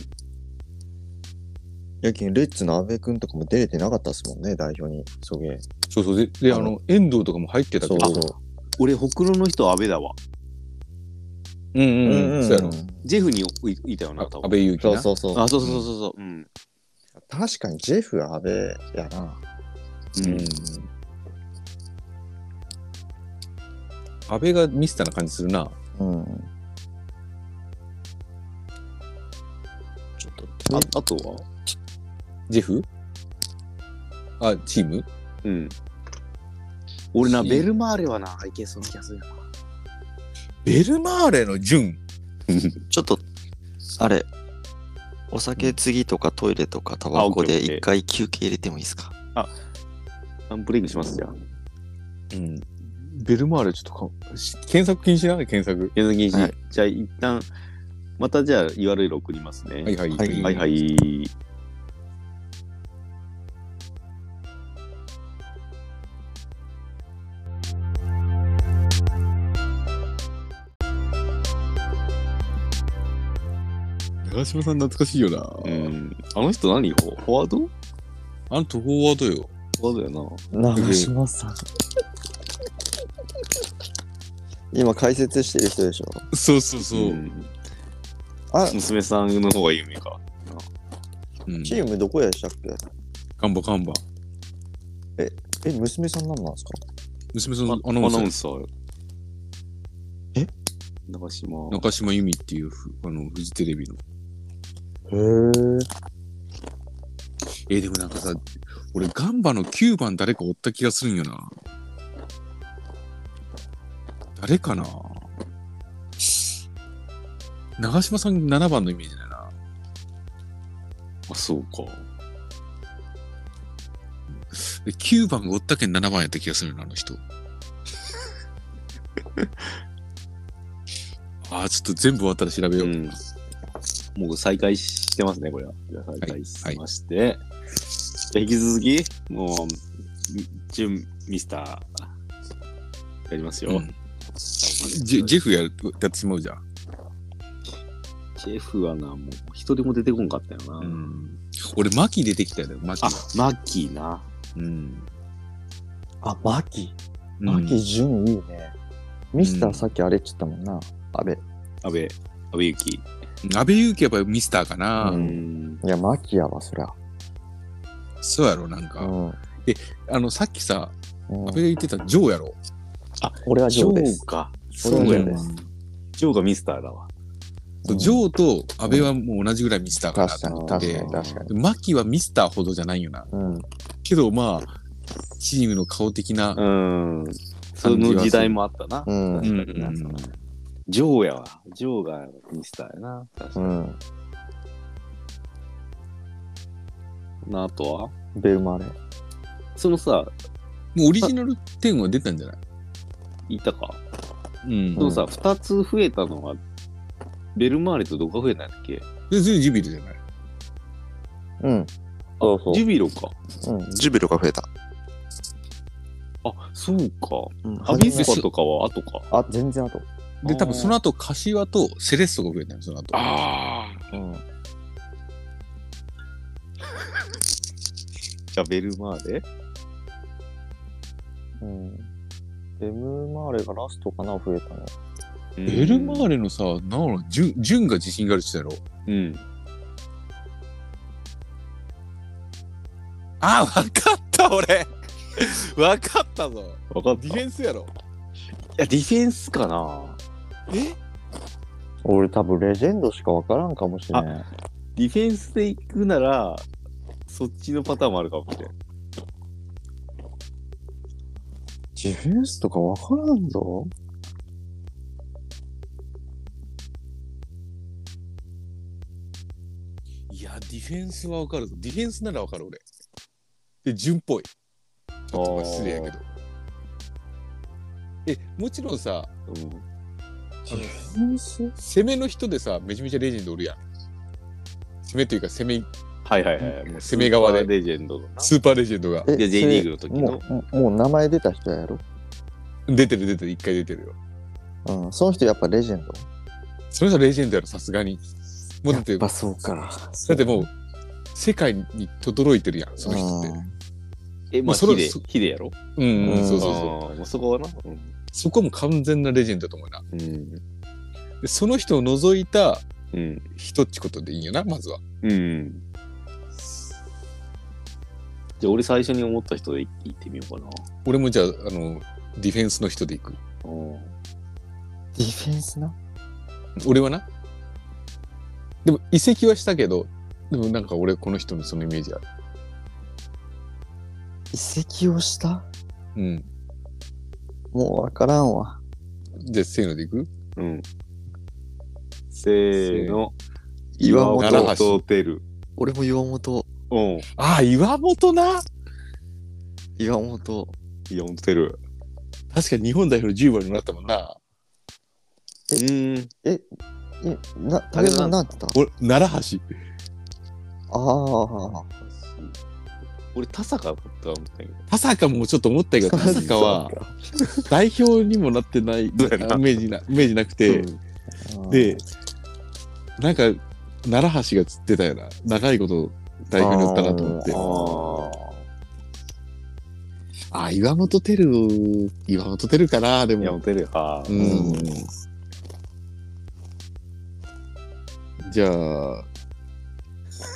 S3: やけん、レッツの阿部君とかも出れてなかったっすもんね、代表に。そげえ。
S2: そうそう。で、であの、遠藤とかも入ってたけ
S3: そう
S2: ど。
S3: そう。
S1: 俺、ほくろの人、安倍だわ。
S2: うんうんうん。そうやろ。
S1: ジェフにいいたよな、
S2: あ
S1: 多分。
S2: 安部祐希
S3: そう
S2: な。
S3: そうそう。
S1: あ、そうそうそうそう。うん。
S3: 確かにジェフは安倍やな。
S1: うん。
S2: 安倍がミスターな感じするな。
S3: うん。ちょっと、
S1: あ
S3: あ
S1: あとは
S2: ジェフあ、チーム
S1: うん。俺な、
S2: いい
S1: ベルマーレはな、いけそうな気がするよな。
S2: ベルマーレの順
S11: ちょっと、あれ、
S12: お酒次とかトイレとかタ
S1: あ
S12: バ
S1: オッ
S12: コ
S1: ケー
S12: で
S1: オッケー
S12: 一回休憩入れてもいいですか
S1: アンブレイクしますじゃん。
S2: うん。
S13: ベルマーレちょっとか
S2: し検索禁止な検索。
S1: 矢崎氏
S12: はい
S1: じゃあ一旦、またじゃあ URL 送りますね。
S2: はいはい。
S12: はい
S1: はいはい。
S13: 長嶋さん懐かしいよな。
S1: うん。あの人何フォフォワードフ
S2: あんたフォワードよ。
S1: ォワードやな。
S3: 長島さん。
S12: 今解説してる人でしょ
S2: そうそうそ
S1: ん
S3: あ
S1: 娘さんの方が有名か。
S2: うん。
S3: チームどこやでしたっけ
S2: カンバカンバ。
S3: え、娘さんなんなんですか
S2: 娘さん
S1: ア
S2: のア
S1: ナ
S2: ナウンサ
S1: ウ
S2: ー
S1: ン。サー。
S3: え
S1: 長島。
S2: 中島由美っていうふあのフジテレビの。
S3: へえ。
S2: えーでもなんかさ、俺ガンバの9番誰かおった気がするんよな。誰かな長嶋さん7番のイメージだよな。
S1: あ、そうか。
S2: で9番がおったけん7番やった気がするな、あの [laughs] 人。ああ、ちょっと全部終わったら調べよう。
S1: うんもう再開してますね、これは。じゃあ再開しまして。じゃあ引き続き、もう、準ミスター、やりますよ。
S2: うんジェジェフやるやってしまうじゃん。
S1: ジェフはな、もう、一人も出てこんかったよな。
S2: うん、俺、マキ出てきたよ、マキ
S1: あ。、マッキーな。
S2: うん。
S3: あ、マキ。
S2: マ
S3: マキ純いいね。ミスターさっきあれっつったもんな。あれ。
S1: 安倍、安倍ゆき。
S2: 安倍勇気やっぱりミスターかな、
S3: うん
S1: ん。
S3: いや、マキやわ、そりゃ。
S2: そうやろなんか、
S3: うん。うん
S2: あのさっきさ安倍が言ってたジョーやろ
S3: 俺は
S1: ジ
S3: ジ
S1: ョ
S3: ョーです
S1: ー。か。
S3: 俺は
S1: そう
S3: ジ
S1: や
S3: ョー
S1: な
S3: で。す。
S1: ジョーがミスターだわ。
S2: そうジョーと安倍はもう同じぐらいミスターかな
S3: 確か
S2: と
S3: に、
S2: 思
S3: 確
S2: っ
S3: か
S2: て
S3: に、確かに。
S2: でマキはミスターほどじゃないよな
S3: うん。
S2: けどまあチームの顔的な、
S1: うん。その時代もあったな。
S3: うん
S2: うん
S1: 確かにな
S2: うん
S1: ジョーやわ。ジョーがミスターやな。確か
S3: う
S1: に。
S3: ん。
S1: なあとは
S3: ベルマーレ。
S1: そのさ、
S2: もうオリジナル10は出たんじゃない
S1: いたか。
S2: うん
S1: でもさ、2つ増えたのは、ベルマーレとどこが増えたんだっけ
S2: で全然ジュビルじゃない
S3: うん。そうそう
S1: ジュビロか。
S3: うん。
S12: ジュビロが増えた。
S1: あ、そうか。
S12: うん
S1: アビスパとかは後か。
S3: あ、全然後。
S2: で多分その後柏とセレッソが増えたよその後
S1: ああ。
S3: うん。
S1: じゃあベルマーレ
S3: うん。ベムマーレがラストかな、増えたの。
S2: ベルマーレのさなおジュンジュンが自信があるって言ってたやろ
S1: レうん。
S2: あーわかった俺わかったぞ
S1: 分かった。
S2: デ
S1: い
S2: ィフェンスやろ
S1: や、ディフェンスかな。
S3: 俺多分レジェンドしかわからんかもしれん。
S1: ディフェンスで行くなら、そっちのパターンもあるかもしれん。
S3: ディフェンスとかわからんぞ。
S2: いや、ディフェンスはわかるぞ。ディフェンスならわかる、俺。で、順っぽい。ちょっとまあ失礼やけど。え、もちろんさ、
S1: うん。
S3: ディフェンス
S2: 攻めの人でさ、めちゃめちゃレジェンドおるやん。攻めというか、攻め、
S1: はいはいはい。もう
S2: 攻め側で
S1: スーパーレジェンドのな。
S2: スーパーレジェンドが。
S3: え
S1: で J リーグの時の
S3: それもうもう名前出た人やろ。
S2: 出てる出てる、一回出てるよ。
S3: うん。その人やっぱレジェンド。
S2: その人はレジェンドやろ、さすがに。もうだって、
S3: やっぱ
S2: だ
S3: そうか。
S2: ってもう、世界に轟いてるやん、その人って。
S1: え、ま
S2: もう
S1: あ、
S2: それ
S1: ヒデ
S2: そ、
S1: ヒデやろ
S2: うん、うん、
S3: うん
S2: そう
S1: そ
S2: そううそう。
S1: そう。もうそこはな。
S2: そこはもう完全なレジェンドだと思うな。
S1: うん。
S2: で、その人を除いた
S1: うん。
S2: 人っちことでいいよな、まずは。
S1: うん。じゃあ、俺最初に思った人で行ってみようかな。
S2: 俺もじゃあ、あの、ディフェンスの人でいく。
S1: うん。
S3: ディフェンスな。
S2: 俺はな。でも移籍はしたけど、でもなんか俺この人のそのイメージある。
S3: 移籍をした
S2: うん。
S3: もうわからんわ。
S2: じゃあせーのでいく
S1: うん。せーの。
S14: 岩
S2: 奈良
S14: 本
S2: 橋。
S1: とてる。
S14: 俺も岩本。
S1: うん。
S2: ああ、岩本な。
S14: 岩本。
S1: 岩本てる。
S2: 確かに日本代表の10番にもなったもんな。
S1: うーん。
S3: え、な、
S1: あ
S3: タ
S1: れ
S3: レ
S1: な
S3: さ
S1: ん
S3: んなんて言っ
S2: 俺、奈良橋。
S3: たあ
S1: 俺、田坂だと思ったけど。
S2: 田坂もちょっと思ったけど、田坂は代表にもなってないイメ
S1: そうやな
S2: ージな、イメージなくて、
S3: あ。
S2: で、なんか、奈良橋が釣ってたよな。長いこと代表になったなと思って。ああ、岩本テル、岩本テルかな、で
S1: 岩
S2: も
S1: 本。てる。ああ
S2: う。ん。じゃあ、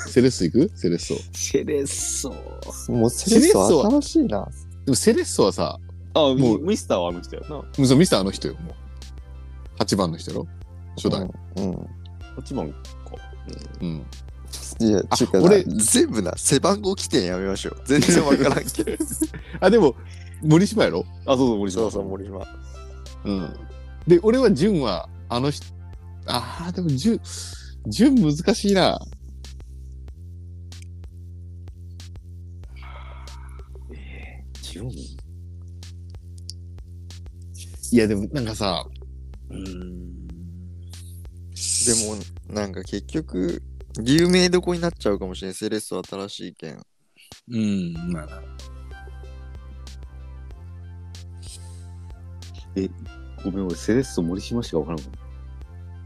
S2: セレッソ行くセレッソ。
S1: セレッソ。
S3: もうセレッソ
S2: セ
S3: 新しいな。
S2: でもセレッソはさ、
S1: あ、
S2: も
S1: も
S2: う
S1: う、ミスターはあの人やな。
S2: そうミスターあの人よ、もう。8番の人やろ初代。
S3: うん。
S1: 8番か。
S2: うん。
S3: いや、
S2: あ
S3: ちゅうか、
S2: 俺
S3: 俺、
S14: 全部な、背番号起点やめましょう。全然わからん [laughs] けど。
S2: あ、でも、森島やろ
S1: あ、そうそう、森島。
S3: そうそう、森島。
S2: うん。で、俺は純は、あの人、ああ、でも純、純難しいな。
S1: ジオン
S2: いや、でもなんかさ、
S14: でも、なんか結局、有名どこになっちゃうかもしれない。セレッソ新しいけん。
S2: うん、まあ、
S1: ごめん、俺、セレッソ、森島しかわからんかった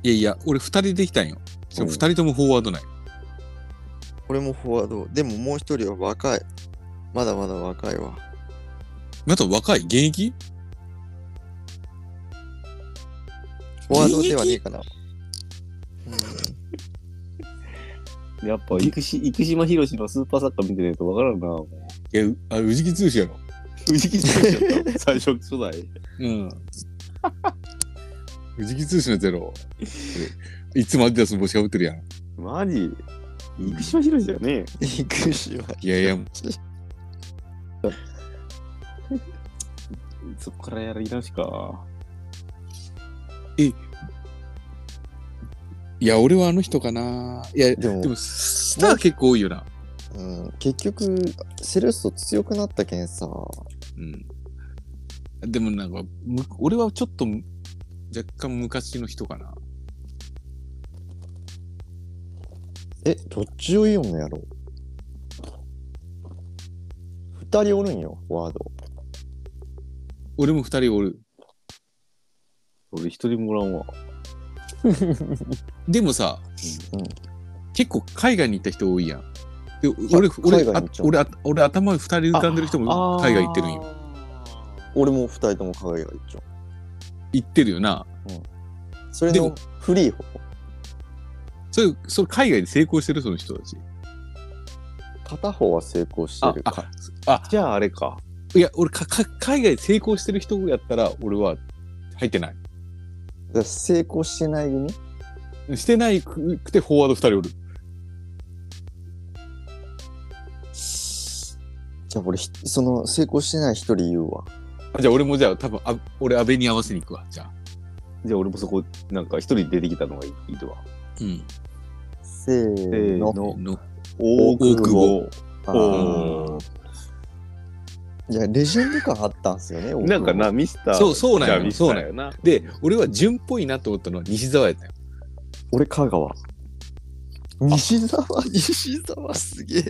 S2: いやいや、俺2人できたんよ。しかも2人ともフォワードない。
S14: これもフォワード。でももう一人は若い。まだまだ若いわ。
S2: あと若い、現役
S14: フォワードではねえかな。
S1: やっぱ、生島生島博士のスーパーサッカー見てないとわからんな。もう
S2: いや、うあ藤木剛やろ。
S1: 藤木博士やった。最初、初代。
S2: うん。 [laughs] 藤木剛のゼロ。いつもアディダスの帽子かぶってるやん。
S1: マジ生島博士だよね。
S14: 行くしはい
S2: やいや、
S1: そこからやり直しか。
S2: いや、俺はあの人かな。いや、
S3: でも
S2: でも、スター結構多いよな。
S3: うん、結局、セレッソ強くなったけんさ、
S2: うん。でもなんか、む俺はちょっとむ若干昔の人かな。
S3: え、どっちを言うんのやろ二人おるんよ、フォワード。
S2: 俺も二人おる。
S1: 俺、一人もらんわ。
S2: でもさ、
S3: うん
S2: 結構海外に行った人多いやん。で俺、俺
S3: 海外に行
S2: あ
S3: っちゃう
S2: 俺、あ俺頭に二人浮かんでる人も海外行ってるんよ。
S1: よ。
S3: 俺も二人とも輝いが一応。
S2: 行ってるよな。
S3: それ
S2: でも
S3: のフリー方。
S2: それ、それ海外で成功してるその人たち。
S3: 片方は成功してる。
S2: あ、あ、
S1: じゃあ、あれか。
S2: いや、俺かか、海外で成功してる人やったら、俺は入ってない。
S3: だから成功してない組
S2: してないくくてフォワード二人おる。
S3: じゃあ俺ひ、その成功してない一人言うわ。
S2: あじゃあ俺もじゃあ多分、あ俺安倍に合わせに行くわ。じゃあ。
S1: じゃあ、俺もそこ、なんか、一人出てきたのがいいいいとわ。
S2: うん。
S3: せーの。
S1: の
S2: の
S1: 大
S2: 久保
S1: 保。
S3: あー
S1: お
S3: いや、レジェンド感あったんすよね、
S1: ー
S3: 僕
S1: なんかな、。ミスター。
S2: そうそうなんよ
S1: じゃあミスターやな。
S2: で、俺は純っぽいなと思ったのは西澤やったよ。
S3: 俺、香川。
S14: 西沢、西沢すげえ。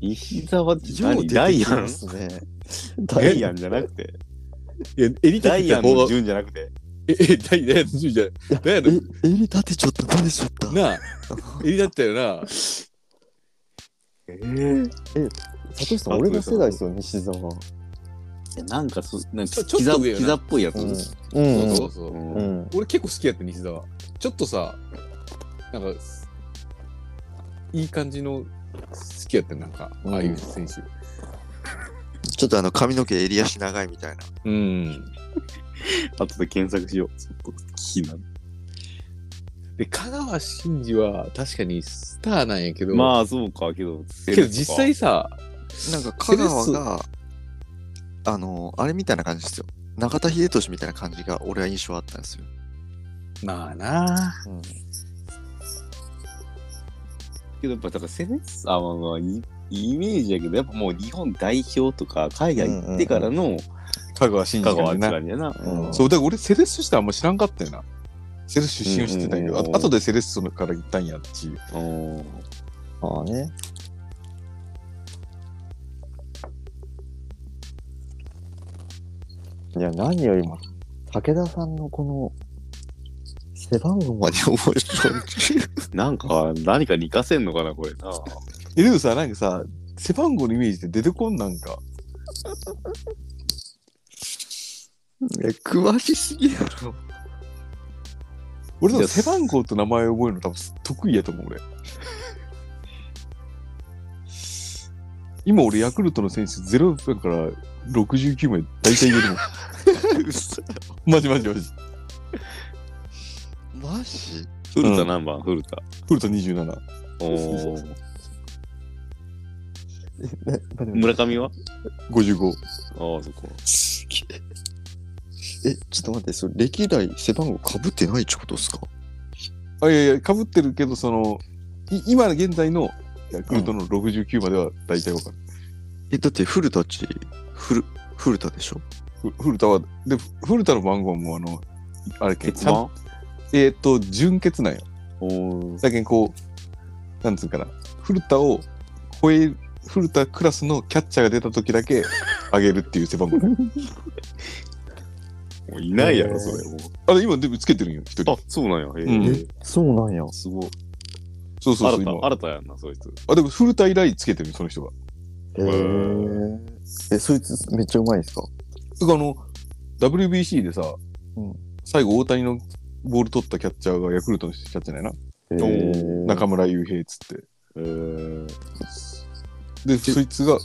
S1: 石沢って
S14: よう出
S1: 何
S14: てき
S1: ダイ
S14: [laughs]
S1: ア [laughs]
S14: ま
S1: ン
S14: すね。
S1: ダイアンじゃなくて。
S2: いや、エリ
S1: ダイアン
S2: の
S1: の
S2: 方が、
S1: 順じゃなくて。
S2: え、えダイダイアンの順位じゃない。ダイアンの
S14: え、襟立てちょっとどうでしょった。
S2: なあ、エリだったよな。
S1: ええ。
S3: サトシさん、俺の世代ですよ、西澤。
S1: なんか、そう、なん
S2: ちょ
S1: か、
S2: ちょっと
S1: 膝
S2: 上よな
S1: 膝っぽいやつ。
S3: うん。う
S2: そうんそうそう。
S1: うん
S3: うん。
S2: 俺結構好きやった、西澤。ちょっとさ、なんか、いい感じの好きやった、なんか、ああいう選手。
S14: ちょっとあの髪の毛襟足長いみたいな。
S2: うん。
S1: 後で検索しよう。ちょっと気になる。
S2: で、香川真司は確かにスターなんやけど、
S1: まあ、そうか、けど。
S2: けど実際さ、
S14: なんか香川が、あの、あれみたいな感じですよ。中田秀俊みたいな感じが俺は印象あったんですよ。
S2: まあなあ、
S1: けどやっぱだからセレッサはまあいイメージやけどやっぱもう日本代表とか海外行ってからの
S2: 香川真
S1: 香
S2: 司
S1: 川
S2: が
S1: あ
S2: ね
S1: つらにやな、
S3: うん
S2: そう、だから俺、セレッソしてあんま知らんかったよな。セレッソ出身を知ってたんやけ
S1: うん
S2: ど、
S1: うん
S2: あ
S1: うんうん
S2: 後でセレッソから行ったんやっていう。
S1: うん
S3: ああね。いや、何よりも、武田さんのこの、背番号まで覚えてる。
S1: なんか何かに生かせんのかなこれな
S2: え、でもさ、なんかさ、背番号のイメージって出てこんなんか。
S3: いや、詳しすぎだろ。
S2: 俺
S1: い
S2: の
S1: や
S2: 背番号と名前覚えるの多分得意やと思う、俺。今俺、ヤクルトの選手0だから69まで大体言えるもん。 [laughs] マジマジマジ。
S3: マジ
S1: 古田何番古田
S2: 古田27。
S1: おー
S3: まあでも
S1: [laughs] 村上は
S2: 55。
S1: ああそこ
S3: すげえ
S15: え、ちょっと待って、それ歴代背番号かぶってないってことですか
S2: あ、いやいや、かぶってるけど、その、い今現在のヤクルトの69までは大体わかる。
S15: え、だって古田っち、古、古田でしょ
S2: ふ古田は、で、古田の番号はもうあの、あれっけ、
S1: 決番
S2: ちゃんえーっ、と、純血なんよ。
S1: おお
S2: だけんこう、なんつうかな、古田を超え、古田クラスのキャッチャーが出た時だ
S1: [laughs]
S2: け上げるっていう背番号。
S1: いないや
S3: え
S1: ろ
S3: ー
S1: それも
S2: あれ、今でもつけてるんよ、一人。
S1: あそうなんやへ
S2: うん
S1: え
S3: そうなんや。
S1: すごい
S2: そうそうそう、
S1: 新
S2: 今。
S1: た新たやんなそいつ
S2: あ、でも古田以来つけてるよ、その人が。
S3: へえ。え、そいつめっちゃうまいんすか
S2: だからあの、WBC でさ、
S3: うん
S2: 最後大谷のボール取ったキャッチャーがヤクルトのキャッチャーなんや
S3: へ
S1: お
S3: え。
S1: ー
S2: な。中村悠平っつって。
S1: えー
S2: で、そいつが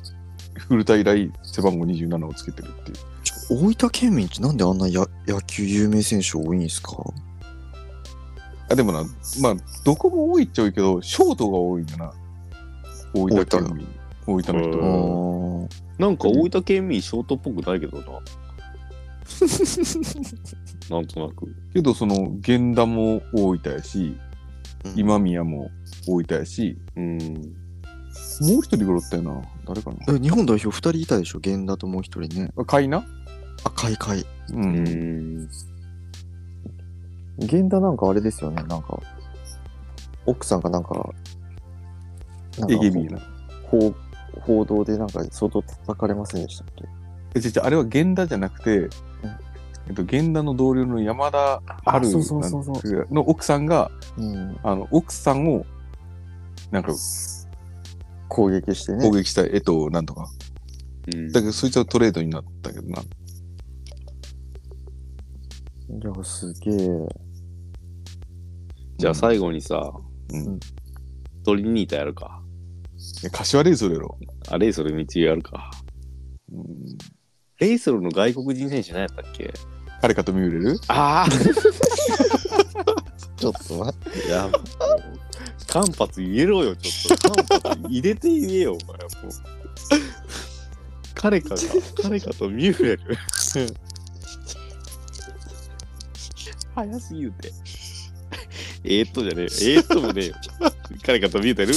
S2: 古田以来背番号27をつけてるっていう。
S15: ちょ大分県民ってなんであんなや野球有名選手多いんすか
S2: あでもな、まあ、どこも多いっちゃ多いけど、ショートが多いんだな。大分県民。大分の人
S1: う
S15: あ
S1: ん
S2: は。
S15: ー
S1: なんか大分県民ショートっぽくないけどななんとなく
S2: けど、その、源田も大分やし、
S15: うん
S2: 今宮も大分やし、
S1: うん
S2: もう一人ぐらいおったよな。誰かな
S15: [laughs] え日本代表2人いたでしょ源田ともう1人ね。
S2: あかいな
S15: あ、海海。
S2: う。
S1: うんん
S3: 源田なんかあれですよね、なんか、奥さんがなんか、なん
S2: え
S3: か
S2: げみな。
S3: 報報道でなんか相当叩かれませんでしたっけ
S2: え、違う違うあれは源田じゃなくて、えっと、源田の同僚の山田
S3: あ
S2: 春
S3: そうそうそうそう
S2: なんの奥さんが、
S3: うん、
S2: あの、奥さんを、なんか、
S3: 攻撃してね
S2: 攻。撃したい。えっと、なんとか。
S1: うん
S2: だけど、そいつはトレードになったけどな。
S3: いや、すげえ。
S1: じゃあ最後にさ
S2: うん。
S1: トリニータやるか
S2: え柏レイソルやろ。
S1: あレイソル道やるか
S2: うん
S1: レイソルの外国人選手何やったっけ
S2: 彼かと見れる
S1: あ
S3: ちょっと待って。
S1: あやっぱ間髪入れろよちょっと間髪入れて言えよお前もう彼かが彼かとミューレル早すぎるてえー、っとじゃねえよえー、っともねえよ彼かとミューレル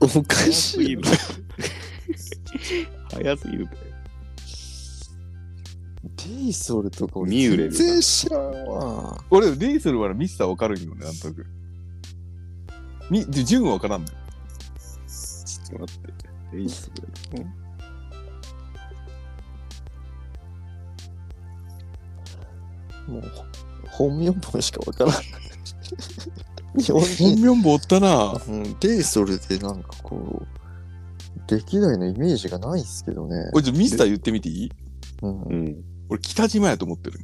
S15: おか
S1: 早す
S15: し
S1: ぎ
S15: い
S1: る
S15: な。
S1: 早すぎるて
S3: レイソルとか
S1: ミューレル
S15: 全然知らんわ。
S2: 俺、レイソルはミスターわかるんよね、なんとなく。み、で、ジュンはわからんのよ。
S1: ちょっと待って。レイソル。
S3: もう、本名本しかわからない。日本
S2: 本
S3: 人、
S2: 名もおったな。
S3: うん、レイソルでなんかこう、歴代のイメージがないっすけどね。
S2: 俺、ちょ、ミスター言ってみていい
S3: うん、
S1: うん。
S2: 俺、北島やと思ってる。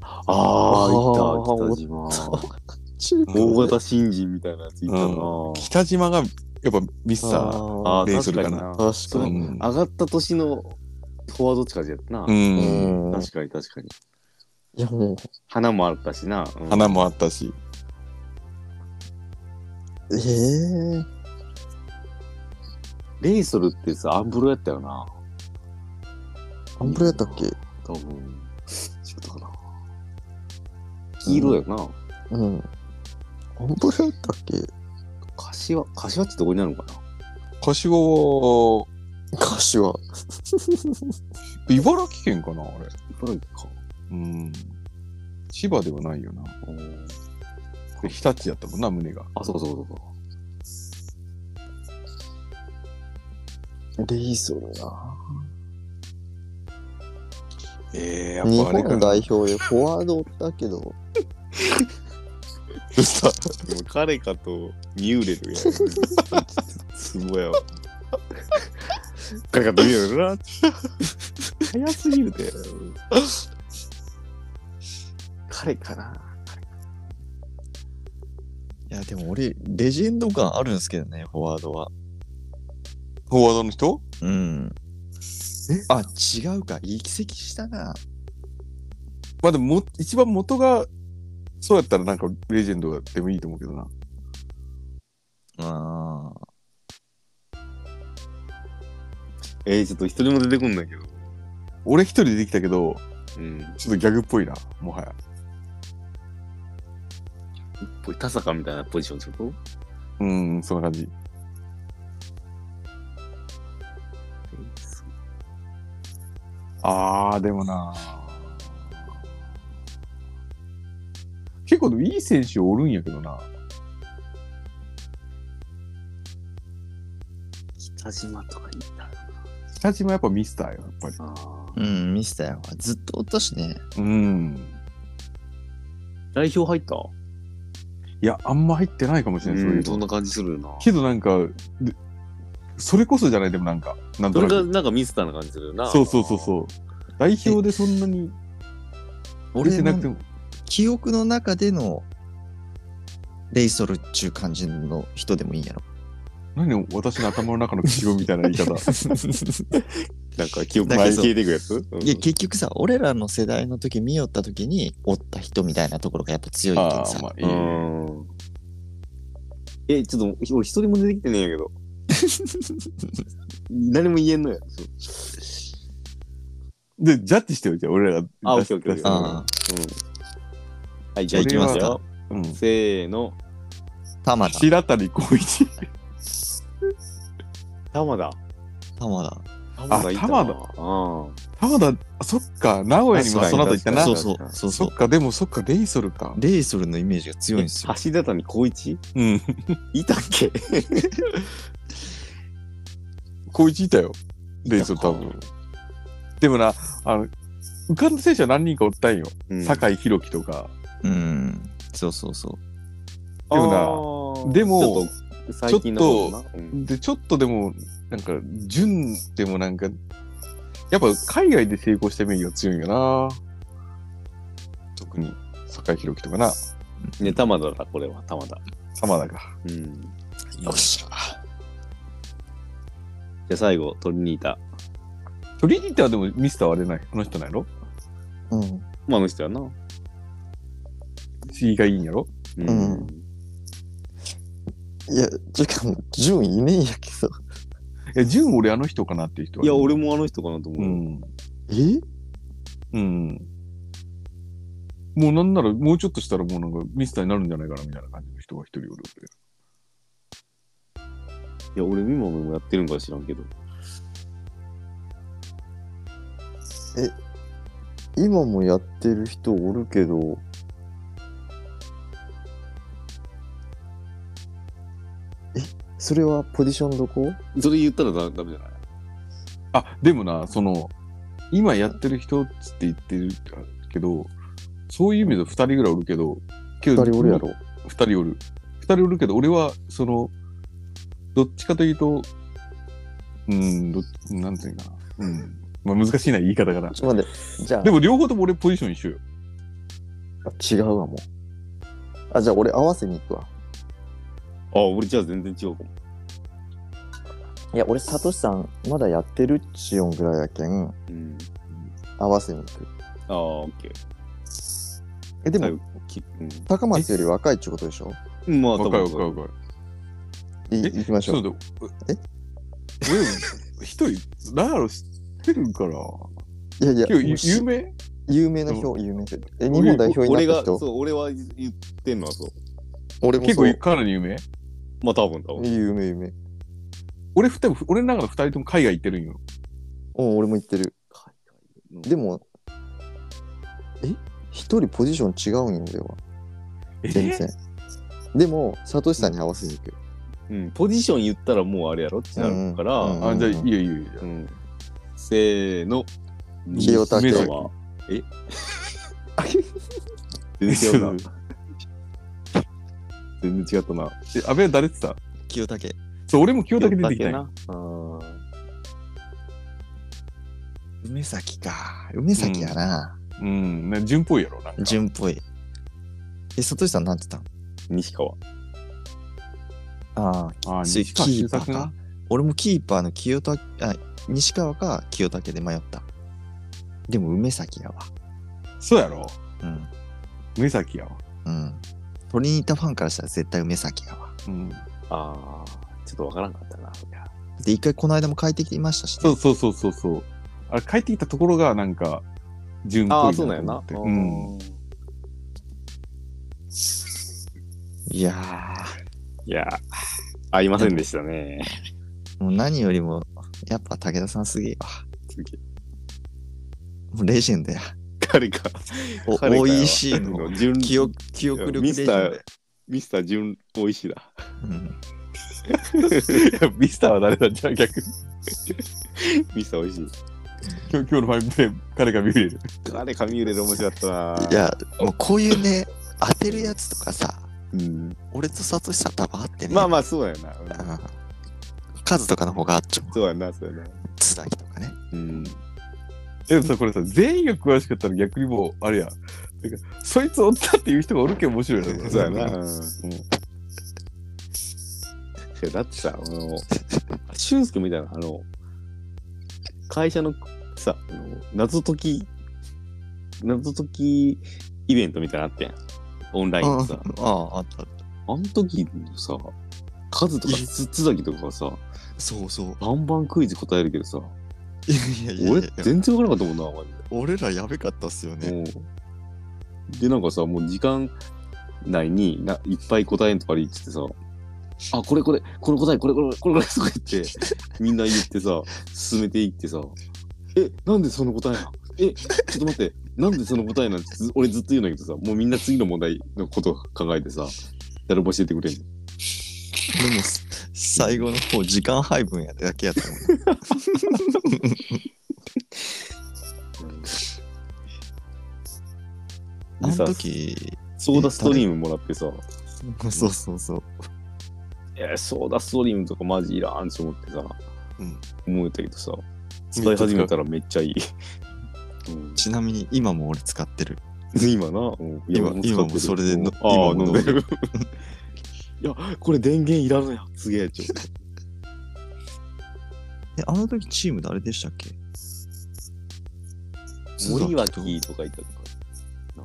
S1: あ
S3: ー
S1: いた、北島。
S3: 中
S2: お
S1: 大型新人みたいなやついたな。
S2: 北島が、やっぱミスター。
S3: あ
S1: あ
S3: あ
S1: あ、
S2: レイソルかな
S1: 確に
S3: 確か
S2: う
S3: に。
S1: 上
S2: ん。
S1: がった年のフォワード近くやったな。
S2: うん。
S3: うん
S1: 確かに確かに。
S3: いやも
S1: 花もあったしな。うん
S2: 花もあったし。
S3: う、ええ
S1: レイソルってさ、アンブロやったよな。
S3: アンブレやったっけ
S1: 多分。違ったかな。黄色やな。
S3: うん。本当だったっけ
S1: 柏、柏ってどこになるのかな
S2: 柏は、
S3: 柏。
S2: 茨城県かな、あれ。
S1: 茨城か。
S2: うん。千葉ではないよな。で日立やったもんな、胸が。
S1: あ、そうそうそうそう。
S3: レイソルな。
S2: ええ
S3: 日
S2: やっぱあれか
S3: 本
S2: な。
S3: 代表でフォワードだけど、
S1: もう彼かとミューレル [laughs] やる。すごいやわ。彼かとミューレルな。早すぎるで。彼かな。
S16: いや、でも俺、レジェンド感あるんですけどね、フォワードは。
S2: フォワードの人
S16: うん。あ、違うか。移籍したな。
S2: まあでもも、一番元が、そうやったらなんかレジェンドでもいいと思うけどな。
S16: ああ。
S1: えー、ちょっと一人も出てこんないけど。
S2: 俺一人でできたけど、
S1: うん。や
S2: ちょっとギャグっぽいな、もはや。
S1: っぱり田坂みたいなポジションってこ
S2: うん、そんな感じ。あー、でもな結構でもいい選手おるんやけどな。
S1: と北島とかいた。
S2: 北島やっぱミスターよ、やっぱり。
S1: あー
S16: うん、ミスターよ。ずっとおったしね。
S2: うん。
S1: 代表入った
S2: いや、あんま入ってないかもしれない、そういう
S1: そん
S2: の。
S1: な感じするよな。
S2: けどなんか、でそれこそじゃない、でもなんか、なん
S1: そ
S2: と
S1: れ
S2: な
S1: が
S2: く。
S1: なんかミスターな感じするよな。
S2: そうそうそうそう。代表でそんなに出
S16: 俺
S2: てなくて
S16: の
S2: も。
S16: 記憶の中でのレイソルっちゅう感じの人でもいいんやろ。
S2: 何私の頭の中の口語みたいな言い
S1: [laughs]
S2: 方。
S1: なんか記憶
S16: だ
S1: が
S16: けど
S1: 消えていくやつ
S16: [laughs] いや、結局さ、俺らの世代の時見よった時に、おった人みたいなところがやっぱ強いけ
S2: あ
S16: ど
S2: あ、
S16: さ。
S2: まあいい。
S1: うん。え、ちょっと、俺一人も出てきてねえんやけど。何も言えんのや。そう
S2: で、ジャッジしてよ、じゃあ、俺らが。
S1: あ、オッ
S2: 出す
S1: ケーオッケーオッケー。
S16: [laughs] あ
S1: うんはい、じゃあ行
S2: 俺
S1: き
S2: は
S1: ますよ。
S2: うん。
S1: せーの。
S16: 玉 [laughs] 田。
S2: 白谷光一。
S1: 玉田。
S16: 玉田。
S1: 玉田いたな。
S2: 玉田玉田、あそっか、名古屋に
S1: 確
S2: も
S1: かに
S2: その後行ったな。
S1: 確か
S16: そ
S2: そ
S16: そ
S2: う
S16: う、そうそう
S2: っ。か、でもそっか、レイソルか。
S16: レイソルのイメージが強いんですよ。
S1: うん。橋田谷光一
S2: うん。
S1: いたっけ
S2: 光一いたよ。レイソル多分。でもな、あの、浮かんだ選手は何人かおったんよ。
S1: うん
S2: 酒井宏樹とか。
S16: うん。そうそうそう。
S2: でもな
S1: あー
S2: でも
S1: ちょっと最近の方かなうん
S2: で、ちょっとでも、なんか、純でもなんか、やっぱ海外で成功したイメージが強いんよな。特に、酒井宏樹とかな。
S1: ね、玉田だ、これは、玉田。
S2: 玉田か。
S1: うん。じ
S16: よっしゃ。
S1: ゃあ最後、トリニータ。
S2: トリニータはでもミスターはあれない。あの人ないの
S3: うん。
S1: まあ、あの人やな。う
S2: 次がいいんやろ
S1: ん。
S3: いや、ちょっと順位いねえんやけど。
S2: いや、純俺あの人かなっていう人はい
S1: や、俺もあの人かなと思
S2: う
S1: う。
S2: ん。
S3: え
S2: うん。もうなんなら、もうちょっとしたらもうなんかミスターになるんじゃないかなみたいな感じの人が一人おるんで。
S1: いや、俺、今もやってるんか知らんけど。
S3: 今もやってる人おるけど、えそれはポジションどこ
S1: それ言ったらダダメじゃない
S2: あ、でもな、その、今やってる人っつって言ってるけど、そういう意味で2人ぐらいおるけど、け
S3: 二
S2: ど
S3: 人おるやろ。
S2: 2人おる。2人おるけど、俺は、その、どっちかというと、うーん、どなんていうかな。うん。まあ難しいな、言い方がな。
S3: ちょっと待って。じゃあ
S2: で、も両方とも俺ポジション一緒よ。
S3: 違うわ、もう。あ、じゃあ俺合わせに行くわ。
S1: あ、俺じゃあ全然違うかも。
S3: いや、俺、サトシさん、まだやってるっちよんぐらいやけん、
S1: うん。
S3: 合わせに行く。
S1: ああ、オッケー。
S3: え、で
S1: は
S3: も
S1: い、き
S3: 高松より若いっちゅうことでしょ
S1: うん。まあ、
S2: わ
S1: 多
S2: かる
S1: 分
S2: わかるわかる。
S3: い
S2: え
S3: 行きまし
S2: そう
S3: ょう。
S2: だ。
S3: え
S2: 俺も一人、ラーロ知ってるから。
S3: いやいや、
S2: 今日
S3: も
S2: ゆ
S3: うし
S2: 有名
S17: 有名な表、有名な人。え、日本代表に
S1: 俺
S17: なった
S1: が、
S17: 人
S1: そう、俺は言ってんのはそう。
S17: 俺も
S2: 結
S17: そう
S2: 構。かなり有名
S1: まあ、多分多分。
S17: 有名、有名。
S2: 俺二人俺の中の二人とも海外行ってるんよ。
S17: うん、俺も言ってる。でも、え一人ポジション違うんよ、俺は。全然。でも、サトシさんに合わせていく。
S1: うん、ポジション言ったらもうあれやろってなるから、
S17: うんうん
S2: あ、じゃあいいよいいよいいよ。
S1: うんせーの。
S17: 清武
S1: 目はえ [laughs] 全然違うな。全然違ったな。
S2: え安倍は誰って言ってた
S3: 清武。
S2: そう、俺も清武出てきたんよ
S1: な。うん
S3: 梅崎か。
S17: 梅崎やな。
S2: うん、な順っぽいやろ。なんか
S3: 純っぽい。
S17: え、サトシさんなんて言っ
S1: 西川。
S17: たのああ、
S2: あー、
S3: そう
S2: 西川
S3: キ
S2: 周
S3: ーパー
S2: 作な
S3: か。。俺もキーパーの清武、あ、西川か清武で迷った。でも梅崎やわ。
S2: そうやろ。
S3: うん。
S2: 梅崎やわ。
S3: うん。トリニータファンからしたら絶対梅崎やわ。
S2: うん。
S1: ああ、ちょっとわからんかったな。
S3: で、一回この間も帰ってきていましたし、ね。
S2: そうそうそうそうそう。あれ帰ってきたところがなんか順っぽい
S1: あ
S2: な
S1: あ、そうなんやな。
S2: と思って
S3: いやー。
S1: いや、合いませんでした [laughs] ね。
S3: もう何よりも、やっぱ武田さんすげえわ。
S1: すげえ
S3: もうレジェンドや。
S1: 彼か。
S3: お
S1: 彼かよ
S3: OEC の
S1: 純
S3: 記憶記憶力レ
S1: ミス
S3: ジェン
S1: タ
S3: ド
S1: ー
S3: や。
S1: ミスター純おいしい [laughs] だ。
S3: うん、
S2: うん。ミスターは誰だじゃあ逆に。
S1: [laughs] ミスターおいしい。
S2: 今日今日のファインプレー、彼が見れる。
S1: 彼、髪揺れる面白かったな。
S3: いや、もうこういうね、当てるやつとかさ、
S1: うん、
S3: 俺とサトシさん多分合ってね。
S1: まあまあ、そうやな。うん
S3: うんカズとかの方があっちゃう。
S1: そうやな、そうやな。
S3: 津崎とかね。
S1: うん。
S2: でもさ、これさ、全員が詳しかったら逆にもう、あれや。てかそいつ女っていう人がおるけん面白いよね。
S1: そうやな。うん。いやだってさ、あの、俊介みたいな、あの、会社のさ、あの謎解き、謎解きイベントみたいなのあってん。オンラインでさ。
S3: ああ、あったあっ
S1: あの時のさ、カズとかつ津崎とかがさ、
S3: た。そうそう。
S1: バンバンクイズ答えるけどさ、
S3: いやいやいや
S1: 俺
S3: いや、
S1: 全然わからなかったもんな、マジで。
S3: 俺らやべかったっすよね。
S1: うんでなんかさもう時間内にないっぱい答えんとかで言っててさあこれこれこの答えこれこれこれこれとか言ってみんな言ってさ進めていってさえなんでその答えなんえちょっと待ってなんでその答えなんてず俺ずっと言うんだけどさもうみんな次の問題のこと考えてさ誰も教えてくれんの
S3: でも、最後の方、時間配分やだけや [laughs] ったもん。
S1: で
S3: あの
S1: さ
S3: 時、
S1: ソーダストリームもらってさ
S3: そうそうそう。
S1: えーソーダストリームとかマジいらんって思ってさ、
S3: うん
S1: 思ったけどさ使い始めたらめっちゃいい、うん
S3: ちなみに、今も俺使ってる。
S1: 今な、うんいや
S3: 今
S1: 俺使ってる
S3: 今もそれでの
S1: ああ
S3: 今も
S1: 飲んでるいやこれ電源いらんやすげえちょ
S3: え、あの時チーム誰でしたっけ
S1: 森
S3: と
S1: 脇とか言ったとかな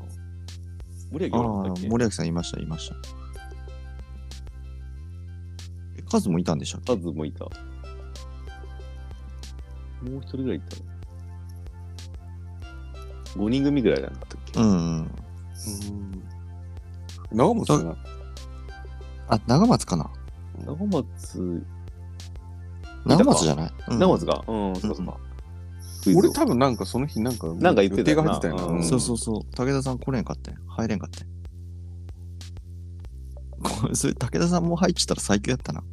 S1: 森脇
S3: ああ
S1: おらんかったっ、け
S3: 森脇さんいました、いました。え、カズもいたんでしたっけ
S1: カズもいたもう一人ぐらいいたの5人組ぐらいなんだったっけ、
S3: うんうん。
S2: なおもさんが、
S3: あ、長松かな
S1: 長松たか
S3: 長松じゃない、うん
S1: 長松がうん、そうそうクイズ
S2: 俺
S1: を
S2: 多分なんかその日なんか、
S1: なんか言ってたよ
S2: 予定が
S1: な
S2: 入ってたよな。
S1: うん
S2: ん
S3: そうそうそう。武田さん来れんかったよ。入れんか [laughs] ったよ。これ、それ武田さんも入ってたら最強やったな。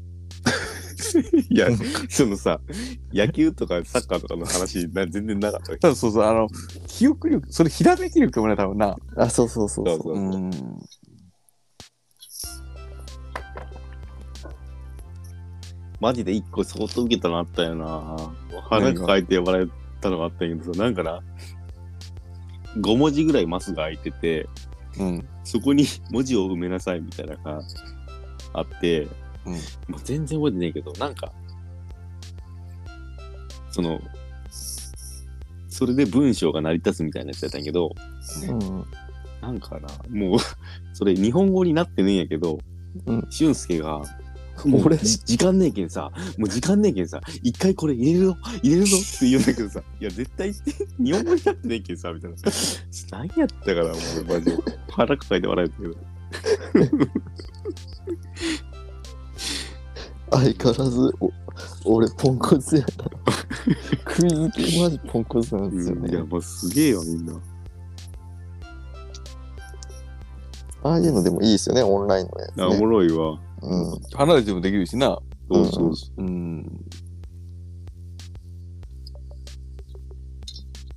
S1: いやそのさ野球とかサッカーとかの話な全然なかったよ
S2: ただそうそう、あの、記憶力、それひらめき力もね、多分な。
S17: あ、そうそうそう
S1: そう
S17: そ。
S1: そううそう
S2: うん。
S1: マジで一個相当受けたのあったよな。花書いて呼ばれたのがあったんやけどさ、なんかな、5文字ぐらいマスが空いてて、
S2: うん。
S1: そこに [laughs] 文字を埋めなさいみたいなのがあって、
S2: うん
S1: もう全然覚えてねえけど、なんか、その、それで文章が成り立つみたいなやつやったんやけど、
S17: うん
S1: なんかな、もう、それ日本語になってねえんやけど、
S17: うん
S1: 俊介が、もう俺、時間ねえけんさ、もう時間ねえけんさ、一回これ入れるぞ、入れるぞって言うんだけどさ、いや、絶対して、日本語になってねえけんさ、みたいな。何やったから、もうマジで。腹抱えて笑うんだ
S3: 相変わらず、お俺ポンコツやから。クイズ系マジポンコツなんです
S1: け
S3: よ
S1: ど。
S3: ね。
S1: いや、もうすげえよ、みんな。
S3: ああいうのでもいいですよね、オンラインのやつ、
S1: あお
S3: ね。
S1: もろいわ。
S3: うん。
S2: 離れてもできるしな。
S1: そうそうそ
S2: うん。
S1: う。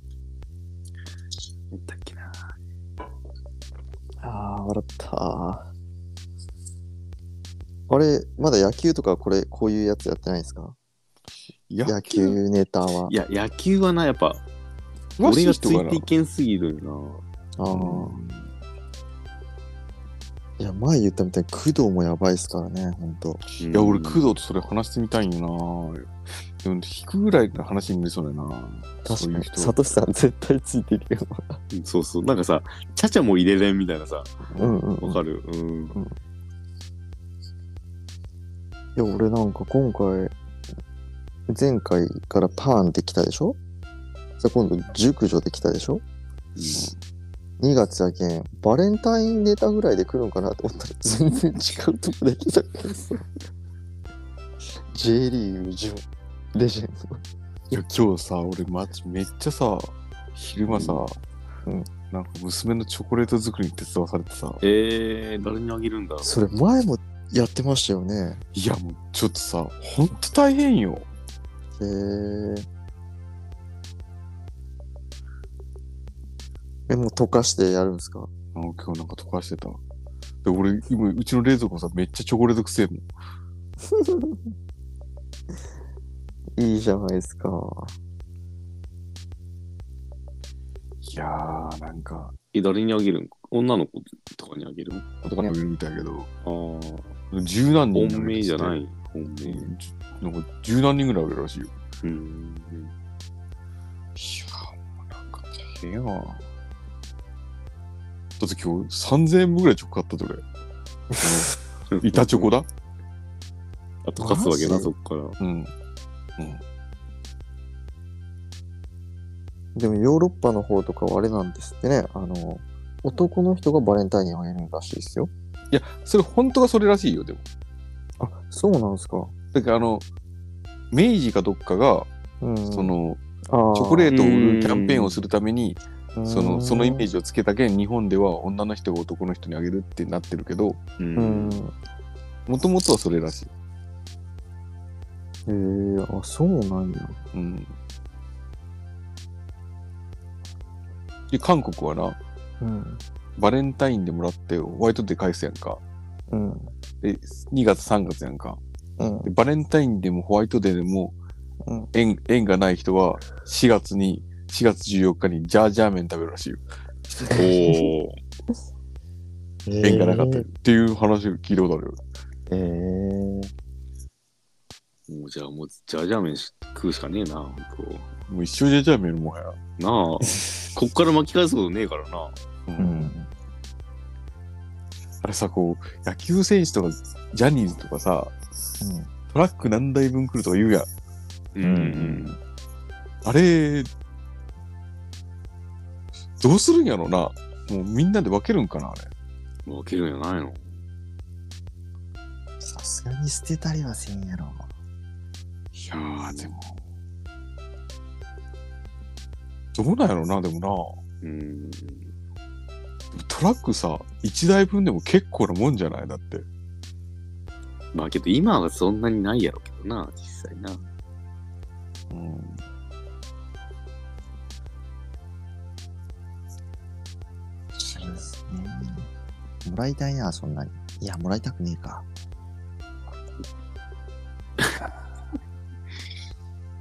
S1: なんだっけな。
S3: ああ、笑った。あれ、まだ野球とかこれ、こういうやつやってないですか
S2: 野
S3: 野球ネタは。
S1: いや、野球はな、やっぱ、
S2: 詳
S1: 俺
S2: し
S1: が
S2: い
S1: つ
S2: 人が
S1: い
S2: な
S1: ていけんすぎるよ
S3: ああ。いや、前言ったみたいに工藤もやばいですからね、ほんと。
S1: な。い
S2: いや、俺、工藤とそれ話してみたいんよな。でも、引くぐらいの話になりそうだよな。そ
S3: 確
S2: ういう
S3: かに。
S2: 人
S3: サトシさん絶対ついていけよ。
S1: そうそう。なんかさ、ちゃちゃも入れれんみたいなさ、
S3: うんうんうん。
S1: わかる。うん。
S3: いや、俺なんか今回、前回からパーンできたでしょそれ今度、熟女できたでしょ ?2 月やけん、バレンタインネタぐらいで来るんかなと思ったら、全然違うとこできたからさ。J リーグ準レジェン
S2: いや、今日さ、俺、マジめっちゃさ、昼間さ、
S3: うん
S2: なんか娘のチョコレート作りに手伝わされてさ、
S1: えー、誰にあげるんだ
S3: ド。それ前もやってましたよね。
S2: いや、もうちょっとさ、ほんと大変よ。
S3: へーえ。もう溶かしてやるんですか
S2: なんか今日なんか溶かしてた。で、俺、今、うちの冷蔵庫さ、めっちゃチョコレートくせえもん。
S3: いいじゃないですか。
S2: いやー、なんか、
S1: え、誰にあげるん女の子とかにあげる
S2: 男の子いるみたいやけど、
S1: ああ。
S2: 十何人。
S1: 本命じゃないい。本命。
S2: なんか、十何人ぐらいあるらしいよ。いや
S1: うん。
S2: ー、もうなんか大変やな。だって今日、3000円分ぐらいチョコ買ったと俺。板チョコだ
S1: あと勝つわけな、
S3: マジ
S1: そっから。
S2: うん。
S3: でもヨーロッパの方とかはあれなんですってね。あの、男の人がバレンタインにあげるらしいですよ。
S2: いや、それ本当がそれらしいよ、でも。
S3: あ、そうなんですか。
S2: だからあの、明治かどっかが、
S3: うん。
S2: そ、の、
S3: チョ
S2: チョコレートを売
S1: う
S2: る
S1: ん
S2: キャンペーンをするために、
S3: ト
S2: その、そのイメー
S3: ジ。
S2: ジをつけたけん、日本では女の人が男の人にあげるってなってるけど、
S1: う
S3: うん。へ。
S2: もともとはそれらしい。
S3: えあ、そうなんや。
S2: うん。で、韓国はな、
S3: うん。
S2: バレンタインでもらって、ホワイトデー返すやんか。
S3: うん。
S2: で、2月3月やんか。
S3: うん
S2: で、バレンタインでもホワイトデーでも
S3: うん
S2: 縁、縁がない人は4月に、4月14日にジャージャー麺食べるらしいよ。
S1: おお。
S2: 縁がなかったりっていう話を聞いたことあるよ。
S3: えー、
S1: もうじゃあ、もう、じゃじゃ麺食うしかねえな、ほんと
S2: もう一生ジャージャー麺よもはや。
S1: な [laughs] あ、こっから巻き返すことねえからな。
S2: う。
S3: うんん。
S2: あれさ、こう、野球選手とか、ジャニーズとかさ、トラック何台分来るとか言うや
S1: う
S2: ん。。
S1: ん
S2: あれ、どうするんやろな。もうみんなで分けるんかな、あれ。
S1: 分けるんじゃないの
S3: さすがに捨てたりはせんやろ。
S2: いやー、でも。どうなんやろな、でも
S1: うん。
S2: な。トラックさ、1台分でも結構なもんじゃないだって。
S1: まあけど、今はそんなにないやろけどな、実際な。
S2: うん。
S3: そうですね。もらいたいな、そんなに。いや、もらいたくねえか。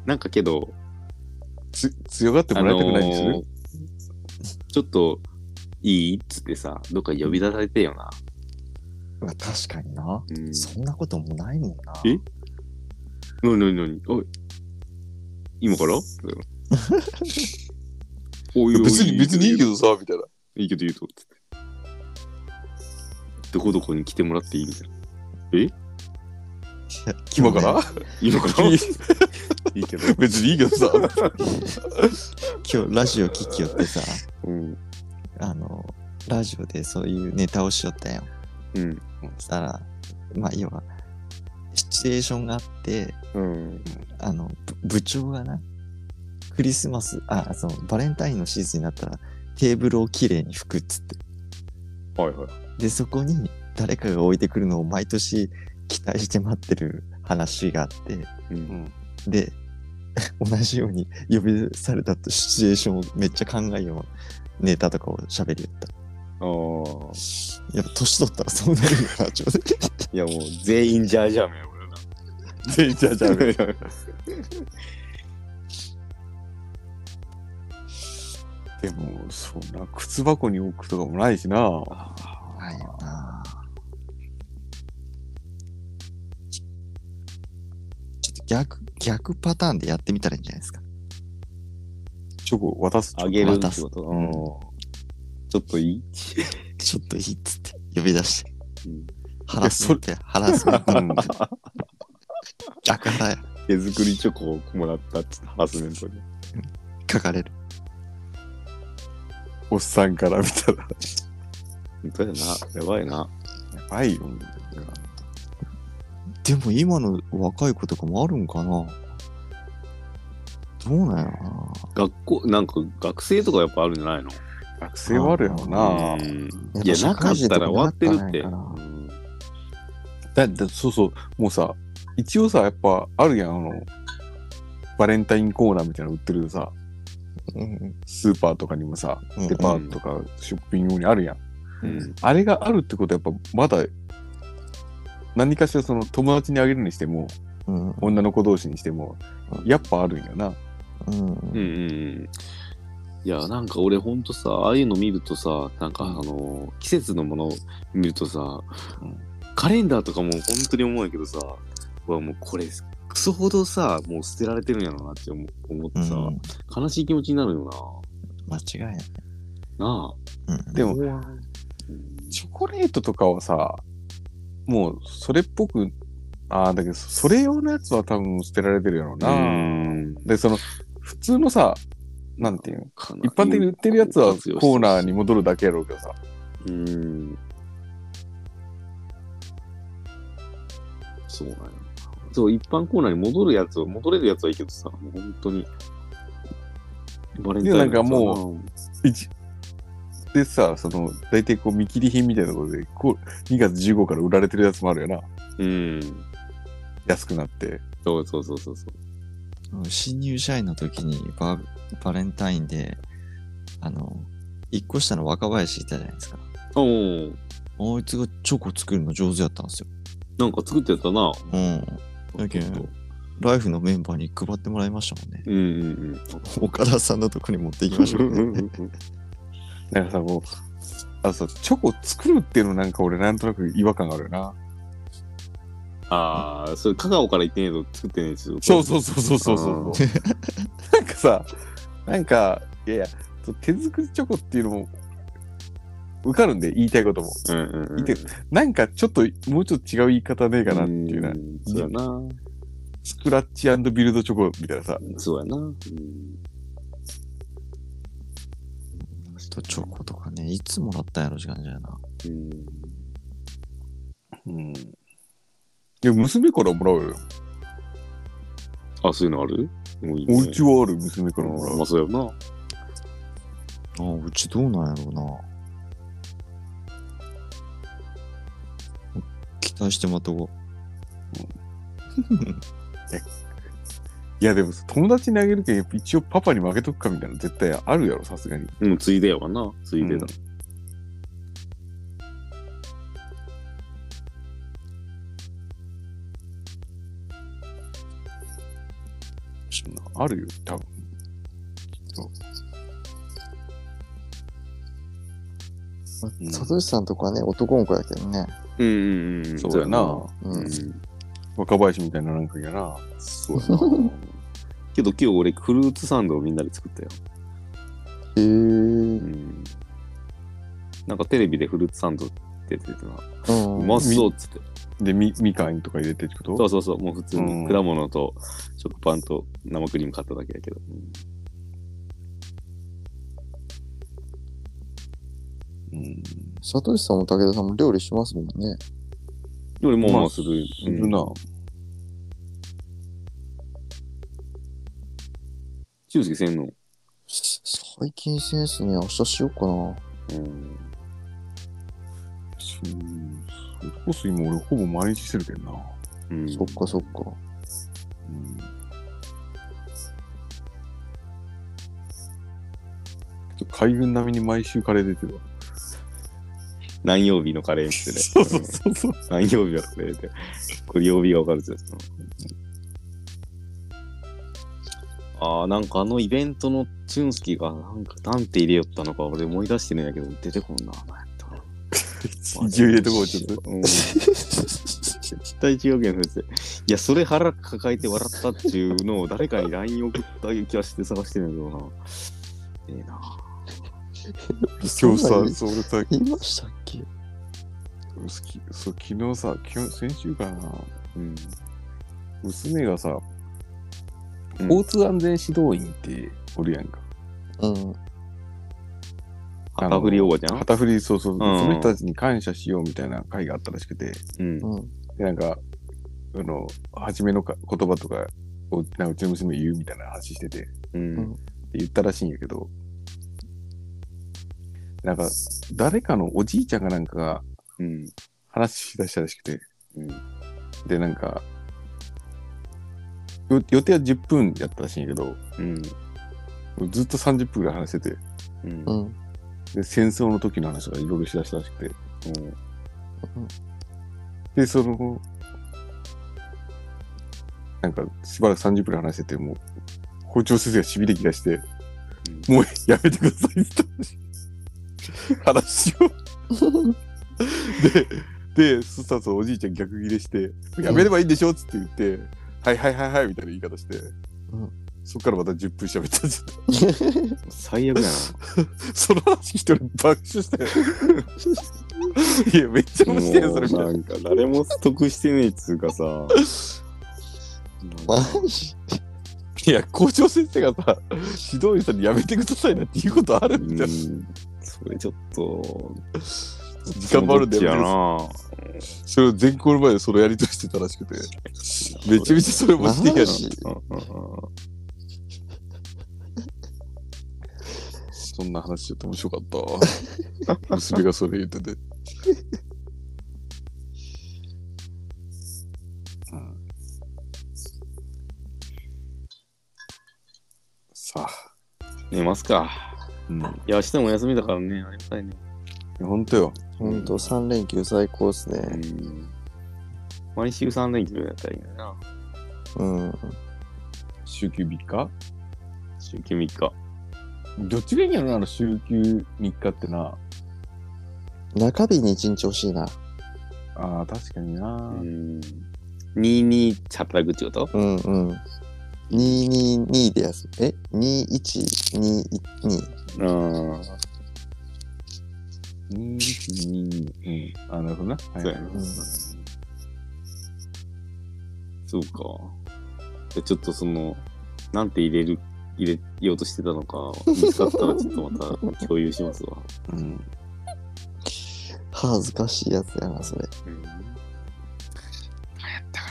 S1: なんかけど、
S2: つ強がってもらいたくないんですね。
S1: あのーちょっと、いいっつってさ、どっか呼び出されてよな。
S3: まあ、確かにな。
S1: うん
S3: そんなこともないもんな。
S1: えなになになにおい。今 [laughs] からおいおいおい
S2: 別に、別にいいけどさ、みたいな。
S1: いいけど言うと。つってどこどこに来てもらっていいみたいな。え
S2: 今から
S1: 今から
S2: [laughs] いい
S1: いいけど。
S2: 別にいいけどさ。
S3: [laughs] 今日ラジオ聞きよってさ、
S1: うん。
S3: あの、ラジオでそういうネタをしよったんよ。
S1: うん。
S3: そしたら、まあ、要は、シチュエーションがあって、
S1: うん。
S3: あの、ぶ部長がな、クリスマス、あ、その、バレンタインのシーズンになったら、テーブルをきれいに拭くっつって。
S1: はいはい。
S3: で、そこに誰かが置いてくるのを毎年期待して待ってる話があって、
S1: うん。
S3: で、 [laughs] 同じように呼び出されたとシチュエーションをめっちゃ考えよう。ネタとかを喋りよった。
S1: ああ。
S3: やっぱ年取ったらそうなるよな、ちょうど。
S1: いやもう全員ジャージャーメン俺な。全員ジャージャーメン。
S2: [laughs] でも、そんな靴箱に置くとかもないしな。
S3: ないよなちょっと逆、逆パターンでやってみたらいいんじゃないですか。
S2: チョコ渡す。
S1: [laughs] あげる
S3: 渡
S1: って
S3: す
S1: こと。
S3: う
S1: うんん。ちょっといい
S3: ちょっといいっつって呼び出して。
S1: うん
S3: ハラスメントや、ハラスメント。逆腹や
S1: 手作りチョコをもらったってハラスメントに。
S3: [laughs] 書かれる。
S2: おっさんから見たら。
S1: 本当やな。やばいな。
S2: やばいよ。
S3: でも今の若い子とかもあるんかなどうなんやろな
S1: 学校、なんか学生とかやっぱあるんじゃないの
S2: 学生はあるやろな。
S1: いや、なかったら終わってるって。
S18: やぱ社会人とかなったんやから
S1: うん
S2: だだそうそうもうさ一応さやっぱあるやんあのバレンタインコーナーみたいなの売ってるさ
S3: うん
S2: スーパーとかにもさ
S3: うん
S2: デパートとかショッピングにあるやん、
S1: うん
S2: あれがあるってことはやっぱまだ何かしらその友達にあげるにしても
S3: うん
S2: 女の子同士にしてもやっぱあるんやな
S3: うん
S1: うんうんうん。いや、なんか俺ほんとさ、ああいうの見るとさ、なんかあのー、季節のものを見るとさ、カレンダーとかも本当に思うんやけどさ、うわもうこれ、クソほどさ、もう捨てられてるんやろなって思思ってさ、
S3: うん
S1: 悲しい気持ちになるよ
S3: 間違いな
S1: な。
S3: い。
S1: な
S3: うん
S2: で
S1: あ。
S2: もチョコレートとかはさもうそれっぽくああだけどそれ用のやつは多分捨てられてるやろう
S1: う
S2: な、
S1: ん
S2: でその普通のさなんていうの
S1: かな
S2: 一般的に売ってるやつはコーナーに
S1: も。
S2: 戻るだけやろうけどさ。
S1: うん。そうなんや。そう、一般コーナーに戻るやつは、戻れるやつはいいけどさ、もう本当に。バレンタインのやつは
S2: でなんかも一でさ、その、大体こう見切り品みたいなところで、こう、2月15から売られてるやつもあるよな。
S1: う。うん。
S2: 安くなって。
S1: そうそうそうそうそう。
S3: 新入社員の時にババレンタインで、あの、一個下の若林いたじゃないですか。
S1: おお。
S3: あいつがチョコ作るの上手やったんですよ。
S1: なんか作ってたな。
S3: うん。だけど、ライフのメンバーに配ってもらいましたもんね。
S1: うんうん
S3: 岡田さんのとこに持っていきましょ [laughs] う、
S1: う
S3: ね。
S1: ん。
S2: なんかさ、こう、あのさ、チョコ作るっていうのなんか俺なんとなく違和感があるよな。
S1: [laughs] ああ、それ、香川から行ってねえと作ってねえですよ。
S2: そうそうそうそうそうそう。 [laughs] なんかさ、なんか、いやいや、手作りチョコっていうのも、わかるんで、言いたいことも。
S1: うんうんうん。
S2: [laughs] いてなんかちょっと、もうちょっと違う言い方ねえかなっていうな。
S1: んそうやな。
S2: スクラッチビルドチョコみたいなさ。
S1: そうやな。うん
S3: とチョコとかね、いつもらったんやろ、時間じゃな。
S1: うん。
S2: うん。いや、娘からもらうよ。
S1: あ、そういうのあるもういいね
S2: おうちはある娘からもらう。
S1: まあ、そうやな。
S3: ああ、うちどうなんやろうな。期待してまたご。
S2: いや、でも友達にあげるけん、やっぱ一応パパに負けとくかみたいな絶対あるやろ、さすがに。
S1: うん、ついでやわな。ついでだ。
S2: あるよ、多分。
S18: まあサトシさんとかはね、男の子やけどね。
S1: うん、うん、うん。
S2: そうやな。
S18: う
S1: うん
S18: ん。。
S2: 若林みたいななんかやな。
S1: そうや [laughs] な。けど今日俺、フルーツサンドをみんなで作ったよ。
S18: へ
S1: う
S18: え。
S1: ん。なんかテレビでフルーツサンドって出てたな。
S18: う
S1: うんまそうっつって。
S2: で、み、みかんとか入れてってこと
S1: そうそうそう、もう普通
S2: うん
S1: に果物と食パンと生クリーム買っただけだけど。うん。
S3: サトシさんも武田さんも料理しますもんね。
S1: 俺もう
S2: まあ
S1: もうする。
S2: するな。
S1: 中介せんの。
S3: 最近センスね、明日しようかな。
S1: うん。
S2: そうそれこそ今俺ほぼ毎日してるけどな。
S1: うん、
S3: そっかそっか。
S2: うんちょっと海軍並みに毎週カレー出てるわ。
S1: 何曜日のカレーってね。
S2: そうそうそうそう。
S1: 何曜日のカレーって。これ曜日がわかるぜ。ああ、なんかあのイベントのチュンスキーがなんかなんて入れよったのか俺思い出してるんやけど出てこんな。なんやったかな
S2: [laughs] 勢い入れてこう、ちょっと。
S1: うん絶対違うけど先生いやそれ腹抱えて笑ったっていうのを誰かに LINE 送った気がして探してるんだけどなええな
S2: 今日
S3: そんな
S2: さ、
S3: に
S2: そう俺さ、
S3: 言いましたっけ
S2: すきそう昨日さ、昨日先週かな、
S1: うん
S2: 娘がさ、
S1: うん
S2: 交通安全指導員っておるやんか。
S3: うん。
S1: 旗振りおばちゃん
S2: 旗振り、そうそう、
S1: ん
S2: その人たちに感謝しようみたいな会があったらしくて、
S1: うん
S3: うん。
S2: で、なんか、あの、初めのか言葉とかを、なんかうちの娘言うみたいな話してて、
S1: うん
S2: って言ったらしいんやけど、なんか、誰かのおじいちゃんかなんかが
S1: うん
S2: 話し出したらしくて、
S1: うん
S2: で、なんか、よ予定は10分やったらしいんやけど、
S1: うん
S2: ずっと30分ぐらい話してて、
S1: うん
S3: う
S1: うん
S3: ん。 [laughs]
S2: で戦争の時の話とかいろいろしだしたらしくて、
S3: うん
S2: で、その、なんか、しばらく30分話してて、もう、校長先生がしびれ気がして、もうやめてくださいって言ったらしい話を。で、で、そしたらそのおじいちゃん逆ギレして、やめればいいんでしょっつって言って、はいはいはいはいみたいな言い方して、
S3: うん
S2: そっからまた10分喋ったんじゃん
S1: 最悪やな
S2: その話一人爆笑して。いや、めっちゃ面白いよ、それみ
S1: も
S2: たい
S1: う
S2: な。
S1: んか誰も得してねえっつうかさ
S3: マジ
S2: いや、校長先生がさ、指導員さんにやめてくださいなっていうことある
S1: う
S2: みた
S1: ん
S2: いな。
S1: それちょっと
S2: 時間もあるんだ
S1: その
S2: よ。
S1: どっ
S2: それを全校の前でそのやりとしてたらしくて。めちゃめちゃ [laughs] それ面白いや
S3: マ
S2: ろ。
S1: ち
S3: ジ
S1: やなうんうんうん
S2: そんな話ちょっと面白か [laughs] った。娘がそれ言ってて。うんさあ、
S1: 寝ますか
S2: うん、いや
S1: いや明日も休みだからねありがたいね
S2: 本当よ。
S3: ほんと、3連休最高っす
S1: う
S3: ね。
S1: ん毎週3連休だったらいいのにな。
S3: うん。
S2: 週休3日
S1: 週休3日。
S2: どっちがいいんやろな、あの週休3日ってな。
S3: 中日に一日欲しいな。
S2: ああ、確かにな。
S1: うん。22働くってこと
S3: うんうん。222で休む。え ?2122。
S1: うん。
S2: うん、うん。 [laughs] あ、なるほどな。はい
S1: そうやな
S3: うん
S1: そうか。じゃあちょっとその、なんて入れる、入れようとしてたのか、見つかったらちょっとま [laughs] た共有しますわ。
S2: うん。
S3: 恥ずかしいやつやな、それ。
S1: うん。やったか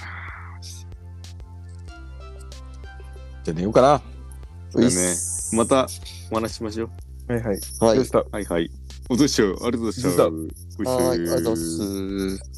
S2: じゃあ寝ようかな。
S1: そうだね
S3: ういっす
S1: な。またお話ししましょう。
S2: はいはい。
S3: はい
S2: どうした
S1: はいはい。おどうしよう。ありがとうございました。
S2: ど
S1: う
S3: はい、ありがとうございます。